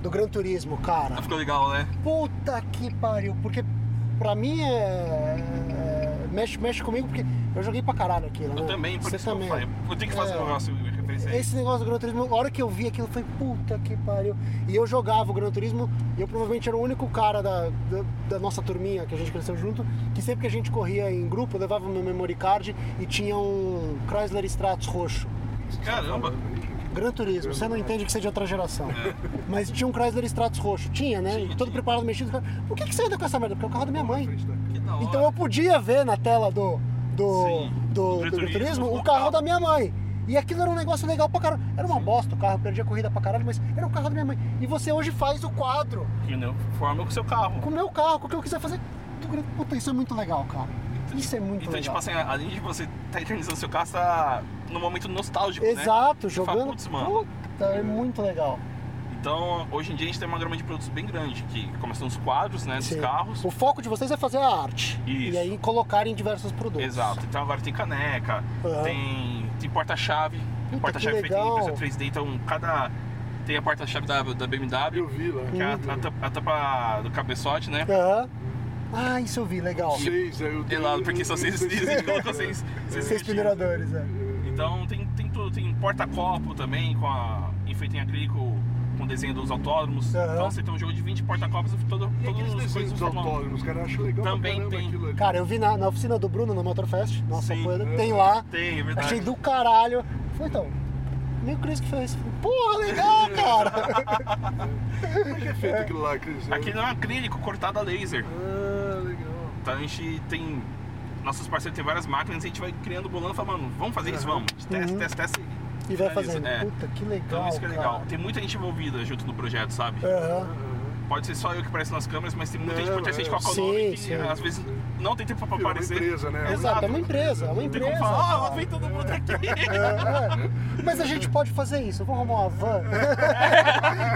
[SPEAKER 3] do Gran Turismo, cara.
[SPEAKER 4] Ah, Ficou legal, né?
[SPEAKER 3] Puta que pariu, porque pra mim é. é- mexe, mexe comigo, porque eu joguei pra caralho aquilo.
[SPEAKER 4] Eu
[SPEAKER 3] né?
[SPEAKER 4] também, por
[SPEAKER 3] Você
[SPEAKER 4] isso
[SPEAKER 3] também.
[SPEAKER 4] que eu falei. Eu tenho que fazer
[SPEAKER 3] É.
[SPEAKER 4] um negócio de referência aí.
[SPEAKER 3] Esse negócio do Gran Turismo, a hora que eu vi aquilo, eu falei, puta que pariu. E eu jogava o Gran Turismo, e eu provavelmente era o único cara da, da, da nossa turminha que a gente cresceu junto, que sempre que a gente corria em grupo, eu levava meu memory card e tinha um Chrysler Stratus roxo.
[SPEAKER 4] Caramba!
[SPEAKER 3] Gran Turismo, você não entende que você é de outra geração. Mas tinha um Chrysler Stratus roxo, tinha, né?
[SPEAKER 4] Tinha,
[SPEAKER 3] Todo
[SPEAKER 4] tinha.
[SPEAKER 3] preparado, mexido. cara, Por que, que você anda com essa merda? Porque é o carro da minha mãe.
[SPEAKER 2] tá-
[SPEAKER 4] Que da hora.
[SPEAKER 3] Então eu podia ver na tela do do,
[SPEAKER 4] Sim,
[SPEAKER 3] do,
[SPEAKER 4] do
[SPEAKER 3] do Gran
[SPEAKER 4] Gran
[SPEAKER 3] Turismo
[SPEAKER 4] Turismo,
[SPEAKER 3] o
[SPEAKER 4] o
[SPEAKER 3] carro
[SPEAKER 4] carro.
[SPEAKER 3] da minha mãe. E aquilo era um negócio legal pra caralho. Era uma bosta o carro, perdia a corrida pra caralho, mas era o carro da minha mãe. E você hoje faz o quadro
[SPEAKER 4] Que não forma com o seu carro.
[SPEAKER 3] com o meu carro, com o que eu quiser fazer. Do Gran- Puta, isso é muito legal, cara. Isso é muito
[SPEAKER 4] Então,
[SPEAKER 3] legal.
[SPEAKER 4] tipo assim, além de você tá eternizando seu carro, você tá num momento nostálgico, né?
[SPEAKER 3] Exato,
[SPEAKER 4] Você fala,
[SPEAKER 3] jogando.
[SPEAKER 4] "Putz, mano."
[SPEAKER 3] Puta, é muito legal.
[SPEAKER 4] Então, hoje em dia a gente tem uma gama de produtos bem grande, que começam os quadros, né, dos
[SPEAKER 3] Sim.
[SPEAKER 4] carros.
[SPEAKER 3] O foco de vocês é fazer a arte.
[SPEAKER 4] Isso.
[SPEAKER 3] E aí colocar em diversos produtos.
[SPEAKER 4] Exato. Então agora tem caneca,
[SPEAKER 3] Tipo, Aham.
[SPEAKER 4] tem, tem porta-chave.
[SPEAKER 3] Puta,
[SPEAKER 4] Porta-chave
[SPEAKER 3] que
[SPEAKER 4] feita em
[SPEAKER 3] legal.
[SPEAKER 4] impressão 3D, então cada... Tem a porta-chave da, da BMW,
[SPEAKER 2] Eu vi lá.
[SPEAKER 3] Uhum.
[SPEAKER 4] tá que é a, a, tampa- a tampa do cabeçote, né?
[SPEAKER 3] Aham. Ah, isso eu vi, legal.
[SPEAKER 2] Seis, aí é, eu
[SPEAKER 3] É.
[SPEAKER 2] um
[SPEAKER 4] De lado, porque só vocês dizem que colocou seis, seis,
[SPEAKER 3] Seis penduradores, é.
[SPEAKER 4] Então tem, tem tudo, tem porta-copo também, com a enfeite em acrílico, com desenho dos autódromos.
[SPEAKER 3] Aham.
[SPEAKER 4] Então você tem um jogo de 20 porta-copos, todo,
[SPEAKER 2] E
[SPEAKER 4] todas
[SPEAKER 2] aqueles
[SPEAKER 4] as
[SPEAKER 2] desenhos
[SPEAKER 4] coisas
[SPEAKER 2] dos
[SPEAKER 4] do autódromo.
[SPEAKER 2] autódromos, cara, eu acho legal
[SPEAKER 4] Também
[SPEAKER 2] pra caramba
[SPEAKER 4] tem.
[SPEAKER 2] aquilo ali.
[SPEAKER 3] Cara, eu vi na, na oficina do Bruno, na Motorfest, nossa
[SPEAKER 4] Sim.
[SPEAKER 3] fã, tem lá.
[SPEAKER 4] Tem, é verdade.
[SPEAKER 3] Achei do caralho. Falei, então, meio Chris que fez. Porra, legal, cara.
[SPEAKER 2] Como é que é feito aquilo lá, Cris?
[SPEAKER 4] Aquele é um acrílico cortado a laser.
[SPEAKER 2] Ah, legal.
[SPEAKER 4] Então a gente tem. Nossos parceiros têm várias máquinas, a gente vai criando bolando e fala, mano, vamos fazer isso, vamos. A gente Testa,
[SPEAKER 3] Uhum.
[SPEAKER 4] testa, testa.
[SPEAKER 3] e vai
[SPEAKER 4] finaliza.
[SPEAKER 3] fazendo.
[SPEAKER 4] É.
[SPEAKER 3] Puta, que legal.
[SPEAKER 4] Então isso que é legal.
[SPEAKER 3] cara. É.
[SPEAKER 4] Tem muita gente envolvida junto no projeto, sabe?
[SPEAKER 3] Aham.
[SPEAKER 4] Pode ser só eu que apareço nas câmeras, mas tem muita
[SPEAKER 2] Não,
[SPEAKER 4] gente por trás de
[SPEAKER 2] é.
[SPEAKER 4] qualquer
[SPEAKER 3] Sim,
[SPEAKER 4] nome que
[SPEAKER 3] sim.
[SPEAKER 4] às vezes não tem tempo pra
[SPEAKER 2] Virou uma
[SPEAKER 4] aparecer.
[SPEAKER 2] empresa, né?
[SPEAKER 3] Exato, é uma empresa, é uma
[SPEAKER 4] Não tem como
[SPEAKER 3] empresa. É.
[SPEAKER 4] falar, "Ah, ó,
[SPEAKER 3] cara.
[SPEAKER 4] vem todo mundo aqui.
[SPEAKER 3] É. Mas a gente pode fazer isso. Eu vou arrumar uma van.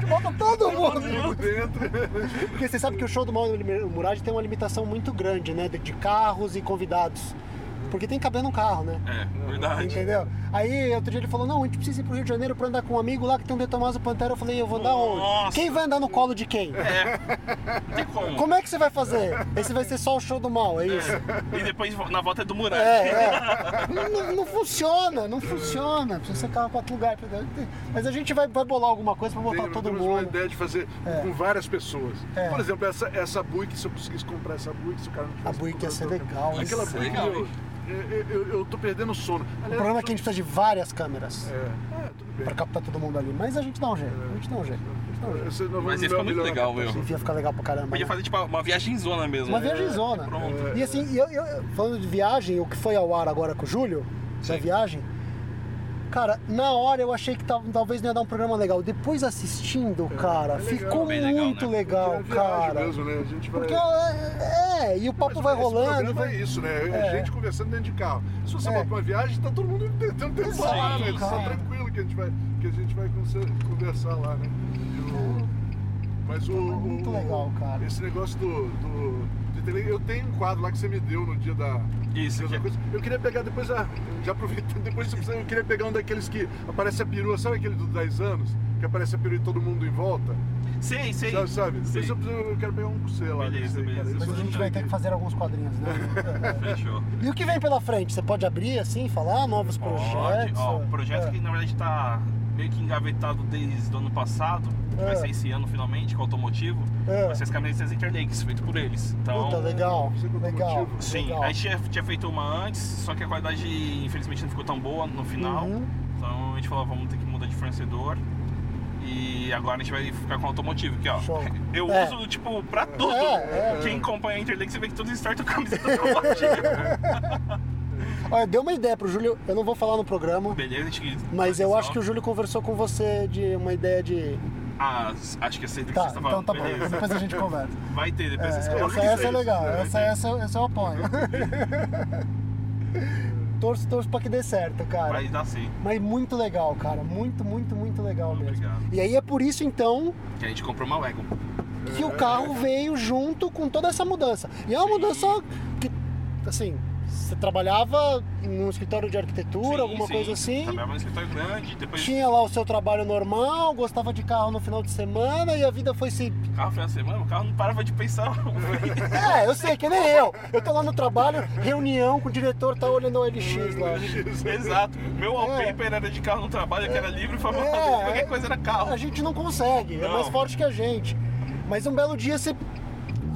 [SPEAKER 3] que bota todo
[SPEAKER 2] tá
[SPEAKER 3] mundo.
[SPEAKER 2] Dentro.
[SPEAKER 3] Porque você sabe que o show do Mauro Murad tem uma limitação muito grande, né? De, de carros e convidados. Porque tem que caber num carro, né?
[SPEAKER 4] É, verdade.
[SPEAKER 3] Entendeu? Aí outro dia ele falou: Não, a gente precisa ir pro Rio de Janeiro pra andar com um amigo lá que tem um Detomás Pantera. Eu falei: Eu vou andar onde?
[SPEAKER 4] Nossa.
[SPEAKER 3] Quem vai andar no colo de quem?
[SPEAKER 4] Não tem como.
[SPEAKER 3] Como é que você vai fazer? Esse vai ser só o show do mal, é isso?
[SPEAKER 4] E depois na volta é do Murat.
[SPEAKER 3] É, é. Não, não funciona, não funciona. Precisa ser carro pra outro lugar. entendeu? Mas a gente vai, vai bolar alguma coisa pra botar
[SPEAKER 2] Tem-
[SPEAKER 3] todo
[SPEAKER 2] temos uma
[SPEAKER 3] mundo.
[SPEAKER 2] ideia de fazer com várias pessoas.
[SPEAKER 3] É.
[SPEAKER 2] Por exemplo, essa, essa Buick, se eu conseguisse comprar essa Buick, se o cara não
[SPEAKER 3] A
[SPEAKER 2] tivesse
[SPEAKER 3] Buick ia ser
[SPEAKER 2] comprado,
[SPEAKER 3] legal. hein?
[SPEAKER 2] Aquela
[SPEAKER 4] Isso é
[SPEAKER 2] Buick,
[SPEAKER 4] legal,
[SPEAKER 2] eu,
[SPEAKER 4] hein?
[SPEAKER 2] eu, é, eu, eu tô perdendo sono.
[SPEAKER 3] O problema é que a gente precisa de várias câmeras
[SPEAKER 2] É, é, tudo bem.
[SPEAKER 3] pra captar todo mundo ali. Mas a gente dá um jeito, a gente dá um jeito.
[SPEAKER 2] Esse não-
[SPEAKER 4] Mas
[SPEAKER 2] não
[SPEAKER 4] ia
[SPEAKER 2] é
[SPEAKER 4] ficar
[SPEAKER 2] o
[SPEAKER 4] muito
[SPEAKER 2] melhor
[SPEAKER 4] legal, meu.
[SPEAKER 2] adaptação.
[SPEAKER 3] Ia ficar legal pra caramba.
[SPEAKER 4] Podia
[SPEAKER 3] né?
[SPEAKER 4] fazer tipo uma viagem zona mesmo.
[SPEAKER 3] Uma
[SPEAKER 4] né?
[SPEAKER 3] viagem
[SPEAKER 2] É,
[SPEAKER 3] zona.
[SPEAKER 4] Pronto.
[SPEAKER 3] E assim, eu, eu- falando de viagem, o que foi ao ar agora com o Júlio, da
[SPEAKER 4] Sim.
[SPEAKER 3] viagem, cara, na hora eu achei que tal- talvez não ia dar um programa legal. Depois assistindo, cara,
[SPEAKER 2] É, legal.
[SPEAKER 3] ficou
[SPEAKER 4] Bem legal,
[SPEAKER 3] muito
[SPEAKER 4] né?
[SPEAKER 2] É
[SPEAKER 3] legal,
[SPEAKER 2] viagem
[SPEAKER 3] cara.
[SPEAKER 2] mesmo, né? A gente vai...
[SPEAKER 3] Porque é, é, e o papo
[SPEAKER 2] Mas
[SPEAKER 3] vai
[SPEAKER 2] esse
[SPEAKER 3] rolando.
[SPEAKER 2] programa
[SPEAKER 3] Vai...
[SPEAKER 2] É isso, né? É.
[SPEAKER 3] É.
[SPEAKER 2] gente conversando dentro de carro. Se você
[SPEAKER 3] É.
[SPEAKER 2] bota uma viagem, tá todo mundo tentando pensar
[SPEAKER 3] Exato,
[SPEAKER 2] lá, né? Tá
[SPEAKER 3] cara.
[SPEAKER 2] tranquilo que a gente vai, que a gente vai conser- conversar lá, né? E o- Mas o.
[SPEAKER 3] Então, é muito
[SPEAKER 2] o-
[SPEAKER 3] legal, cara.
[SPEAKER 2] Esse negócio do. do de tele- Eu tenho um quadro lá que você me deu no dia da.
[SPEAKER 4] Isso,
[SPEAKER 2] dia da
[SPEAKER 4] que- é-
[SPEAKER 2] coisa. Eu queria pegar depois a. Já aproveitando, depois se precisar, eu queria pegar um daqueles que aparece a perua, sabe aquele dos 10 anos? Que aparece a perua e todo mundo em volta?
[SPEAKER 4] Sei, sei.
[SPEAKER 2] Sabe? sabe?
[SPEAKER 4] Sei.
[SPEAKER 2] Depois eu, preciso- eu quero pegar um com você lá.
[SPEAKER 4] Beleza,
[SPEAKER 2] desse aí, cara.
[SPEAKER 4] beleza.
[SPEAKER 2] Isso
[SPEAKER 3] Mas a
[SPEAKER 2] eu
[SPEAKER 3] gente vai ter que fazer alguns quadrinhos, né?
[SPEAKER 4] Fechou.
[SPEAKER 3] e o que vem pela frente? Você pode abrir assim, falar novos
[SPEAKER 4] Pode.
[SPEAKER 3] projetos? É,
[SPEAKER 4] Ó, o projeto que na verdade tá meio que engavetado desde o ano passado, que
[SPEAKER 3] É.
[SPEAKER 4] vai ser esse ano finalmente, com automotivo,
[SPEAKER 3] É.
[SPEAKER 4] vai ser as caminhonetas Interlakes, feito por eles. Então,
[SPEAKER 3] Puta, legal,
[SPEAKER 2] Você contou
[SPEAKER 3] legal.
[SPEAKER 2] motivo?
[SPEAKER 4] Sim,
[SPEAKER 3] legal.
[SPEAKER 4] a gente tinha, tinha feito uma antes, só que a qualidade infelizmente não ficou tão boa no final.
[SPEAKER 3] Uhum.
[SPEAKER 4] Então a gente falou, vamos ter que mudar de fornecedor. E agora a gente vai ficar com o automotivo aqui, ó.
[SPEAKER 3] Show.
[SPEAKER 4] Eu
[SPEAKER 3] É.
[SPEAKER 4] uso, tipo, pra tudo.
[SPEAKER 3] É, é.
[SPEAKER 4] Quem acompanha a Interlake, você vê que todos startam com a camiseta do automotivo.
[SPEAKER 3] Olha, deu uma ideia pro Júlio, eu não vou falar no programa,
[SPEAKER 4] Beleza, a gente...
[SPEAKER 3] mas
[SPEAKER 4] Então,
[SPEAKER 3] eu acho que o Júlio conversou com você de uma ideia de.
[SPEAKER 4] Ah, acho que essa é a
[SPEAKER 3] Tá,
[SPEAKER 4] que você tá
[SPEAKER 3] então
[SPEAKER 4] falando.
[SPEAKER 3] tá bom,
[SPEAKER 4] Beleza.
[SPEAKER 3] depois a gente conversa.
[SPEAKER 4] Vai ter,
[SPEAKER 3] É,
[SPEAKER 4] depois vocês colocam
[SPEAKER 3] essa,
[SPEAKER 4] isso
[SPEAKER 3] essa é
[SPEAKER 4] aí.
[SPEAKER 3] legal,
[SPEAKER 4] Vai
[SPEAKER 3] essa,
[SPEAKER 4] ter.
[SPEAKER 3] essa, eu- essa eu apoio. torço, torço pra que dê certo, cara.
[SPEAKER 4] Vai dar sim.
[SPEAKER 3] Mas muito legal, cara. Muito, muito, muito legal mesmo.
[SPEAKER 4] Obrigado.
[SPEAKER 3] E aí é por isso, então,
[SPEAKER 4] Que a gente comprou uma Wagon.
[SPEAKER 3] que
[SPEAKER 4] É.
[SPEAKER 3] o carro veio junto com toda essa mudança. E é uma mudança que, assim, você trabalhava num escritório de arquitetura,
[SPEAKER 4] Sim,
[SPEAKER 3] alguma
[SPEAKER 4] sim.
[SPEAKER 3] coisa assim.
[SPEAKER 4] Trabalhava no escritório grande, depois
[SPEAKER 3] Tinha lá o seu trabalho normal, gostava de carro no final de semana e a vida foi se.
[SPEAKER 4] o carro foi uma semana, o carro não parava de pensar.
[SPEAKER 3] É, eu sei, que nem eu. Eu tô lá no trabalho, reunião com o diretor, tá olhando o LX lá.
[SPEAKER 4] Exato. Meu wallpaper era de carro no trabalho, que era livre, foi
[SPEAKER 3] É,
[SPEAKER 4] qualquer coisa era carro.
[SPEAKER 3] A gente não consegue, é
[SPEAKER 4] Não.
[SPEAKER 3] mais forte que a gente. Mas um belo dia você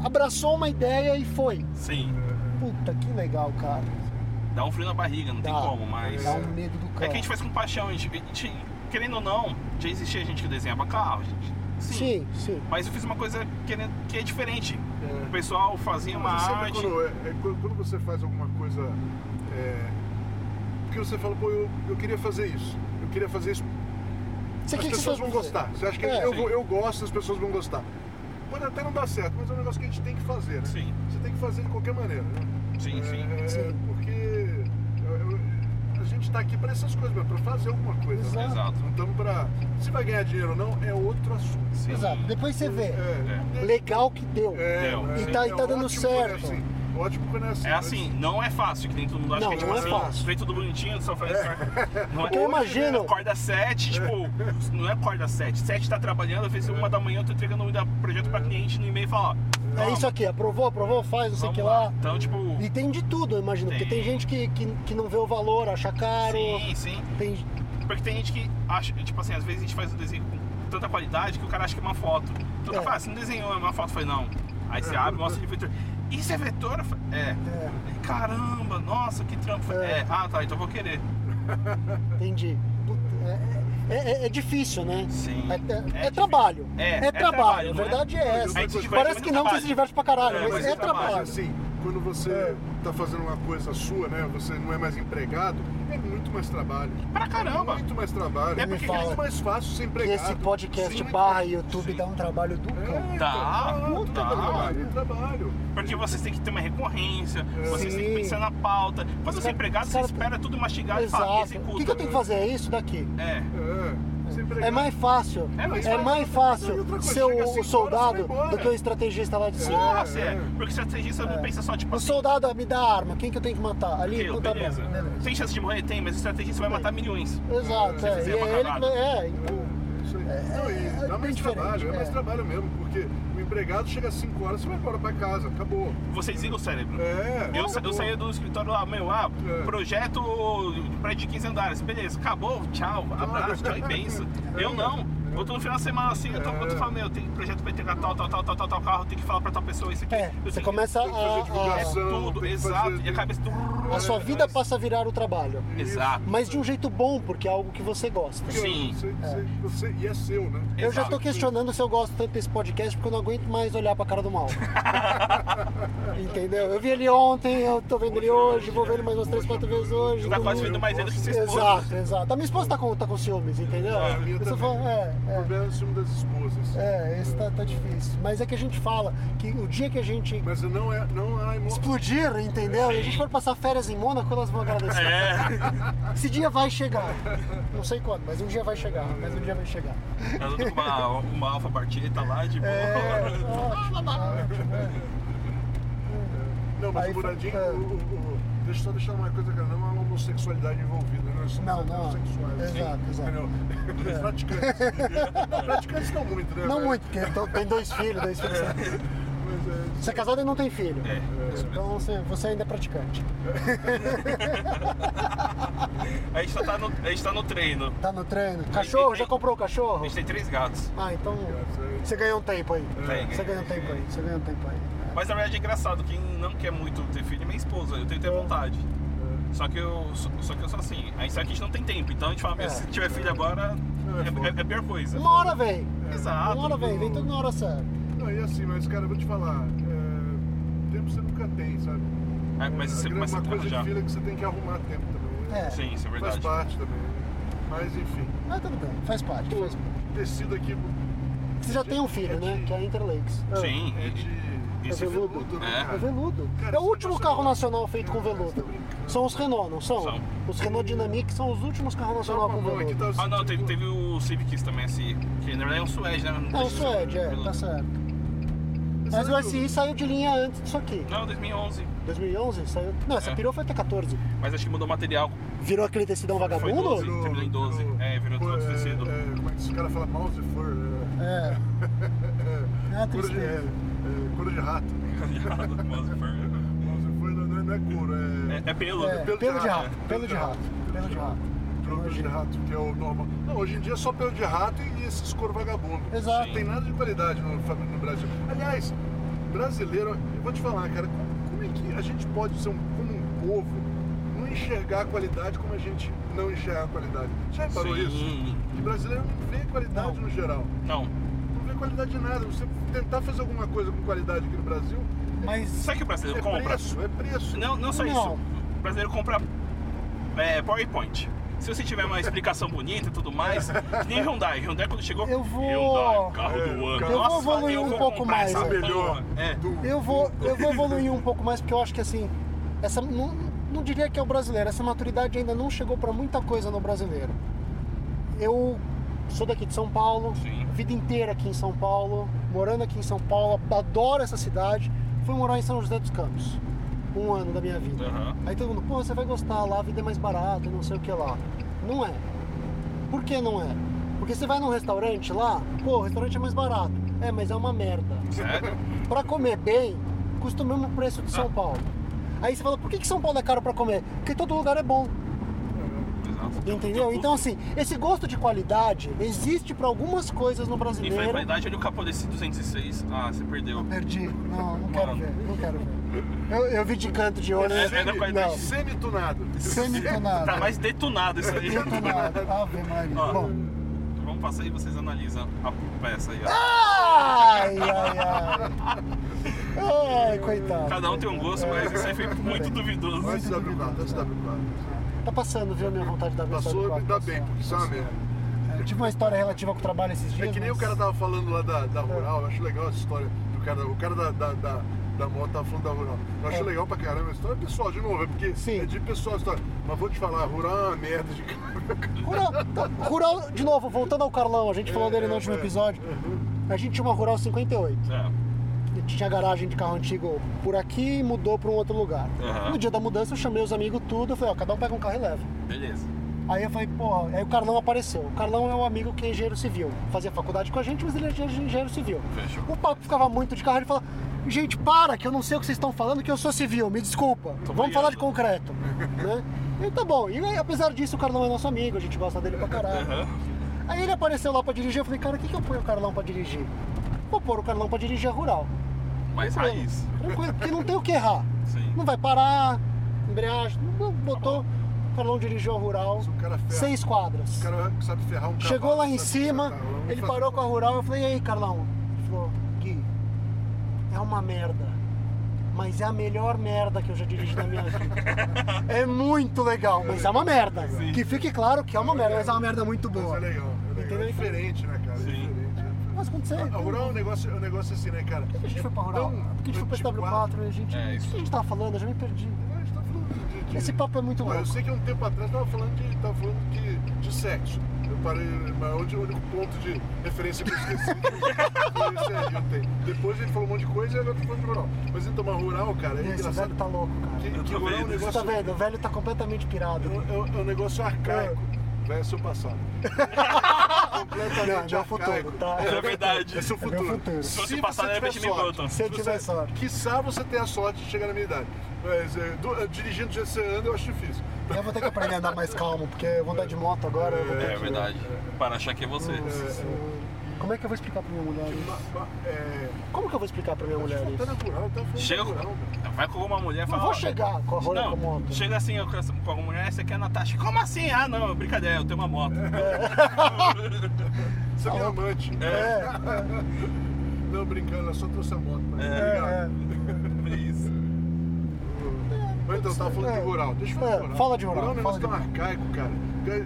[SPEAKER 3] abraçou uma ideia e foi.
[SPEAKER 4] Sim,
[SPEAKER 3] Puta, que legal, cara.
[SPEAKER 4] dá um frio na barriga, não tem
[SPEAKER 3] Dá.
[SPEAKER 4] como, mas.
[SPEAKER 3] Dá um medo do carro.
[SPEAKER 4] É que a gente faz com paixão, a gente, a gente- querendo ou não, já existia gente que desenhava carro, gente. Sim.
[SPEAKER 3] Sim, sim.
[SPEAKER 4] Mas eu fiz uma coisa querendo- que é diferente.
[SPEAKER 3] É.
[SPEAKER 4] O pessoal fazia uma
[SPEAKER 2] Mas sabe
[SPEAKER 4] arte.
[SPEAKER 2] Quando, é- é quando- quando você faz alguma coisa é, que você fala, pô, eu, eu queria fazer isso. Eu queria fazer isso.
[SPEAKER 3] Você
[SPEAKER 2] as
[SPEAKER 3] que que
[SPEAKER 2] pessoas
[SPEAKER 3] você
[SPEAKER 2] vão
[SPEAKER 3] vai fazer?
[SPEAKER 2] gostar. Você acha que
[SPEAKER 3] É.
[SPEAKER 2] eu, vou- eu gosto, as pessoas vão gostar. Pode até não dar certo, mas é um negócio que a gente tem que fazer, né?
[SPEAKER 4] Sim.
[SPEAKER 2] Você tem que fazer de qualquer maneira, né?
[SPEAKER 4] Sim, sim.
[SPEAKER 2] É,
[SPEAKER 3] Sim.
[SPEAKER 2] Porque eu- eu- a gente tá aqui pra essas coisas, pra fazer alguma coisa. né?
[SPEAKER 4] Exato.
[SPEAKER 2] Não estamos pra. Se vai ganhar dinheiro ou não, é outro assunto.
[SPEAKER 4] Sim.
[SPEAKER 3] Exato. Depois você vê.
[SPEAKER 2] É.
[SPEAKER 3] Legal que deu.
[SPEAKER 2] É,
[SPEAKER 4] Deu.
[SPEAKER 2] né?
[SPEAKER 4] E
[SPEAKER 3] tá- Então, e tá
[SPEAKER 2] É
[SPEAKER 3] dando
[SPEAKER 2] ótimo quando é
[SPEAKER 3] certo.
[SPEAKER 2] assim. Ótimo quando é assim.
[SPEAKER 4] É
[SPEAKER 2] né?
[SPEAKER 4] assim, não é fácil, que nem todo mundo acha
[SPEAKER 3] Não,
[SPEAKER 4] que é tipo
[SPEAKER 3] não é
[SPEAKER 4] assim,
[SPEAKER 3] fácil.
[SPEAKER 4] feito tudo bonitinho, só faz. Não é
[SPEAKER 3] Porque eu imagino-
[SPEAKER 4] Corda 7, tipo, não é corda 7. 7 tá trabalhando, eu fiz uma da manhã, eu tô entregando um da- projeto pra cliente no e-mail e fala, ó,
[SPEAKER 3] é
[SPEAKER 4] Toma.
[SPEAKER 3] isso aqui, aprovou, aprovou, faz, não sei o
[SPEAKER 4] Vamos
[SPEAKER 3] que lá.
[SPEAKER 4] Então, tipo.
[SPEAKER 3] E tem de tudo, eu imagino, porque
[SPEAKER 4] Tem.
[SPEAKER 3] tem gente que, que, que não vê o valor, acha caro.
[SPEAKER 4] Sim, sim.
[SPEAKER 3] Tem...
[SPEAKER 4] Porque tem gente que acha, tipo assim, às vezes a gente faz um desenho com tanta qualidade que o cara acha que é uma foto. Então
[SPEAKER 3] É.
[SPEAKER 4] cara fala, você não desenhou, é uma foto. Eu falei, não. Aí você abre, mostra de vetor. Isso é vetor? Eu falei, É.
[SPEAKER 3] É,
[SPEAKER 4] Caramba, nossa, que trampo. Eu falei,
[SPEAKER 3] É.
[SPEAKER 4] É. Ah, tá, então eu vou querer.
[SPEAKER 3] entendi. Puta, É, é- é- é difícil, né?
[SPEAKER 4] Sim.
[SPEAKER 3] É, é- é
[SPEAKER 4] difícil.
[SPEAKER 3] trabalho.
[SPEAKER 4] É, é trabalho,
[SPEAKER 3] trabalho. A
[SPEAKER 4] não é?
[SPEAKER 3] verdade é essa.
[SPEAKER 4] A gente se diverte
[SPEAKER 3] Parece
[SPEAKER 4] muito
[SPEAKER 3] que não,
[SPEAKER 4] trabalho.
[SPEAKER 3] você se diverte pra caralho,
[SPEAKER 4] É,
[SPEAKER 3] mas, é trabalho.
[SPEAKER 2] Mas assim, quando você tá fazendo uma coisa sua, né? Você não é mais empregado, é muito mais trabalho.
[SPEAKER 4] Pra caramba.
[SPEAKER 2] Muito mais trabalho.
[SPEAKER 4] É
[SPEAKER 2] É
[SPEAKER 4] porque
[SPEAKER 2] muito
[SPEAKER 3] fala
[SPEAKER 2] mais fácil ser
[SPEAKER 3] E
[SPEAKER 2] empregado.
[SPEAKER 3] esse podcast
[SPEAKER 2] Sim,
[SPEAKER 3] barra YouTube
[SPEAKER 4] Sim.
[SPEAKER 3] dá um trabalho do
[SPEAKER 2] É,
[SPEAKER 3] cão.
[SPEAKER 2] então,
[SPEAKER 4] Tá,
[SPEAKER 2] muito
[SPEAKER 4] tá.
[SPEAKER 2] trabalho, trabalho.
[SPEAKER 4] Porque vocês têm que ter uma recorrência, vocês têm que
[SPEAKER 3] Sim.
[SPEAKER 4] pensar na pauta. Quando você é
[SPEAKER 3] Cara,
[SPEAKER 4] empregado, você
[SPEAKER 3] É. cara,
[SPEAKER 4] espera tudo mastigado e fala,
[SPEAKER 3] Exato.
[SPEAKER 4] executa. né?
[SPEAKER 3] O que, que eu tenho que fazer? É isso daqui.
[SPEAKER 4] É.
[SPEAKER 2] É, ser empregado.
[SPEAKER 3] É mais fácil.
[SPEAKER 4] É mais
[SPEAKER 3] É
[SPEAKER 4] fácil.
[SPEAKER 3] mais
[SPEAKER 2] E
[SPEAKER 3] fácil
[SPEAKER 2] outra coisa,
[SPEAKER 3] ser
[SPEAKER 2] chega às cinco
[SPEAKER 3] o, o soldado
[SPEAKER 2] horas, você vai
[SPEAKER 3] do
[SPEAKER 2] embora.
[SPEAKER 3] que o estrategista lá de cima.
[SPEAKER 4] Porra, você é.
[SPEAKER 2] é.
[SPEAKER 4] Porque o estrategista não pensa só, tipo
[SPEAKER 3] O
[SPEAKER 4] assim,
[SPEAKER 3] soldado ah, me dá arma, quem que eu tenho que matar? Ali,
[SPEAKER 4] aquilo,
[SPEAKER 3] não tá bom.
[SPEAKER 4] beleza. Tem chance de morrer? Tem, mas o estrategista vai matar milhões.
[SPEAKER 3] Exato,
[SPEAKER 4] Você
[SPEAKER 3] é.
[SPEAKER 4] fizer
[SPEAKER 3] E
[SPEAKER 4] uma
[SPEAKER 3] é ele que.
[SPEAKER 4] cagada.
[SPEAKER 3] É, então.
[SPEAKER 2] Isso aí. Não, e
[SPEAKER 3] é
[SPEAKER 2] dá
[SPEAKER 3] bem
[SPEAKER 2] mais
[SPEAKER 3] diferente,
[SPEAKER 2] trabalho, é mais
[SPEAKER 3] é.
[SPEAKER 2] trabalho mesmo, porque o empregado chega às 5 horas, você vai embora pra casa, acabou.
[SPEAKER 4] Você desliga o cérebro.
[SPEAKER 2] É,
[SPEAKER 4] Eu, sa- eu
[SPEAKER 2] acabou.
[SPEAKER 4] saí do escritório lá, meu, ah,
[SPEAKER 2] É.
[SPEAKER 4] projeto de prédio de 15 andares, beleza, acabou, tchau, abraço, tchau e benção. Eu não,
[SPEAKER 3] É.
[SPEAKER 4] eu tô no final de semana assim, eu tô, eu tô falando, meu, tem projeto pra entregar tal, tal, tal, tal, tal, tal carro, tem que falar pra tal pessoa isso aqui.
[SPEAKER 3] É,
[SPEAKER 4] eu tenho
[SPEAKER 3] você
[SPEAKER 4] que-
[SPEAKER 3] começa
[SPEAKER 2] tem que fazer
[SPEAKER 3] a.
[SPEAKER 4] É
[SPEAKER 3] a-
[SPEAKER 2] divulgação.
[SPEAKER 4] tudo,
[SPEAKER 2] tem que
[SPEAKER 4] exato,
[SPEAKER 2] fazer-
[SPEAKER 4] e a cabeça...
[SPEAKER 3] A sua vida passa a virar o trabalho.
[SPEAKER 4] Exato.
[SPEAKER 3] Mas de um jeito bom, porque é algo que você gosta.
[SPEAKER 4] Sim.
[SPEAKER 2] Você- você- você- e é seu, né?
[SPEAKER 3] Eu já
[SPEAKER 4] Exato.
[SPEAKER 3] tô questionando se eu gosto tanto desse podcast, porque eu não aguento mais olhar pra cara do mal. Entendeu? Eu vi ele ontem, eu tô vendo ele hoje, vou ver ele mais umas três, quatro vezes hoje.
[SPEAKER 4] Você tá quase
[SPEAKER 3] domingo.
[SPEAKER 4] vendo mais ele que sua esposa. Ah,
[SPEAKER 3] Exato, exato. A minha esposa tá com, tá com ciúmes, entendeu?
[SPEAKER 2] É, a minha
[SPEAKER 3] Eu tô
[SPEAKER 2] também.
[SPEAKER 3] falando, é,
[SPEAKER 2] O
[SPEAKER 3] é.
[SPEAKER 2] problema é o ciúme das esposas.
[SPEAKER 3] É, esse tá, tá difícil. Mas é que a gente fala que o dia que a gente
[SPEAKER 2] Mas não é. Não é emo...
[SPEAKER 3] explodir, entendeu? E a gente for passar férias em Mônaco, elas vão agradecer.
[SPEAKER 4] É,
[SPEAKER 3] Esse dia vai chegar. Não sei quando, mas um dia vai chegar. Mas um dia vai chegar.
[SPEAKER 4] eu tô tá com uma, uma alfa partida tá lá, de boa.
[SPEAKER 3] Ótimo, ótimo, é.
[SPEAKER 2] Não, mas
[SPEAKER 3] Aí
[SPEAKER 2] o Muradinho.
[SPEAKER 3] fica-
[SPEAKER 2] o- o- o- Deixa eu só deixar uma coisa, cara. Não há homossexualidade envolvida. Nós somos
[SPEAKER 3] Não, não.
[SPEAKER 2] homossexuais.
[SPEAKER 3] Exato, exato. É.
[SPEAKER 2] Entendeu? Praticantes. Praticantes não muito, né?
[SPEAKER 3] Não
[SPEAKER 2] Mas-
[SPEAKER 3] muito, porque então tem dois filhos, dois filhos.
[SPEAKER 2] Mas é.
[SPEAKER 3] Você é casado e não tem filho.
[SPEAKER 4] É, isso mesmo.
[SPEAKER 3] Então você, você ainda é praticante.
[SPEAKER 4] A gente, só tá no, a gente tá no treino.
[SPEAKER 3] Tá no treino. Cachorro? Já comprou o
[SPEAKER 4] A
[SPEAKER 3] cachorro?
[SPEAKER 4] gente tem três gatos.
[SPEAKER 3] Ah, então.
[SPEAKER 2] é,
[SPEAKER 3] Você ganhou um tempo aí.
[SPEAKER 4] Tem.
[SPEAKER 3] Você ganhou um tempo aí. Você ganhou um tempo aí.
[SPEAKER 4] Mas na verdade é engraçado, quem não quer muito ter filho é minha esposa, eu tenho que ter vontade.
[SPEAKER 2] É.
[SPEAKER 4] Só que eu só, só que eu sou assim, a gente sabe que a gente não tem tempo, então a gente fala, meu,
[SPEAKER 3] É.
[SPEAKER 4] se tiver filho agora, é, é, é a pior coisa.
[SPEAKER 3] Uma hora vem.
[SPEAKER 4] Exato.
[SPEAKER 3] Uma hora vem, vem tudo na hora certa.
[SPEAKER 2] Não, e assim, mas cara, eu vou te falar, é, tempo você nunca tem, sabe?
[SPEAKER 4] É, mas
[SPEAKER 2] É,
[SPEAKER 4] você
[SPEAKER 2] grande-
[SPEAKER 4] começa a
[SPEAKER 2] uma coisa de
[SPEAKER 4] arranjar.
[SPEAKER 2] fila que você tem que arrumar tempo também. né?
[SPEAKER 3] É.
[SPEAKER 4] Sim, isso é
[SPEAKER 2] Faz
[SPEAKER 4] verdade.
[SPEAKER 2] parte também. né? Mas enfim,
[SPEAKER 3] Mas tudo bem, faz parte. Faz parte.
[SPEAKER 2] tecido aqui
[SPEAKER 3] Você já tem um filho, né? Que é a Interlakes. Ah,
[SPEAKER 4] Sim,
[SPEAKER 2] é de.
[SPEAKER 4] e, e
[SPEAKER 3] É
[SPEAKER 4] se
[SPEAKER 3] veludo.
[SPEAKER 2] veludo, né,
[SPEAKER 4] É.
[SPEAKER 3] É
[SPEAKER 2] cara?
[SPEAKER 3] veludo.
[SPEAKER 2] Cara,
[SPEAKER 3] É o
[SPEAKER 2] esse
[SPEAKER 3] último
[SPEAKER 2] negócio
[SPEAKER 3] carro
[SPEAKER 2] é-
[SPEAKER 3] nacional feito com veludo. São os Renault, não são?
[SPEAKER 4] São.
[SPEAKER 3] Os Renault Dynamic são os últimos carros
[SPEAKER 2] Dá uma
[SPEAKER 3] nacional com
[SPEAKER 2] mão aqui, tá
[SPEAKER 3] veludo.
[SPEAKER 2] o
[SPEAKER 4] Ah não,
[SPEAKER 2] sentido-
[SPEAKER 4] teve, teve o Civics também, assim, que na verdade é um suede, né?
[SPEAKER 3] É um suede, é, tá certo. Mas assim, o
[SPEAKER 2] Sabe
[SPEAKER 3] SI saiu de linha antes disso aqui.
[SPEAKER 4] Não, 2011.
[SPEAKER 3] 2011 saiu. Não, essa
[SPEAKER 4] É.
[SPEAKER 3] pirou foi até 14.
[SPEAKER 4] Mas acho que mudou o material.
[SPEAKER 3] Virou aquele tecidão
[SPEAKER 4] Foi
[SPEAKER 3] vagabundo?
[SPEAKER 4] 12, terminou em 12. É, virou todo
[SPEAKER 2] é,
[SPEAKER 4] tecido.
[SPEAKER 2] é, como é que os caras falam? Mouse fur. né?
[SPEAKER 3] É. É uma
[SPEAKER 2] Couro de, é,
[SPEAKER 3] tristeza.
[SPEAKER 2] é, couro de rato. Mouse fur não é, não é couro, é.
[SPEAKER 4] É, é pelo.
[SPEAKER 3] É,
[SPEAKER 4] né?
[SPEAKER 2] pelo
[SPEAKER 3] pelo
[SPEAKER 2] de
[SPEAKER 3] de
[SPEAKER 2] rato,
[SPEAKER 3] rato,
[SPEAKER 2] é.
[SPEAKER 3] pelo de rato, pelo de rato.
[SPEAKER 2] Pelo de rato, que é o normal. Não, hoje em dia é só pelo de rato e esses couro vagabundo.
[SPEAKER 3] Exato.
[SPEAKER 2] Não tem nada de qualidade no, fa- no Brasil. Aliás, brasileiro, eu vou te falar, cara, como, como é que a gente pode ser um, como um povo não enxergar a qualidade como a gente não enxerga a qualidade? Já reparou
[SPEAKER 4] Sim.
[SPEAKER 2] isso? Que brasileiro não vê qualidade
[SPEAKER 3] Não.
[SPEAKER 2] no geral.
[SPEAKER 4] Não.
[SPEAKER 2] Não vê qualidade de nada. Você tentar fazer alguma coisa com qualidade aqui no Brasil
[SPEAKER 3] Mas.
[SPEAKER 4] Sabe que o brasileiro
[SPEAKER 2] é
[SPEAKER 4] compra?
[SPEAKER 2] preço, é preço.
[SPEAKER 4] Não, não só
[SPEAKER 3] Não.
[SPEAKER 4] isso. O brasileiro compra é, PowerPoint. Se você tiver uma explicação bonita e tudo mais, que nem Hyundai. Hyundai quando chegou.
[SPEAKER 3] Eu vou-
[SPEAKER 4] Hyundai, carro
[SPEAKER 2] É,
[SPEAKER 4] do ano.
[SPEAKER 2] eu
[SPEAKER 4] Nossa,
[SPEAKER 2] vou
[SPEAKER 3] evoluir um pouco
[SPEAKER 4] comprar
[SPEAKER 3] mais,
[SPEAKER 4] essa
[SPEAKER 3] é.
[SPEAKER 4] porra.
[SPEAKER 2] Melhor.
[SPEAKER 4] É.
[SPEAKER 2] Do-
[SPEAKER 3] Eu vou, eu vou evoluir um pouco mais, porque eu acho que assim. Essa, não, não diria que é o brasileiro, essa maturidade ainda não chegou pra muita coisa no brasileiro. Eu sou daqui de São Paulo,
[SPEAKER 4] Sim.
[SPEAKER 3] vida inteira aqui em São Paulo, morando aqui em São Paulo, adoro essa cidade. Fui morar em São José dos Campos, um ano da minha vida.
[SPEAKER 4] Aham.
[SPEAKER 3] Aí todo mundo, pô, você vai gostar lá, a vida é mais barata, não sei o que lá. Não é. Por que não é? Porque você vai num restaurante lá, pô, o restaurante é mais barato. É, mas é uma merda.
[SPEAKER 4] Sério?
[SPEAKER 3] Pra comer bem, custa o mesmo preço de
[SPEAKER 4] Ah.
[SPEAKER 3] São Paulo. Aí você fala, por que, que São Paulo é caro pra comer? Porque todo lugar é bom,
[SPEAKER 4] Exato. Tipo,
[SPEAKER 3] entendeu? Então, assim, esse gosto de qualidade existe pra algumas coisas no
[SPEAKER 4] E foi
[SPEAKER 3] brasileiro.
[SPEAKER 4] qualidade, olha o capô desse 206. Ah, você perdeu.
[SPEAKER 3] Perdi. Não, não quero ver, não quero ver. Eu, eu vi de canto de olho.
[SPEAKER 4] É, é na qualidade.
[SPEAKER 3] não.
[SPEAKER 2] Semitonado.
[SPEAKER 3] Semitonado.
[SPEAKER 4] Tá mais detonado isso aí.
[SPEAKER 3] Detonado. Ave Maria.
[SPEAKER 4] Ó.
[SPEAKER 3] Bom.
[SPEAKER 4] Vamos passar aí, vocês analisam a peça aí, ó.
[SPEAKER 3] Ai, ai, ai. Ai, coitado.
[SPEAKER 4] Cada um tem um gosto, mas isso aí foi muito duvidoso.
[SPEAKER 3] É.
[SPEAKER 2] Vai se abrir lá, vai se abrir lá.
[SPEAKER 3] Tá passando, viu, a minha vontade de dar mensagem
[SPEAKER 2] Passou,
[SPEAKER 3] pra-
[SPEAKER 2] me dá bem, porque isso é uma merda.
[SPEAKER 3] Eu tive uma história relativa com o trabalho esses dias.
[SPEAKER 2] É que nem o
[SPEAKER 3] mas-
[SPEAKER 2] cara tava falando lá da,
[SPEAKER 3] É.
[SPEAKER 2] da rural, eu acho legal essa história do cara. O cara da, da, da, da moto tava falando da rural. Eu acho
[SPEAKER 3] É.
[SPEAKER 2] legal pra caramba a história pessoal, de novo, é porque
[SPEAKER 3] Sim.
[SPEAKER 2] é de pessoal a história. Mas vou te falar, rural é uma merda de cara.
[SPEAKER 3] Rural, tá, rural, de novo, voltando ao Carlão, a gente falou dele no último episódio. A gente tinha uma Rural 58.
[SPEAKER 4] É.
[SPEAKER 3] A gente tinha garagem de carro antigo por aqui e mudou pra um outro lugar.
[SPEAKER 4] Aham.
[SPEAKER 3] No dia da mudança, eu chamei os amigos tudo. Eu falei, ó, cada um pega um carro e leva.
[SPEAKER 4] Beleza.
[SPEAKER 3] Aí eu falei, porra, aí o Carlão apareceu. O Carlão é um amigo que é engenheiro civil. Fazia faculdade com a gente, mas ele é engenheiro- engenheiro civil.
[SPEAKER 4] Fechou.
[SPEAKER 3] O papo ficava muito de carro, ele falava, gente, para, que eu não sei o que vocês estão falando, que eu sou civil, me desculpa. Vamos
[SPEAKER 4] brigando.
[SPEAKER 3] falar de concreto. né? E tá bom. E aí, apesar disso, o Carlão é nosso amigo, a gente gosta dele pra caralho. Aí ele apareceu lá pra dirigir, eu falei, cara, o que, que eu ponho o Carlão pra dirigir? Vou pôr o Carlão pra dirigir a rural.
[SPEAKER 4] Mas raiz.
[SPEAKER 3] Tranquilo, porque não tem o que errar.
[SPEAKER 4] Sim.
[SPEAKER 3] Não vai parar, embreagem, não botou. O Carlão dirigiu a rural,
[SPEAKER 2] O cara ferra-
[SPEAKER 3] seis quadras.
[SPEAKER 2] O cara sabe ferrar um
[SPEAKER 3] Chegou
[SPEAKER 2] cavalo,
[SPEAKER 3] lá em
[SPEAKER 2] sabe
[SPEAKER 3] cima,
[SPEAKER 2] ferrar um cavalo,
[SPEAKER 3] ele
[SPEAKER 2] faz-
[SPEAKER 3] parou com a rural, eu falei, e aí, Carlão? Ele falou, Gui, é uma merda. Mas é a melhor merda que eu já dirigi na minha vida. é muito legal, mas é uma merda. Que fique claro que é uma merda, mas é uma merda muito
[SPEAKER 2] Mas
[SPEAKER 3] boa.
[SPEAKER 2] é legal, é legal.
[SPEAKER 3] Entendeu?
[SPEAKER 2] É diferente, né, cara? É
[SPEAKER 4] Sim.
[SPEAKER 2] diferente. né?
[SPEAKER 3] Mas quando você.
[SPEAKER 2] A rural é um negócio, é um negócio assim, né, cara?
[SPEAKER 3] Por que a gente foi pra rural?
[SPEAKER 2] Tão
[SPEAKER 3] Por que a gente foi
[SPEAKER 2] tipo
[SPEAKER 3] pra
[SPEAKER 2] antiquado.
[SPEAKER 3] SW4? A gente...
[SPEAKER 4] É,
[SPEAKER 3] O
[SPEAKER 4] isso.
[SPEAKER 3] que a gente tava falando? Eu já me perdi.
[SPEAKER 2] A gente tá falando de- de-
[SPEAKER 3] Esse papo é muito
[SPEAKER 2] Não, eu
[SPEAKER 3] louco.
[SPEAKER 2] sei que há um tempo atrás tava falando de, tava falando de, de sexo. Eu parei, mas onde é o único ponto de referência que eu esqueci? Foi isso aí, eu tenho. Depois ele falou um monte de coisa e agora tá falando de rural. Mas então, mas rural, cara, é
[SPEAKER 3] Esse velho
[SPEAKER 2] engraçado.
[SPEAKER 3] tá louco,
[SPEAKER 2] Que,
[SPEAKER 3] cara.
[SPEAKER 2] que
[SPEAKER 4] Eu tô
[SPEAKER 2] rural é um
[SPEAKER 4] vendo.
[SPEAKER 3] Você tá
[SPEAKER 2] negócio, é,
[SPEAKER 3] vendo? O velho tá completamente pirado.
[SPEAKER 2] um- é um negócio arcaico. Vai é seu passado.
[SPEAKER 3] Não,
[SPEAKER 2] Completamente
[SPEAKER 3] já é o futuro,
[SPEAKER 2] arcaico.
[SPEAKER 3] tá?
[SPEAKER 4] É verdade.
[SPEAKER 2] É seu
[SPEAKER 3] meu
[SPEAKER 2] futuro.
[SPEAKER 3] futuro.
[SPEAKER 4] Se fosse
[SPEAKER 2] você
[SPEAKER 4] passado, era
[SPEAKER 2] tiver
[SPEAKER 4] investimento em
[SPEAKER 2] sorte.
[SPEAKER 4] Button.
[SPEAKER 3] Se eu tiver sorte.
[SPEAKER 2] Quiçá você tenha a sorte de chegar na minha idade. Mas é, do- eh, dirigindo do jeito que você anda, eu acho difícil.
[SPEAKER 3] Eu vou ter que aprender a andar mais calmo, porque eu vou andar de moto agora. eu vou ter
[SPEAKER 4] É
[SPEAKER 3] que-
[SPEAKER 4] verdade. Para achar que é você.
[SPEAKER 3] Como é que eu vou explicar pra minha mulher
[SPEAKER 2] Ba-
[SPEAKER 3] isso?
[SPEAKER 2] ba- É,
[SPEAKER 3] Como que eu vou explicar pra minha mulher
[SPEAKER 2] Tá
[SPEAKER 3] isso?
[SPEAKER 2] na rural, tá falando
[SPEAKER 4] Chega
[SPEAKER 2] de rural, cara.
[SPEAKER 4] com. Vai com alguma mulher e
[SPEAKER 3] Não
[SPEAKER 4] fala.
[SPEAKER 3] vou
[SPEAKER 4] ó,
[SPEAKER 3] chegar com a rola com a moto.
[SPEAKER 4] Não, chega assim com essa- com alguma mulher, você quer a Natasha. Como assim? Ah, não, brincadeira, eu tenho uma moto.
[SPEAKER 2] Você é minha amante.
[SPEAKER 3] é,
[SPEAKER 2] Não, brincando, eu só trouxe a moto. Mas, tá
[SPEAKER 3] É,
[SPEAKER 4] É isso.
[SPEAKER 2] mas então, tava falando
[SPEAKER 3] É.
[SPEAKER 2] de rural. Deixa eu falar
[SPEAKER 3] É, fala de rural,
[SPEAKER 2] Rural é um negócio tão
[SPEAKER 3] fala
[SPEAKER 2] arcaico, cara.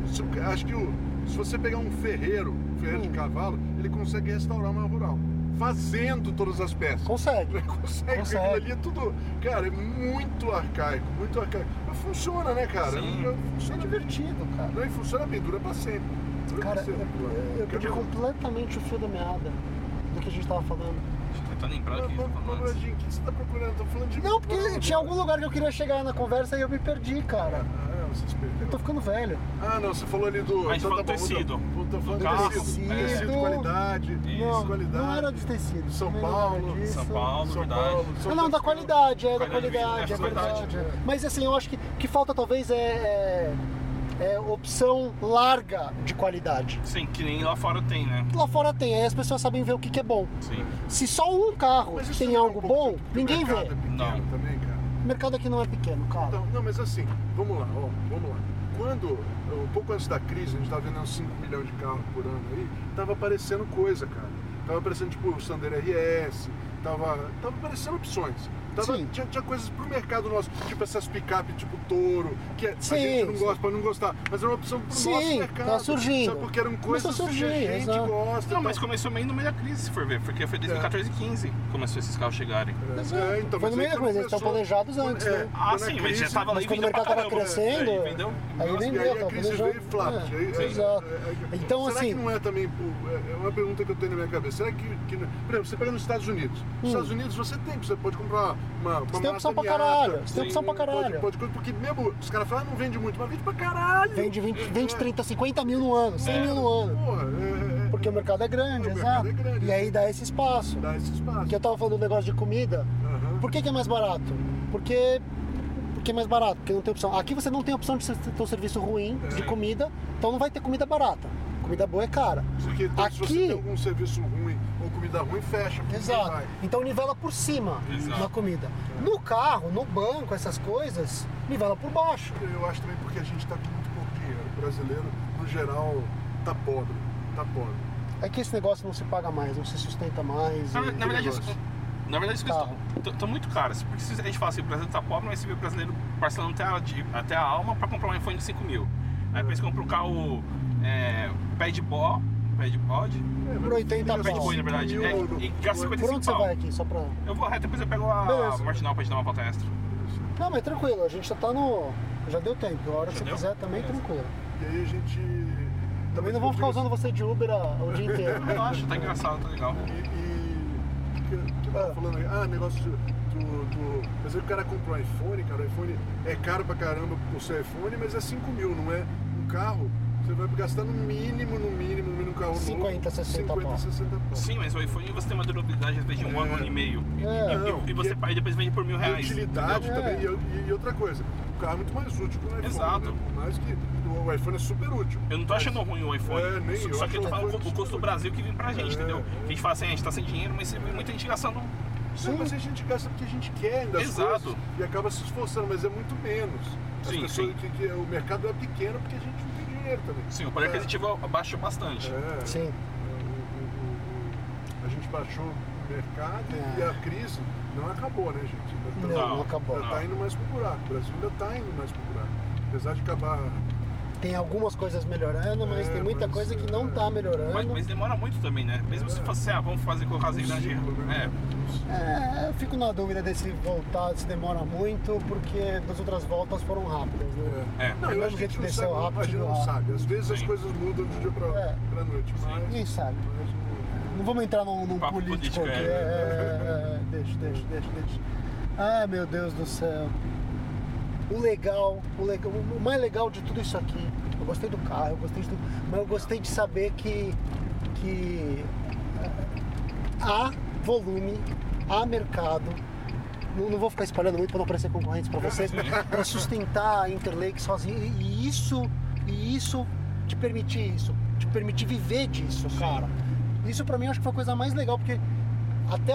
[SPEAKER 2] Se- Acho que o- se você pegar um ferreiro, um ferreiro de
[SPEAKER 3] Hum.
[SPEAKER 2] cavalo, ele consegue restaurar uma rural. Fazendo todas as peças.
[SPEAKER 3] é. Consegue.
[SPEAKER 2] Ele consegue, porque
[SPEAKER 3] Consegue.
[SPEAKER 2] aquilo ali é tudo. Cara, é muito arcaico, muito arcaico. Mas funciona, né, cara?
[SPEAKER 4] Sim.
[SPEAKER 2] Não,
[SPEAKER 3] Isso é
[SPEAKER 2] Funciona bem.
[SPEAKER 3] divertido, cara.
[SPEAKER 2] Não, e funciona bem, dura pra sempre. Dura
[SPEAKER 3] Cara,
[SPEAKER 2] pra sempre.
[SPEAKER 3] eu, eu perdi completamente o fio da meada do que a gente tava falando.
[SPEAKER 4] Deixa eu tentar lembrar
[SPEAKER 2] Mas,
[SPEAKER 4] aqui.
[SPEAKER 2] mas,
[SPEAKER 4] tá falando
[SPEAKER 2] mas,
[SPEAKER 4] assim.
[SPEAKER 2] Jim, o que você tá procurando? Eu tô falando de.
[SPEAKER 3] Não, porque
[SPEAKER 2] rural,
[SPEAKER 3] tinha
[SPEAKER 2] cara.
[SPEAKER 3] algum lugar que eu queria chegar na conversa e eu me perdi, cara.
[SPEAKER 2] Ah, vocês perderam.
[SPEAKER 3] Eu tô ficando velho.
[SPEAKER 2] Ah, não, você falou ali do.
[SPEAKER 4] A gente falou
[SPEAKER 2] tá bom,
[SPEAKER 4] tecido.
[SPEAKER 2] Volta, volta,
[SPEAKER 4] Do
[SPEAKER 2] falando
[SPEAKER 4] carro.
[SPEAKER 2] do tecido.
[SPEAKER 3] É.
[SPEAKER 2] Tecido, qualidade.
[SPEAKER 4] Isso.
[SPEAKER 2] Não,
[SPEAKER 3] Não era
[SPEAKER 2] qualidade.
[SPEAKER 3] dos tecidos.
[SPEAKER 2] São
[SPEAKER 3] também não era
[SPEAKER 2] Paulo,
[SPEAKER 3] disso.
[SPEAKER 4] São Paulo,
[SPEAKER 2] São
[SPEAKER 4] verdade.
[SPEAKER 2] Paulo.
[SPEAKER 3] Ah, não, da qualidade, é da
[SPEAKER 4] Qualidade,
[SPEAKER 3] qualidade, é
[SPEAKER 4] é,
[SPEAKER 3] verdade.
[SPEAKER 4] qualidade,
[SPEAKER 2] é.
[SPEAKER 3] Mas assim, eu acho que o que falta talvez é, é- é opção larga de qualidade.
[SPEAKER 4] Sim, que nem lá fora tem, né?
[SPEAKER 3] Lá fora tem, aí as pessoas sabem ver o que, que é bom.
[SPEAKER 4] Sim.
[SPEAKER 3] Se só um carro
[SPEAKER 2] Mas isso
[SPEAKER 3] tem
[SPEAKER 2] não é um
[SPEAKER 3] algo
[SPEAKER 2] pouco
[SPEAKER 3] bom,
[SPEAKER 2] do- do
[SPEAKER 3] ninguém vê.
[SPEAKER 2] mercado É pequeno
[SPEAKER 4] Não.
[SPEAKER 2] também, cara.
[SPEAKER 3] O mercado aqui não é pequeno, cara.
[SPEAKER 2] Então, não, mas assim, vamos lá, ó, vamos lá. Quando, um pouco antes da crise, a gente tava vendendo 5 milhões de carros por ano aí, tava aparecendo coisa, cara. Tava aparecendo, tipo, o Sandero RS, tava, tava aparecendo opções. Tava,
[SPEAKER 3] Sim.
[SPEAKER 2] tinha, tinha coisas pro mercado nosso, tipo essas picape, tipo touro, que a
[SPEAKER 3] Sim.
[SPEAKER 2] gente não gosta pra não gostar, mas era uma opção pro
[SPEAKER 3] Sim,
[SPEAKER 2] nosso mercado.
[SPEAKER 3] tá surgindo.
[SPEAKER 2] Só porque eram coisas
[SPEAKER 3] Começou a
[SPEAKER 2] que
[SPEAKER 3] surgir,
[SPEAKER 2] a gente
[SPEAKER 3] exato.
[SPEAKER 2] gosta.
[SPEAKER 4] Não, mas
[SPEAKER 2] tá?
[SPEAKER 4] começou meio no meio da crise, se for ver, porque foi
[SPEAKER 3] É.
[SPEAKER 4] 2014 e 15 que começou esses carros chegarem.
[SPEAKER 2] É, então, mas
[SPEAKER 3] Foi no
[SPEAKER 2] aí
[SPEAKER 3] meio da
[SPEAKER 2] quando
[SPEAKER 3] coisa, eles estão
[SPEAKER 2] começou-
[SPEAKER 3] planejados antes,
[SPEAKER 2] É,
[SPEAKER 3] né?
[SPEAKER 4] Ah,
[SPEAKER 2] foi na
[SPEAKER 4] sim, mas já
[SPEAKER 2] crise,
[SPEAKER 4] tava lá
[SPEAKER 3] Mas
[SPEAKER 4] e
[SPEAKER 3] quando o
[SPEAKER 4] vendeu pra
[SPEAKER 3] mercado tava
[SPEAKER 4] caramba.
[SPEAKER 3] crescendo,
[SPEAKER 4] É, e vendeu.
[SPEAKER 3] aí
[SPEAKER 2] Nossa,
[SPEAKER 3] vendeu,
[SPEAKER 2] e aí a
[SPEAKER 3] tá
[SPEAKER 2] crise veio e flap.
[SPEAKER 3] planejado.
[SPEAKER 2] Aí-
[SPEAKER 3] É,
[SPEAKER 2] aí-
[SPEAKER 3] Exato.
[SPEAKER 2] aí-
[SPEAKER 3] Então,
[SPEAKER 2] será
[SPEAKER 3] assim-
[SPEAKER 2] que não é também. pô, É é uma pergunta que eu tenho na minha cabeça. Será que. que não- por exemplo, você pega nos Estados Unidos. Nos Estados Unidos você tem, você pode comprar uma. uma
[SPEAKER 3] Você tem opção Hum. pra
[SPEAKER 2] Mazda
[SPEAKER 3] caralho,
[SPEAKER 2] Miata,
[SPEAKER 3] você tem opção pra caralho.
[SPEAKER 2] Pode, pode, coisa, porque mesmo os caras falam, ah, não vende muito, mas vende pra caralho.
[SPEAKER 3] Vende 20, 20, 30, 50 mil no ano, 100 mil no ano.
[SPEAKER 2] Porra, é, é,
[SPEAKER 3] Porque o mercado é grande,
[SPEAKER 2] O
[SPEAKER 3] exato.
[SPEAKER 2] mercado é grande.
[SPEAKER 3] E aí dá esse espaço.
[SPEAKER 2] Dá esse espaço.
[SPEAKER 3] Porque é eu tava falando do negócio de comida.
[SPEAKER 2] Aham.
[SPEAKER 3] Por que, que é mais barato? Porque. Porque é mais barato, porque não tem opção. Aqui você não tem opção de ser- ter um serviço ruim
[SPEAKER 2] É.
[SPEAKER 3] de comida, então não vai ter comida barata. Comida boa é cara.
[SPEAKER 2] Porque então, se você
[SPEAKER 3] Aqui-
[SPEAKER 2] tem algum serviço ruim ou comida ruim, fecha. porque
[SPEAKER 3] Exato.
[SPEAKER 2] vai. É.
[SPEAKER 3] Então nivela por cima
[SPEAKER 4] Exato.
[SPEAKER 3] na comida. No carro, no banco, essas coisas, nivela por baixo.
[SPEAKER 2] Eu acho também porque a gente tá com muito pouco dinheiro. O brasileiro, no geral, tá pobre. Tá pobre.
[SPEAKER 3] É que esse negócio não se paga mais, não se sustenta mais.
[SPEAKER 2] Ah,
[SPEAKER 4] Na,
[SPEAKER 3] e-
[SPEAKER 4] na verdade, isso, na verdade, isso
[SPEAKER 2] Tá.
[SPEAKER 3] Carro.
[SPEAKER 4] estão muito caras. Porque se a gente fala assim, o brasileiro tá pobre, mas você vê o brasileiro parcelando até a, de- até a alma pra comprar um iPhone de 5 mil. Aí depois compra um carro é, pé de bó, pé de bode,
[SPEAKER 3] Por 80
[SPEAKER 4] pé de
[SPEAKER 3] pau.
[SPEAKER 4] boi, na verdade.
[SPEAKER 2] Mil
[SPEAKER 4] é,
[SPEAKER 2] euro.
[SPEAKER 4] e gasta
[SPEAKER 3] Por
[SPEAKER 4] 55
[SPEAKER 3] onde você vai
[SPEAKER 4] pau.
[SPEAKER 3] aqui? Só pra.
[SPEAKER 4] Eu vou reto, depois eu pego a
[SPEAKER 3] Beleza.
[SPEAKER 4] marginal pra gente dar uma pauta extra.
[SPEAKER 3] Não, mas tranquilo, a gente já tá no. Já deu tempo. A hora que
[SPEAKER 4] Já
[SPEAKER 3] você
[SPEAKER 4] deu?
[SPEAKER 3] quiser também,
[SPEAKER 4] Beleza.
[SPEAKER 3] tranquilo.
[SPEAKER 2] E aí a gente.
[SPEAKER 3] Também não vamos ficar usando você de Uber a- o dia inteiro.
[SPEAKER 4] Eu acho, tá engraçado, tá legal.
[SPEAKER 2] E. e... que- que eu tava
[SPEAKER 3] Ah.
[SPEAKER 2] falando aí? Ah, negócio do. do, do... Mas aí o cara comprou um iPhone, cara. O iPhone é caro pra caramba por ser iPhone, mas é 5 mil, não é? Um carro, você vai gastar no mínimo, no mínimo, no mínimo um carro novo,
[SPEAKER 3] 50, 60 pau.
[SPEAKER 2] 50, 60 pau.
[SPEAKER 4] Sim, mas o iPhone você tem uma durabilidade às vezes de um
[SPEAKER 2] É.
[SPEAKER 4] ano e meio. E-
[SPEAKER 3] É.
[SPEAKER 4] e- e, você paga e depois vende por mil
[SPEAKER 2] E
[SPEAKER 4] reais.
[SPEAKER 2] utilidade
[SPEAKER 3] entendeu?
[SPEAKER 2] também.
[SPEAKER 3] É.
[SPEAKER 2] E, eu- e outra coisa, o carro é muito mais útil que o iPhone.
[SPEAKER 4] Exato.
[SPEAKER 2] né? Por mais que o, o iPhone é super útil.
[SPEAKER 4] Eu não tô
[SPEAKER 2] Mas-
[SPEAKER 4] achando ruim o iPhone.
[SPEAKER 2] É, nem
[SPEAKER 4] só,
[SPEAKER 2] eu
[SPEAKER 4] só que
[SPEAKER 2] acho
[SPEAKER 4] eu
[SPEAKER 2] o
[SPEAKER 4] falo
[SPEAKER 2] iPhone
[SPEAKER 4] o, o custo do
[SPEAKER 2] super-
[SPEAKER 4] Brasil que vem pra gente,
[SPEAKER 2] É.
[SPEAKER 4] entendeu? Que a gente fala assim, a gente tá sem dinheiro, mas você vê muita gente gastando.
[SPEAKER 2] Sim, mas a gente gasta porque a gente quer ainda as
[SPEAKER 4] Exato.
[SPEAKER 2] coisas e acaba se esforçando, mas é muito menos. As
[SPEAKER 4] Sim,
[SPEAKER 2] pessoas
[SPEAKER 4] sim.
[SPEAKER 2] Que, que- o mercado é pequeno porque a gente não tem dinheiro também.
[SPEAKER 4] Sim, o poder
[SPEAKER 2] É.
[SPEAKER 4] aquisitivo baixou bastante.
[SPEAKER 2] É.
[SPEAKER 3] Sim.
[SPEAKER 2] O- o- o- A gente baixou o mercado e
[SPEAKER 3] É.
[SPEAKER 2] a crise não acabou, né, gente? Ainda
[SPEAKER 3] Não,
[SPEAKER 2] tá-
[SPEAKER 3] não acabou.
[SPEAKER 2] Ainda tá indo mais pro buraco. O Brasil ainda tá indo mais pro buraco. Apesar de acabar.
[SPEAKER 3] Tem algumas coisas melhorando, mas
[SPEAKER 2] É,
[SPEAKER 3] tem muita
[SPEAKER 2] mas,
[SPEAKER 3] coisa que não
[SPEAKER 2] é.
[SPEAKER 3] tá melhorando.
[SPEAKER 4] Mas, mas demora muito também, né? Mesmo se fosse, ah, vamos fazer colocar as
[SPEAKER 2] um
[SPEAKER 4] regras de.
[SPEAKER 2] ciclo, né?
[SPEAKER 4] É,
[SPEAKER 3] É, eu fico na dúvida desse voltar, se demora muito, porque das outras voltas foram rápidas, né?
[SPEAKER 4] é.
[SPEAKER 2] Não, eu acho que a gente não
[SPEAKER 3] Desceu
[SPEAKER 2] sabe,
[SPEAKER 3] rápido,
[SPEAKER 2] a gente não
[SPEAKER 3] lá.
[SPEAKER 2] sabe. Às vezes as
[SPEAKER 4] Sim.
[SPEAKER 2] coisas mudam de um dia pra,
[SPEAKER 3] É.
[SPEAKER 2] pra noite, mas...
[SPEAKER 3] Ninguém sabe.
[SPEAKER 2] mas o-
[SPEAKER 3] Não vamos entrar num, num
[SPEAKER 4] Papo
[SPEAKER 3] político
[SPEAKER 4] político,
[SPEAKER 3] aqui.
[SPEAKER 4] é.
[SPEAKER 3] É, é, é, é, deixa, deixa, deixa, deixa. Ah, meu Deus do céu. O legal, o legal, o mais legal de tudo isso aqui, eu gostei do carro, eu gostei de tudo, mas eu gostei de saber que, que eh, há volume, há mercado. Não, não vou ficar espalhando muito para não aparecer concorrentes para vocês, para sustentar a Interlake sozinho. E, e isso, e isso te permitir isso, te permitir viver disso, cara. Isso pra mim eu acho que foi a coisa mais legal, porque até,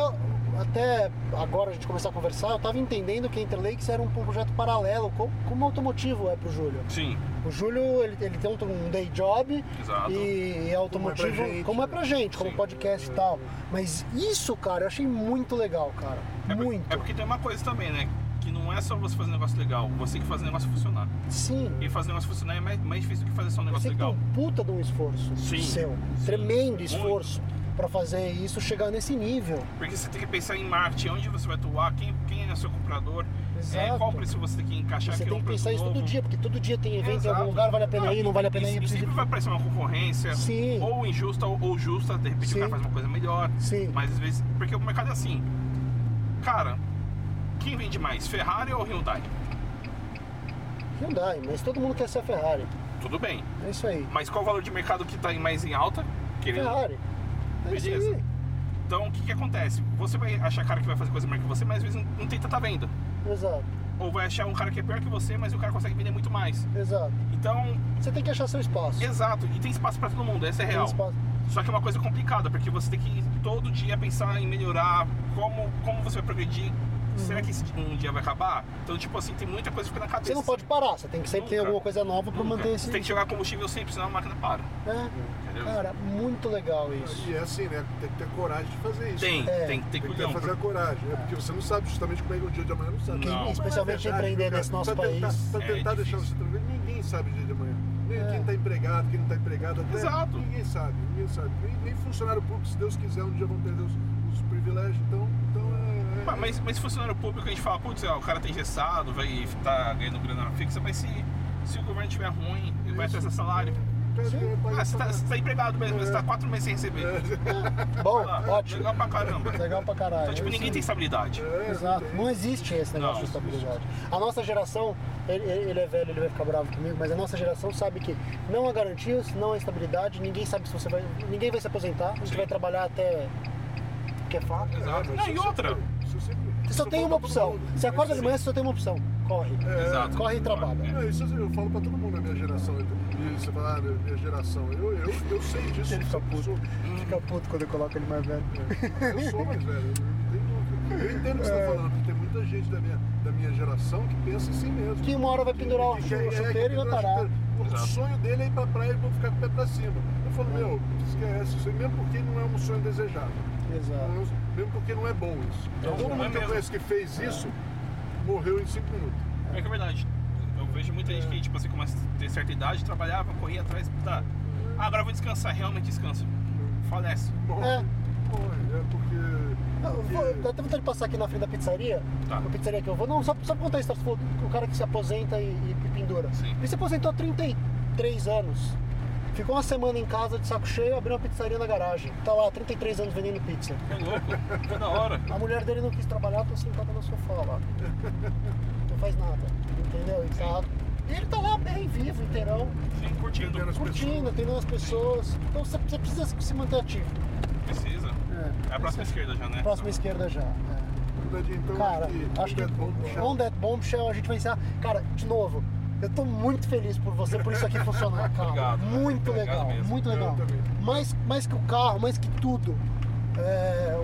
[SPEAKER 3] até agora a gente começar a conversar, eu tava entendendo que a Interlakes era um projeto paralelo, co- como o automotivo é pro Júlio.
[SPEAKER 4] Sim,
[SPEAKER 3] O Júlio, ele, ele tem um, um day job
[SPEAKER 4] Exato.
[SPEAKER 3] e é automotivo, como é pra gente, como,
[SPEAKER 4] Sim.
[SPEAKER 3] podcast e tal. Mas isso, cara, eu achei muito legal, cara.
[SPEAKER 4] é, por-
[SPEAKER 3] muito.
[SPEAKER 4] é porque tem uma coisa também, né? Que não é só você fazer um negócio legal, você que faz o negócio funcionar.
[SPEAKER 3] Sim.
[SPEAKER 4] E fazer o negócio funcionar é mais, mais difícil do que fazer só um
[SPEAKER 3] Você
[SPEAKER 4] negócio
[SPEAKER 3] que tem
[SPEAKER 4] legal.
[SPEAKER 3] um puta de um esforço
[SPEAKER 4] Sim.
[SPEAKER 3] seu.
[SPEAKER 4] Sim.
[SPEAKER 3] Tremendo
[SPEAKER 4] Muito.
[SPEAKER 3] esforço pra fazer isso chegar nesse nível.
[SPEAKER 4] Porque você tem que pensar em marketing, onde você vai atuar, quem, quem é seu comprador,
[SPEAKER 3] Exato.
[SPEAKER 4] é, qual preço você tem que encaixar
[SPEAKER 3] Você
[SPEAKER 4] que é
[SPEAKER 3] tem
[SPEAKER 4] um
[SPEAKER 3] que
[SPEAKER 4] preço
[SPEAKER 3] pensar isso todo
[SPEAKER 4] novo.
[SPEAKER 3] dia, porque todo dia tem evento em
[SPEAKER 4] Exato.
[SPEAKER 3] algum lugar, vale a pena
[SPEAKER 4] Ah,
[SPEAKER 3] ir,
[SPEAKER 4] e-
[SPEAKER 3] não vale a
[SPEAKER 4] e-
[SPEAKER 3] pena ir.
[SPEAKER 4] E,
[SPEAKER 3] precisa
[SPEAKER 4] sempre
[SPEAKER 3] de-
[SPEAKER 4] vai aparecer uma concorrência,
[SPEAKER 3] Sim.
[SPEAKER 4] ou injusta ou, ou justa, de repente
[SPEAKER 3] Sim.
[SPEAKER 4] o cara faz uma coisa melhor.
[SPEAKER 3] Sim.
[SPEAKER 4] Mas às vezes. Porque o mercado é assim. Cara, quem vende mais, Ferrari ou Hyundai?
[SPEAKER 3] Hyundai, mas todo mundo quer ser a Ferrari.
[SPEAKER 4] Tudo bem.
[SPEAKER 3] É isso aí.
[SPEAKER 4] Mas qual o valor de mercado que tá em- mais em alta? Querendo.
[SPEAKER 3] Ferrari. É isso
[SPEAKER 4] Beleza.
[SPEAKER 3] aí.
[SPEAKER 4] Então o que, que acontece? Você vai achar cara que vai fazer coisa melhor que você, mas às vezes não, não tem tanta venda.
[SPEAKER 3] Exato,
[SPEAKER 4] Ou vai achar um cara que é pior que você, mas o cara consegue vender muito mais.
[SPEAKER 3] exato.
[SPEAKER 4] Então,
[SPEAKER 3] Você tem que achar seu espaço.
[SPEAKER 4] exato, e tem espaço pra todo mundo, essa é
[SPEAKER 3] Tem
[SPEAKER 4] real.
[SPEAKER 3] espaço.
[SPEAKER 4] Só que é uma coisa complicada, porque você tem que todo dia pensar em melhorar, como, como você vai progredir.
[SPEAKER 3] Uhum.
[SPEAKER 4] Será que esse di- um dia vai acabar? Então, tipo assim, tem muita coisa que fica na cabeça.
[SPEAKER 3] Você não pode parar, você tem que sempre ter
[SPEAKER 4] Nunca.
[SPEAKER 3] alguma coisa nova pra
[SPEAKER 4] Nunca.
[SPEAKER 3] manter esse.
[SPEAKER 4] Você tem que jogar combustível sempre, senão a máquina para.
[SPEAKER 3] É.
[SPEAKER 4] Entendeu?
[SPEAKER 3] Cara, muito legal isso.
[SPEAKER 2] E é assim, né? Tem que ter coragem de fazer isso.
[SPEAKER 4] tem,
[SPEAKER 2] né?
[SPEAKER 3] É.
[SPEAKER 4] tem que um ter
[SPEAKER 2] Tem que ter
[SPEAKER 4] cuidado.
[SPEAKER 2] fazer a coragem, né? porque você não sabe justamente como é que o dia de amanhã não sabe.
[SPEAKER 4] Não.
[SPEAKER 2] Mas na
[SPEAKER 3] Especialmente empreender
[SPEAKER 2] cara,
[SPEAKER 3] nesse nosso
[SPEAKER 2] pra tentar,
[SPEAKER 3] país.
[SPEAKER 2] Pra
[SPEAKER 4] É
[SPEAKER 2] tentar deixar
[SPEAKER 4] difícil.
[SPEAKER 2] você tranquilo, ninguém sabe o dia de amanhã. Nem
[SPEAKER 3] É.
[SPEAKER 2] quem está empregado, quem não está empregado, até
[SPEAKER 4] Exato.
[SPEAKER 2] ninguém sabe, ninguém sabe. Nem, nem funcionário público, se Deus quiser, um dia vão perder os, os privilégios, então, então é- é.
[SPEAKER 4] Mas- Mas, mas funcionário público, a gente fala, putz, ó, o cara tá engessado, vai estar ganhando grana fixa, mas se, se o governo estiver ruim, ele vai ter esse salário.
[SPEAKER 2] pede,
[SPEAKER 3] Sim.
[SPEAKER 2] pode-
[SPEAKER 4] Ah, você tá, você tá empregado mesmo, você tá quatro meses sem receber.
[SPEAKER 3] Bom,
[SPEAKER 4] Ah,
[SPEAKER 3] ótimo.
[SPEAKER 4] Legal pra caramba.
[SPEAKER 3] Legal pra caralho.
[SPEAKER 4] Então, tipo,
[SPEAKER 3] é isso
[SPEAKER 4] ninguém
[SPEAKER 3] aí.
[SPEAKER 4] tem estabilidade.
[SPEAKER 3] Exato, não existe esse negócio
[SPEAKER 4] Não,
[SPEAKER 3] de estabilidade. A nossa geração, ele, ele é velho, ele vai ficar bravo comigo, mas a nossa geração sabe que não há garantias, não há estabilidade, ninguém sabe se você vai. Ninguém vai se aposentar, a gente vai trabalhar até. que é fato.
[SPEAKER 4] Exato.
[SPEAKER 2] mas
[SPEAKER 4] Não,
[SPEAKER 2] isso
[SPEAKER 4] e
[SPEAKER 2] sempre-
[SPEAKER 4] outra?
[SPEAKER 2] isso é sempre-
[SPEAKER 3] Você
[SPEAKER 2] isso
[SPEAKER 3] só
[SPEAKER 2] eu
[SPEAKER 3] tem
[SPEAKER 2] falo
[SPEAKER 3] uma
[SPEAKER 2] pra todo
[SPEAKER 3] opção.
[SPEAKER 2] mundo.
[SPEAKER 3] Você acorda de
[SPEAKER 2] Sim.
[SPEAKER 3] manhã, você só tem uma opção. Corre.
[SPEAKER 4] Exato.
[SPEAKER 3] Corre e trabalha.
[SPEAKER 2] Não, isso assim, eu falo pra todo mundo na minha geração. E você fala, ah, minha geração. Eu, eu, eu sei disso.
[SPEAKER 3] Ele fica puto.
[SPEAKER 2] Sou-
[SPEAKER 3] Fica puto quando eu coloco ele mais velho.
[SPEAKER 2] Eu sou mais velho, eu não tenho dúvida. Eu entendo o que você
[SPEAKER 3] É.
[SPEAKER 2] está falando, porque tem muita gente da minha, da minha geração que pensa assim mesmo.
[SPEAKER 3] Que uma hora vai pendurar o
[SPEAKER 2] Que quer-
[SPEAKER 3] chu-
[SPEAKER 2] é,
[SPEAKER 3] chuteiro e
[SPEAKER 2] que
[SPEAKER 3] vai
[SPEAKER 2] pendurar
[SPEAKER 3] parar.
[SPEAKER 2] chuteiro. O
[SPEAKER 4] Exato.
[SPEAKER 2] sonho dele é ir pra praia e vou ficar com o pé pra cima. Eu
[SPEAKER 3] É.
[SPEAKER 2] falo, meu, esquece isso aí, mesmo porque não é um sonho desejado.
[SPEAKER 3] Exato.
[SPEAKER 2] Não é um- Mesmo porque não é bom isso.
[SPEAKER 4] Não,
[SPEAKER 2] Todo
[SPEAKER 4] não é
[SPEAKER 2] mundo que eu
[SPEAKER 4] mesmo.
[SPEAKER 2] conheço que fez isso morreu em 5 minutos.
[SPEAKER 4] É que é verdade. Eu vejo muita
[SPEAKER 3] É.
[SPEAKER 4] gente que, tipo assim, começa a ter certa idade, trabalhava, corria atrás, tá. Ah, agora eu vou descansar, realmente descansa. Falece.
[SPEAKER 2] Morre.
[SPEAKER 3] É.
[SPEAKER 2] Morre, é
[SPEAKER 3] Ah, eu
[SPEAKER 2] porque.
[SPEAKER 3] vou- Dá até vontade de passar aqui na frente da pizzaria.
[SPEAKER 4] Tá.
[SPEAKER 3] A pizzaria que eu vou. Não, só, só pra contar a história. Você falou o cara que se aposenta e, e- e pendura.
[SPEAKER 4] Sim.
[SPEAKER 3] Ele se aposentou há 33 anos. Ficou uma semana em casa de saco cheio, abriu uma pizzaria na garagem. Tá lá, 33 anos vendendo pizza.
[SPEAKER 4] É louco. Toda hora.
[SPEAKER 3] A mulher dele não quis trabalhar, tá sentada no sofá lá. Não faz nada, entendeu? E tá- e ele tá lá bem vivo, inteirão,
[SPEAKER 4] Sim, curtindo.
[SPEAKER 2] Entendendo as
[SPEAKER 3] curtindo, atendendo as pessoas. Então você você precisa se manter ativo.
[SPEAKER 4] Precisa. É a próxima esquerda já, né?
[SPEAKER 3] Próxima esquerda já. é.
[SPEAKER 2] Verdade, então,
[SPEAKER 3] Cara, acho que
[SPEAKER 2] é bom puxar.
[SPEAKER 3] On That Bombshell a gente vai encerrar. Cara, de novo, eu tô muito feliz por você, por isso aqui funcionar, cara.
[SPEAKER 4] Obrigado.
[SPEAKER 3] Muito
[SPEAKER 4] Obrigado
[SPEAKER 3] legal,
[SPEAKER 4] mesmo.
[SPEAKER 3] muito
[SPEAKER 2] Eu
[SPEAKER 3] legal.
[SPEAKER 2] também.
[SPEAKER 3] Mais, mais que o carro, mais que tudo. é,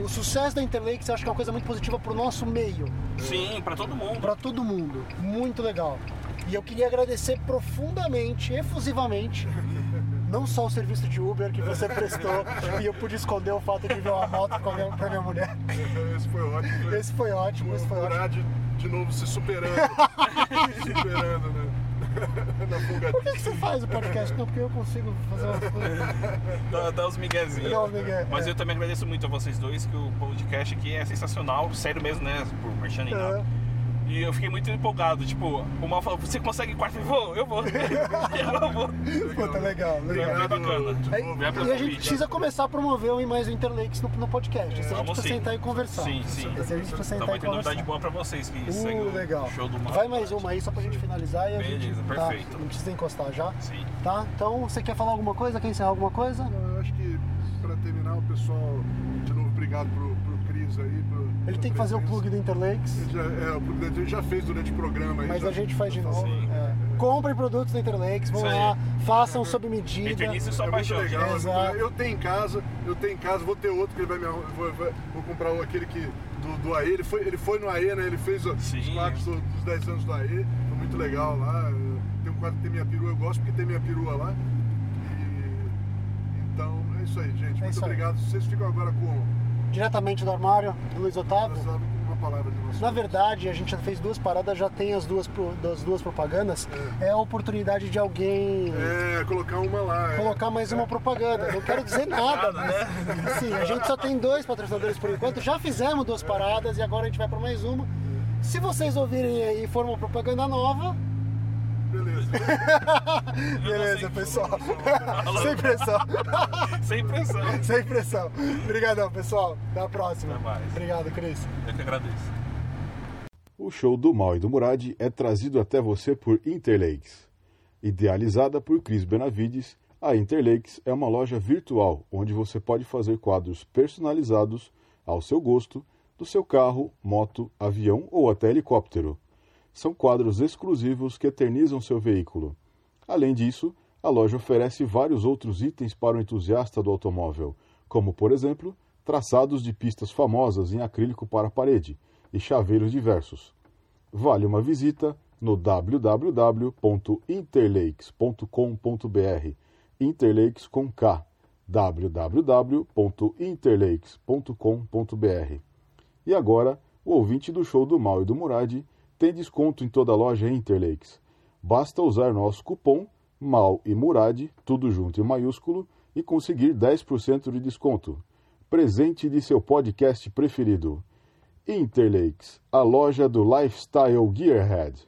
[SPEAKER 3] o, o sucesso da Interlakes eu acho que é uma coisa muito positiva pro nosso meio,
[SPEAKER 4] Sim, pra todo mundo.
[SPEAKER 3] pra todo mundo. Muito legal. E eu queria agradecer profundamente, efusivamente, não só o serviço de Uber que você prestou e eu pude esconder o fato de ver uma moto com a minha, pra minha mulher.
[SPEAKER 2] Esse foi ótimo.
[SPEAKER 3] Esse foi ótimo, esse foi
[SPEAKER 2] O
[SPEAKER 3] ótimo.
[SPEAKER 2] Murad de novo se superando. se superando, né? Na
[SPEAKER 3] Por que,
[SPEAKER 2] folgadinha.
[SPEAKER 3] que você faz o podcast? Não, porque eu consigo fazer umas coisas.
[SPEAKER 4] Dá, dá os miguezinhos.
[SPEAKER 3] Dá os migué,
[SPEAKER 4] Mas
[SPEAKER 3] é.
[SPEAKER 4] eu também agradeço muito a vocês dois, que o podcast aqui é sensacional, sério mesmo, né? Por merchan
[SPEAKER 3] É.
[SPEAKER 4] nem nada. E eu fiquei muito empolgado, tipo, o Mal falou, você consegue quarto? Eu vou, eu vou. eu vou.
[SPEAKER 3] Puta, tá legal,
[SPEAKER 4] Foi
[SPEAKER 3] legal.
[SPEAKER 4] bem bacana.
[SPEAKER 3] É,
[SPEAKER 4] Obrigado pelo
[SPEAKER 3] e a gente
[SPEAKER 4] convite.
[SPEAKER 3] precisa começar a promover o mais o Interlakes no, no podcast. Esse a gente
[SPEAKER 4] Vamos
[SPEAKER 3] precisa
[SPEAKER 4] sim.
[SPEAKER 3] sentar e conversar.
[SPEAKER 4] Sim,
[SPEAKER 3] Esse
[SPEAKER 4] sim.
[SPEAKER 3] a gente precisa
[SPEAKER 4] Então
[SPEAKER 3] sentar
[SPEAKER 4] vai
[SPEAKER 3] e
[SPEAKER 4] ter novidade
[SPEAKER 3] conversar.
[SPEAKER 4] boa pra vocês que seguem
[SPEAKER 3] Uh,
[SPEAKER 4] o
[SPEAKER 3] legal.
[SPEAKER 4] show do Mal.
[SPEAKER 3] Vai mais uma aí só pra gente finalizar e a gente.
[SPEAKER 4] Beleza,
[SPEAKER 3] tá,
[SPEAKER 4] perfeito.
[SPEAKER 3] Não precisa encostar já.
[SPEAKER 4] Sim.
[SPEAKER 3] Tá? Então, você quer falar alguma coisa? Quer encerrar alguma coisa?
[SPEAKER 2] Eu acho que, pra terminar, o pessoal, de novo, obrigado pro, pro Cris aí. pro-
[SPEAKER 3] Ele
[SPEAKER 2] pela
[SPEAKER 3] tem que fazer o
[SPEAKER 2] presença.
[SPEAKER 3] plug do Interlakes.
[SPEAKER 2] Ele já, é, o plug da gente já fez durante o programa. aí, então
[SPEAKER 3] Mas
[SPEAKER 2] já-
[SPEAKER 3] a gente faz de
[SPEAKER 2] já
[SPEAKER 3] novo.
[SPEAKER 2] fazendo.
[SPEAKER 3] É. Comprem produtos da Interlakes, vão
[SPEAKER 4] Isso aí.
[SPEAKER 3] lá, façam sob medida.
[SPEAKER 4] Eternice sua
[SPEAKER 2] É muito
[SPEAKER 4] paixão,
[SPEAKER 2] legal,
[SPEAKER 4] gente.
[SPEAKER 3] Exato.
[SPEAKER 2] Eu tenho em casa, eu tenho em casa, vou ter outro que ele vai me arru- vou, vou- vou comprar o- aquele que do, do AE, ele foi, ele foi no AE, né? Ele fez o- os
[SPEAKER 4] Sim.
[SPEAKER 2] quadros do- dos 10 anos do AE, foi muito legal lá. eu- Tem um quadro que tem minha perua, eu gosto porque tem minha perua lá. E- então é isso aí, gente.
[SPEAKER 3] isso
[SPEAKER 2] muito
[SPEAKER 3] aí.
[SPEAKER 2] obrigado. Vocês ficam agora com
[SPEAKER 3] Diretamente do armário, do Luiz Otávio.
[SPEAKER 2] essa- uma palavra de vocês.
[SPEAKER 3] Na verdade, a gente já fez duas paradas, já tem as duas, pro- das duas propagandas. É a oportunidade de alguém
[SPEAKER 2] É, colocar uma lá. é.
[SPEAKER 3] colocar mais uma propaganda. Não quero dizer nada,
[SPEAKER 4] Nada, né?
[SPEAKER 3] mas assim, a gente só tem dois patrocinadores por enquanto. Já fizemos duas paradas e agora a gente vai para mais uma. Se vocês ouvirem aí e for uma propaganda nova.
[SPEAKER 2] Beleza.
[SPEAKER 3] Beleza, pessoal.
[SPEAKER 4] Falou.
[SPEAKER 3] Sem pressão.
[SPEAKER 4] Sem pressão.
[SPEAKER 3] Sem pressão. Obrigadão, pessoal. Até a próxima.
[SPEAKER 4] Até mais.
[SPEAKER 3] Obrigado, Cris.
[SPEAKER 4] Eu que agradeço.
[SPEAKER 1] O show do Mal e do Murad é trazido até você por Interlakes. Idealizada por Cris Benavides, a Interlakes é uma loja virtual onde você pode fazer quadros personalizados ao seu gosto do seu carro, moto, avião ou até helicóptero. São quadros exclusivos que eternizam seu veículo. Além disso, a loja oferece vários outros itens para o entusiasta do automóvel, como, por exemplo, traçados de pistas famosas em acrílico para a parede e chaveiros diversos. Vale uma visita no www.interlakes.com.br Interlakes com K www.interlakes.com.br e agora, o ouvinte do show do Mal e do Murad tem desconto em toda a loja Interlakes. Basta usar nosso cupom MAL e Murad, tudo junto em maiúsculo, e conseguir 10% de desconto. Presente de seu podcast preferido. Interlakes, a loja do Lifestyle Gearhead.